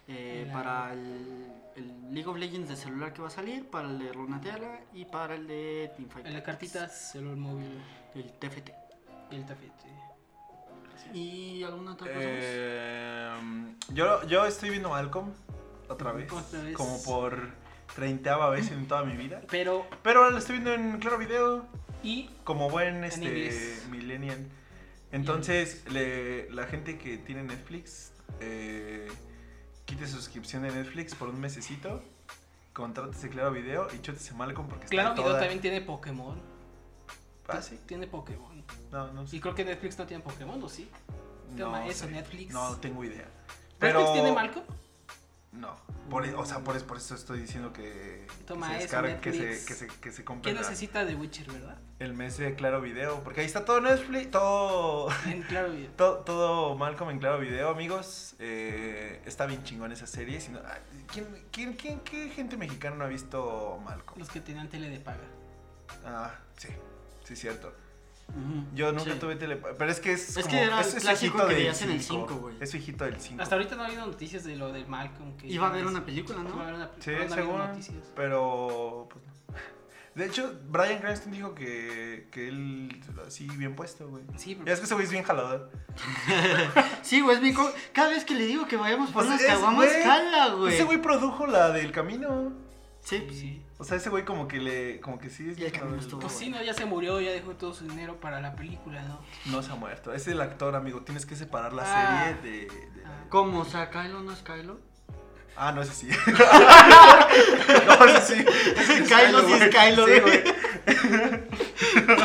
Speaker 3: eh,
Speaker 2: En la-
Speaker 3: para el, el League of Legends de celular que va a salir, para el de Runeterra y para el de Teamfight.
Speaker 2: en la
Speaker 3: Tactics,
Speaker 2: cartita celular móvil
Speaker 3: El TFT.
Speaker 2: y el tapete. Gracias.
Speaker 3: ¿Y alguna otra cosa?
Speaker 1: Eh, yo, yo estoy viendo Malcolm otra vez,
Speaker 2: Otra vez.
Speaker 1: como por treintaava vez en toda mi vida.
Speaker 2: Pero,
Speaker 1: Pero ahora lo estoy viendo en Claro Video,
Speaker 2: y
Speaker 1: como buen este,
Speaker 2: inglés.
Speaker 1: millennial. Entonces, le- la gente que tiene Netflix, eh, quite suscripción de Netflix por un mesecito, contrátese Claro Video y chútese Malcolm porque está
Speaker 2: claro,
Speaker 1: toda...
Speaker 2: Video también tiene Pokémon.
Speaker 1: Ah, sí.
Speaker 2: Tiene Pokémon.
Speaker 1: No, no sé.
Speaker 2: Y creo que Netflix no tiene Pokémon, ¿o sí? Toma
Speaker 1: No
Speaker 2: eso,
Speaker 1: sé.
Speaker 2: Netflix.
Speaker 1: No tengo idea.
Speaker 2: ¿Netflix
Speaker 1: Pero-
Speaker 2: tiene Malcolm?
Speaker 1: No, por, e, o sea, por, por eso estoy diciendo que,
Speaker 2: Toma
Speaker 1: que se
Speaker 2: eso,
Speaker 1: descargue, que se,
Speaker 2: Netflix.
Speaker 1: que se, que se compre
Speaker 2: ¿Quién
Speaker 1: la-
Speaker 2: necesita de Witcher, verdad?
Speaker 1: el mes de Claro Video, porque ahí está todo Netflix, todo,
Speaker 2: En claro Video.
Speaker 1: todo, todo Malcolm en Claro Video, amigos. Eh, está bien chingón esa serie. si no- ah, ¿quién, quién, quién- qué gente mexicana no ha visto Malcolm?
Speaker 2: Los que tenían tele de paga.
Speaker 1: Ah, sí, sí, cierto.
Speaker 3: Ujú.
Speaker 1: Yo nunca
Speaker 3: Sí.
Speaker 1: tuve tele, pero es que es
Speaker 3: Es
Speaker 1: como,
Speaker 3: que era el
Speaker 1: es- es
Speaker 3: clásico
Speaker 1: hijito
Speaker 3: que
Speaker 1: del
Speaker 3: veías en el
Speaker 1: cinco,
Speaker 3: cinco, güey.
Speaker 1: Es su hijito del 5.
Speaker 2: Hasta ahorita no ha habido noticias de lo de Malcolm. Que
Speaker 3: Iba a haber una película,
Speaker 2: Iba a haber
Speaker 3: ¿no?
Speaker 2: una
Speaker 1: Sí,
Speaker 2: pero no ha habido
Speaker 1: según.
Speaker 2: noticias.
Speaker 1: Pero, pues no. De hecho, Brian Cranston dijo que, que él, así bien puesto, güey.
Speaker 2: Sí,
Speaker 1: Ya
Speaker 2: pero
Speaker 1: es que ese güey es bien jalador.
Speaker 3: Sí, güey, es mi co- Cada vez que le digo que vayamos por
Speaker 1: Pues
Speaker 3: unas
Speaker 1: es,
Speaker 3: caguamas,
Speaker 1: güey.
Speaker 3: cala, güey.
Speaker 1: Ese güey produjo la del camino.
Speaker 3: Sí,
Speaker 2: sí.
Speaker 1: O sea, ese güey como que le, como que sí es
Speaker 3: Y el
Speaker 1: bien
Speaker 3: Camino
Speaker 1: jalador.
Speaker 3: estuvo
Speaker 2: Pues sí, no, ya se murió, ya dejó todo su dinero para la película, ¿no?
Speaker 1: No se ha muerto. Es el actor, amigo. Tienes que separar la
Speaker 2: Ah.
Speaker 1: serie de... de la-
Speaker 3: ¿Cómo? O sea, Kylo no es Kylo.
Speaker 1: Ah, no, ese sí. no, ese sí. Ese es
Speaker 3: Kylo sí es
Speaker 1: güey.
Speaker 3: Kylo,
Speaker 1: Sí,
Speaker 3: güey.
Speaker 1: güey.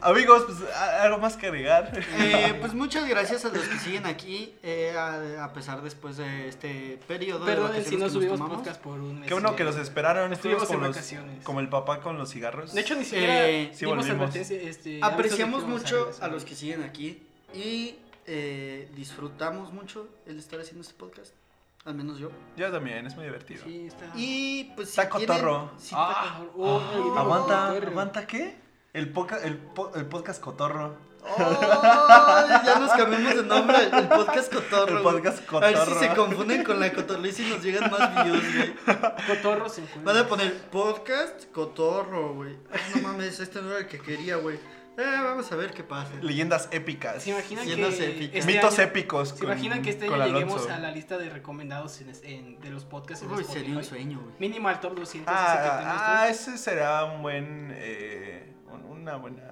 Speaker 1: Amigos, pues a- algo más que agregar.
Speaker 3: Eh, pues muchas gracias a los que siguen aquí, eh, a, a pesar después de este periodo de
Speaker 2: Perdonen
Speaker 3: vacaciones
Speaker 2: si no
Speaker 3: que nos
Speaker 2: subimos
Speaker 3: tomamos.
Speaker 2: podcast por un mes.
Speaker 1: Qué bueno que los esperaron.
Speaker 2: Estuvimos
Speaker 1: Estuvimos
Speaker 2: en
Speaker 1: como, los-
Speaker 2: vacaciones.
Speaker 1: como el papá con los cigarros.
Speaker 2: De hecho, ni siquiera
Speaker 3: Eh,
Speaker 1: sí
Speaker 2: dimos
Speaker 1: volvimos.
Speaker 2: advertencia, este,
Speaker 3: Apreciamos
Speaker 2: avisos de que
Speaker 3: mucho
Speaker 2: íbamos
Speaker 3: a los que
Speaker 2: regresar.
Speaker 3: siguen aquí y eh, disfrutamos mucho el estar haciendo este podcast, al menos yo.
Speaker 1: Yo también, es muy divertido.
Speaker 2: Sí, está.
Speaker 3: Y pues si
Speaker 1: Está
Speaker 3: quieren-
Speaker 1: cotorro.
Speaker 3: si
Speaker 2: Ah,
Speaker 3: está-
Speaker 2: cabrón. Oh,
Speaker 1: Ah,
Speaker 2: el video
Speaker 1: aguanta,
Speaker 2: cotorro.
Speaker 1: aguanta, ¿qué? El, poca- el, po- el podcast cotorro.
Speaker 3: ¡Ay! ya nos cambiamos de nombre, el podcast cotorro.
Speaker 1: El
Speaker 3: güey.
Speaker 1: podcast
Speaker 3: A ver si
Speaker 1: cotorro.
Speaker 3: se confunden con la cotorriz y nos llegan más views, güey.
Speaker 2: Cotorro se encuentra.
Speaker 3: Van a poner podcast cotorro, güey. Ay, No mames, este no era el que quería, güey. Eh, vamos a ver qué pasa.
Speaker 1: Leyendas épicas.
Speaker 2: ¿Se imaginan
Speaker 3: Siendo
Speaker 2: que
Speaker 3: épicas.
Speaker 2: este
Speaker 1: Mitos
Speaker 2: año-
Speaker 1: épicos.
Speaker 2: ¿Se imaginan que este
Speaker 1: con
Speaker 2: año lleguemos
Speaker 1: Alonso?
Speaker 2: a la lista de recomendados en, en- de los podcasts en
Speaker 3: Uy,
Speaker 2: Spotify?
Speaker 3: sería un sueño, güey.
Speaker 2: Mínimo al top 200. ese que tenemos
Speaker 1: Ah, ah,
Speaker 2: todos.
Speaker 1: ese será un buen. eh, un- una buena.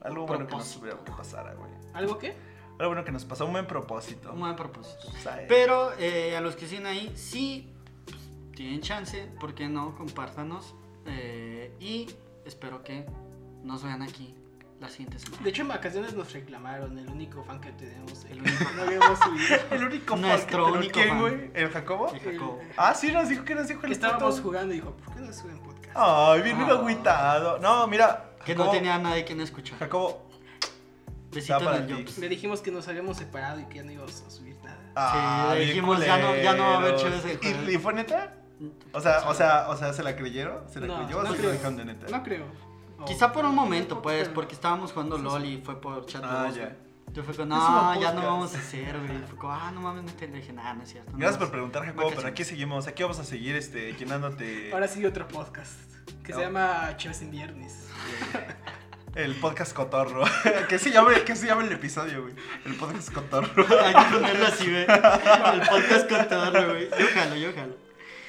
Speaker 1: Algo bueno que nos
Speaker 3: Propósito.
Speaker 1: hubiera que pasara, güey.
Speaker 2: ¿Algo qué?
Speaker 1: Pero bueno, que nos pasó un buen propósito.
Speaker 3: Un buen propósito.
Speaker 1: O sea, eh,
Speaker 3: Pero eh, a los que siguen ahí, sí pues, tienen chance, ¿por qué no? Compártanos. eh, y espero que nos vean aquí la siguiente semana.
Speaker 2: De hecho, en vacaciones nos reclamaron el único fan que tenemos. El único no habíamos subido.
Speaker 1: el único fan
Speaker 3: Nuestro
Speaker 1: que- ¿pero
Speaker 3: único
Speaker 1: ¿Quién,
Speaker 3: fan.
Speaker 1: güey? ¿El Jacobo?
Speaker 3: El Jacobo.
Speaker 1: Ah, sí, nos dijo que nos dijo
Speaker 2: Que
Speaker 1: el
Speaker 2: estábamos
Speaker 1: puto.
Speaker 2: jugando y dijo, ¿por qué no suben podcast?
Speaker 1: Ay, bien
Speaker 3: Ah.
Speaker 1: agüitado. No, mira.
Speaker 3: Que no
Speaker 1: Jacobo,
Speaker 3: tenía a nadie quien escuchar.
Speaker 1: Jacobo.
Speaker 3: Besito
Speaker 1: para
Speaker 3: en el
Speaker 1: ti.
Speaker 3: Jobs.
Speaker 2: Le dijimos que nos habíamos separado y que ya no íbamos a subir nada.
Speaker 1: Ah,
Speaker 3: le
Speaker 1: bien
Speaker 3: dijimos, ya no- ya no va a haber
Speaker 1: culeros.
Speaker 3: chéves el jueves.
Speaker 1: ¿Y, y fue neta? O sea, o sea, o sea, ¿se la creyeron? ¿Se la creyó o se la dejaron de neta?
Speaker 2: No creo.
Speaker 1: Oh.
Speaker 2: O-
Speaker 3: Quizá por un momento, pues,
Speaker 2: pero-
Speaker 3: porque estábamos jugando LOL y fue por chat de
Speaker 1: Ah,
Speaker 3: voz,
Speaker 1: ya.
Speaker 3: güey. Yo fue como,
Speaker 1: Es un
Speaker 3: no, ya no
Speaker 1: podcast.
Speaker 3: vamos a hacer, güey. Fue como, ah, no mames, no te le dije nada, no es cierto. no
Speaker 1: Gracias por
Speaker 3: vamos".
Speaker 1: preguntar, Jacobo, pero
Speaker 3: Vacaciones.
Speaker 1: aquí seguimos. Aquí vamos a seguir este, llenándote
Speaker 2: Ahora sí otro podcast. Que
Speaker 1: No.
Speaker 2: se llama Chéves en Viernes.
Speaker 1: el podcast cotorro. que se llama, que se llama el episodio, güey. El podcast cotorro.
Speaker 3: Hay que ponerlo así, güey. El podcast con todo, güey. Yo jalo, yo jalo.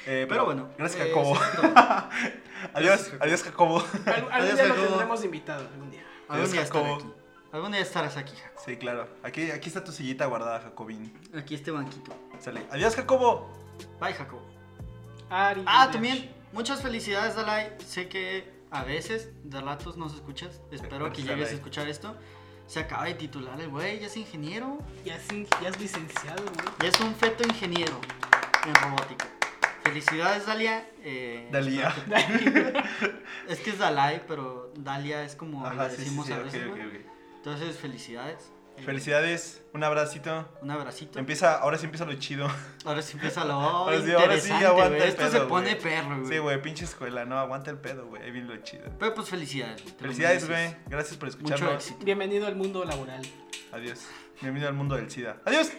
Speaker 1: Eh,
Speaker 3: Pero bueno.
Speaker 1: Gracias,
Speaker 3: eh,
Speaker 1: Jacobo.
Speaker 3: eso es todo.
Speaker 1: adiós, adiós, Jacobo.
Speaker 2: Al-
Speaker 3: Adiós,
Speaker 2: algún día lo
Speaker 3: Jacobo.
Speaker 2: tendremos invitado, algún día.
Speaker 3: Algún día estaré
Speaker 1: Jacobo.
Speaker 3: aquí. Algún día estarás aquí, Jacob.
Speaker 1: Sí, claro. Aquí, aquí está tu sillita guardada, Jacobín.
Speaker 3: Aquí este banquito.
Speaker 1: Sale. Adiós, Jacobo.
Speaker 3: Bye, Jacobo.
Speaker 2: Ari,
Speaker 3: Ah,
Speaker 2: Nash.
Speaker 3: también, muchas felicidades, Dalai. Sé que a veces, de ratos, nos escuchas. Espero que
Speaker 1: Gracias,
Speaker 3: llegues a
Speaker 1: Dalai.
Speaker 3: escuchar esto. Se acaba de titular el güey, ya es ingeniero.
Speaker 2: Ya es, in- ya es licenciado, güey.
Speaker 3: Ya es un feto ingeniero en robótica. Felicidades, Dalia. Eh,
Speaker 1: Dalia.
Speaker 3: Es que es Dalai, pero Dalia es como
Speaker 1: Ajá,
Speaker 3: le
Speaker 1: sí, sí,
Speaker 3: decimos
Speaker 1: sí,
Speaker 3: a
Speaker 1: ok,
Speaker 3: veces.
Speaker 1: ok,
Speaker 3: güey.
Speaker 1: ok.
Speaker 3: Entonces, felicidades. Eh,
Speaker 1: Felicidades, un abracito.
Speaker 3: Un abracito.
Speaker 1: Empieza, ahora sí empieza lo chido.
Speaker 3: Ahora sí empieza lo
Speaker 1: Ahora sí, ahora sí
Speaker 3: interesante,
Speaker 1: aguanta
Speaker 3: güey.
Speaker 1: el
Speaker 3: Esto
Speaker 1: pedo,
Speaker 3: se pone
Speaker 1: güey.
Speaker 3: perro, güey.
Speaker 1: Sí, güey, pinche escuela, no, aguanta el pedo, güey. Ahí viene lo chido.
Speaker 3: Pero pues felicidades. te lo
Speaker 1: Felicidades,
Speaker 3: mereces.
Speaker 1: güey. Gracias por
Speaker 3: Mucho
Speaker 1: escucharnos.
Speaker 3: éxito.
Speaker 2: Bienvenido al mundo laboral.
Speaker 1: Adiós. Bienvenido al mundo del SIDA. Adiós.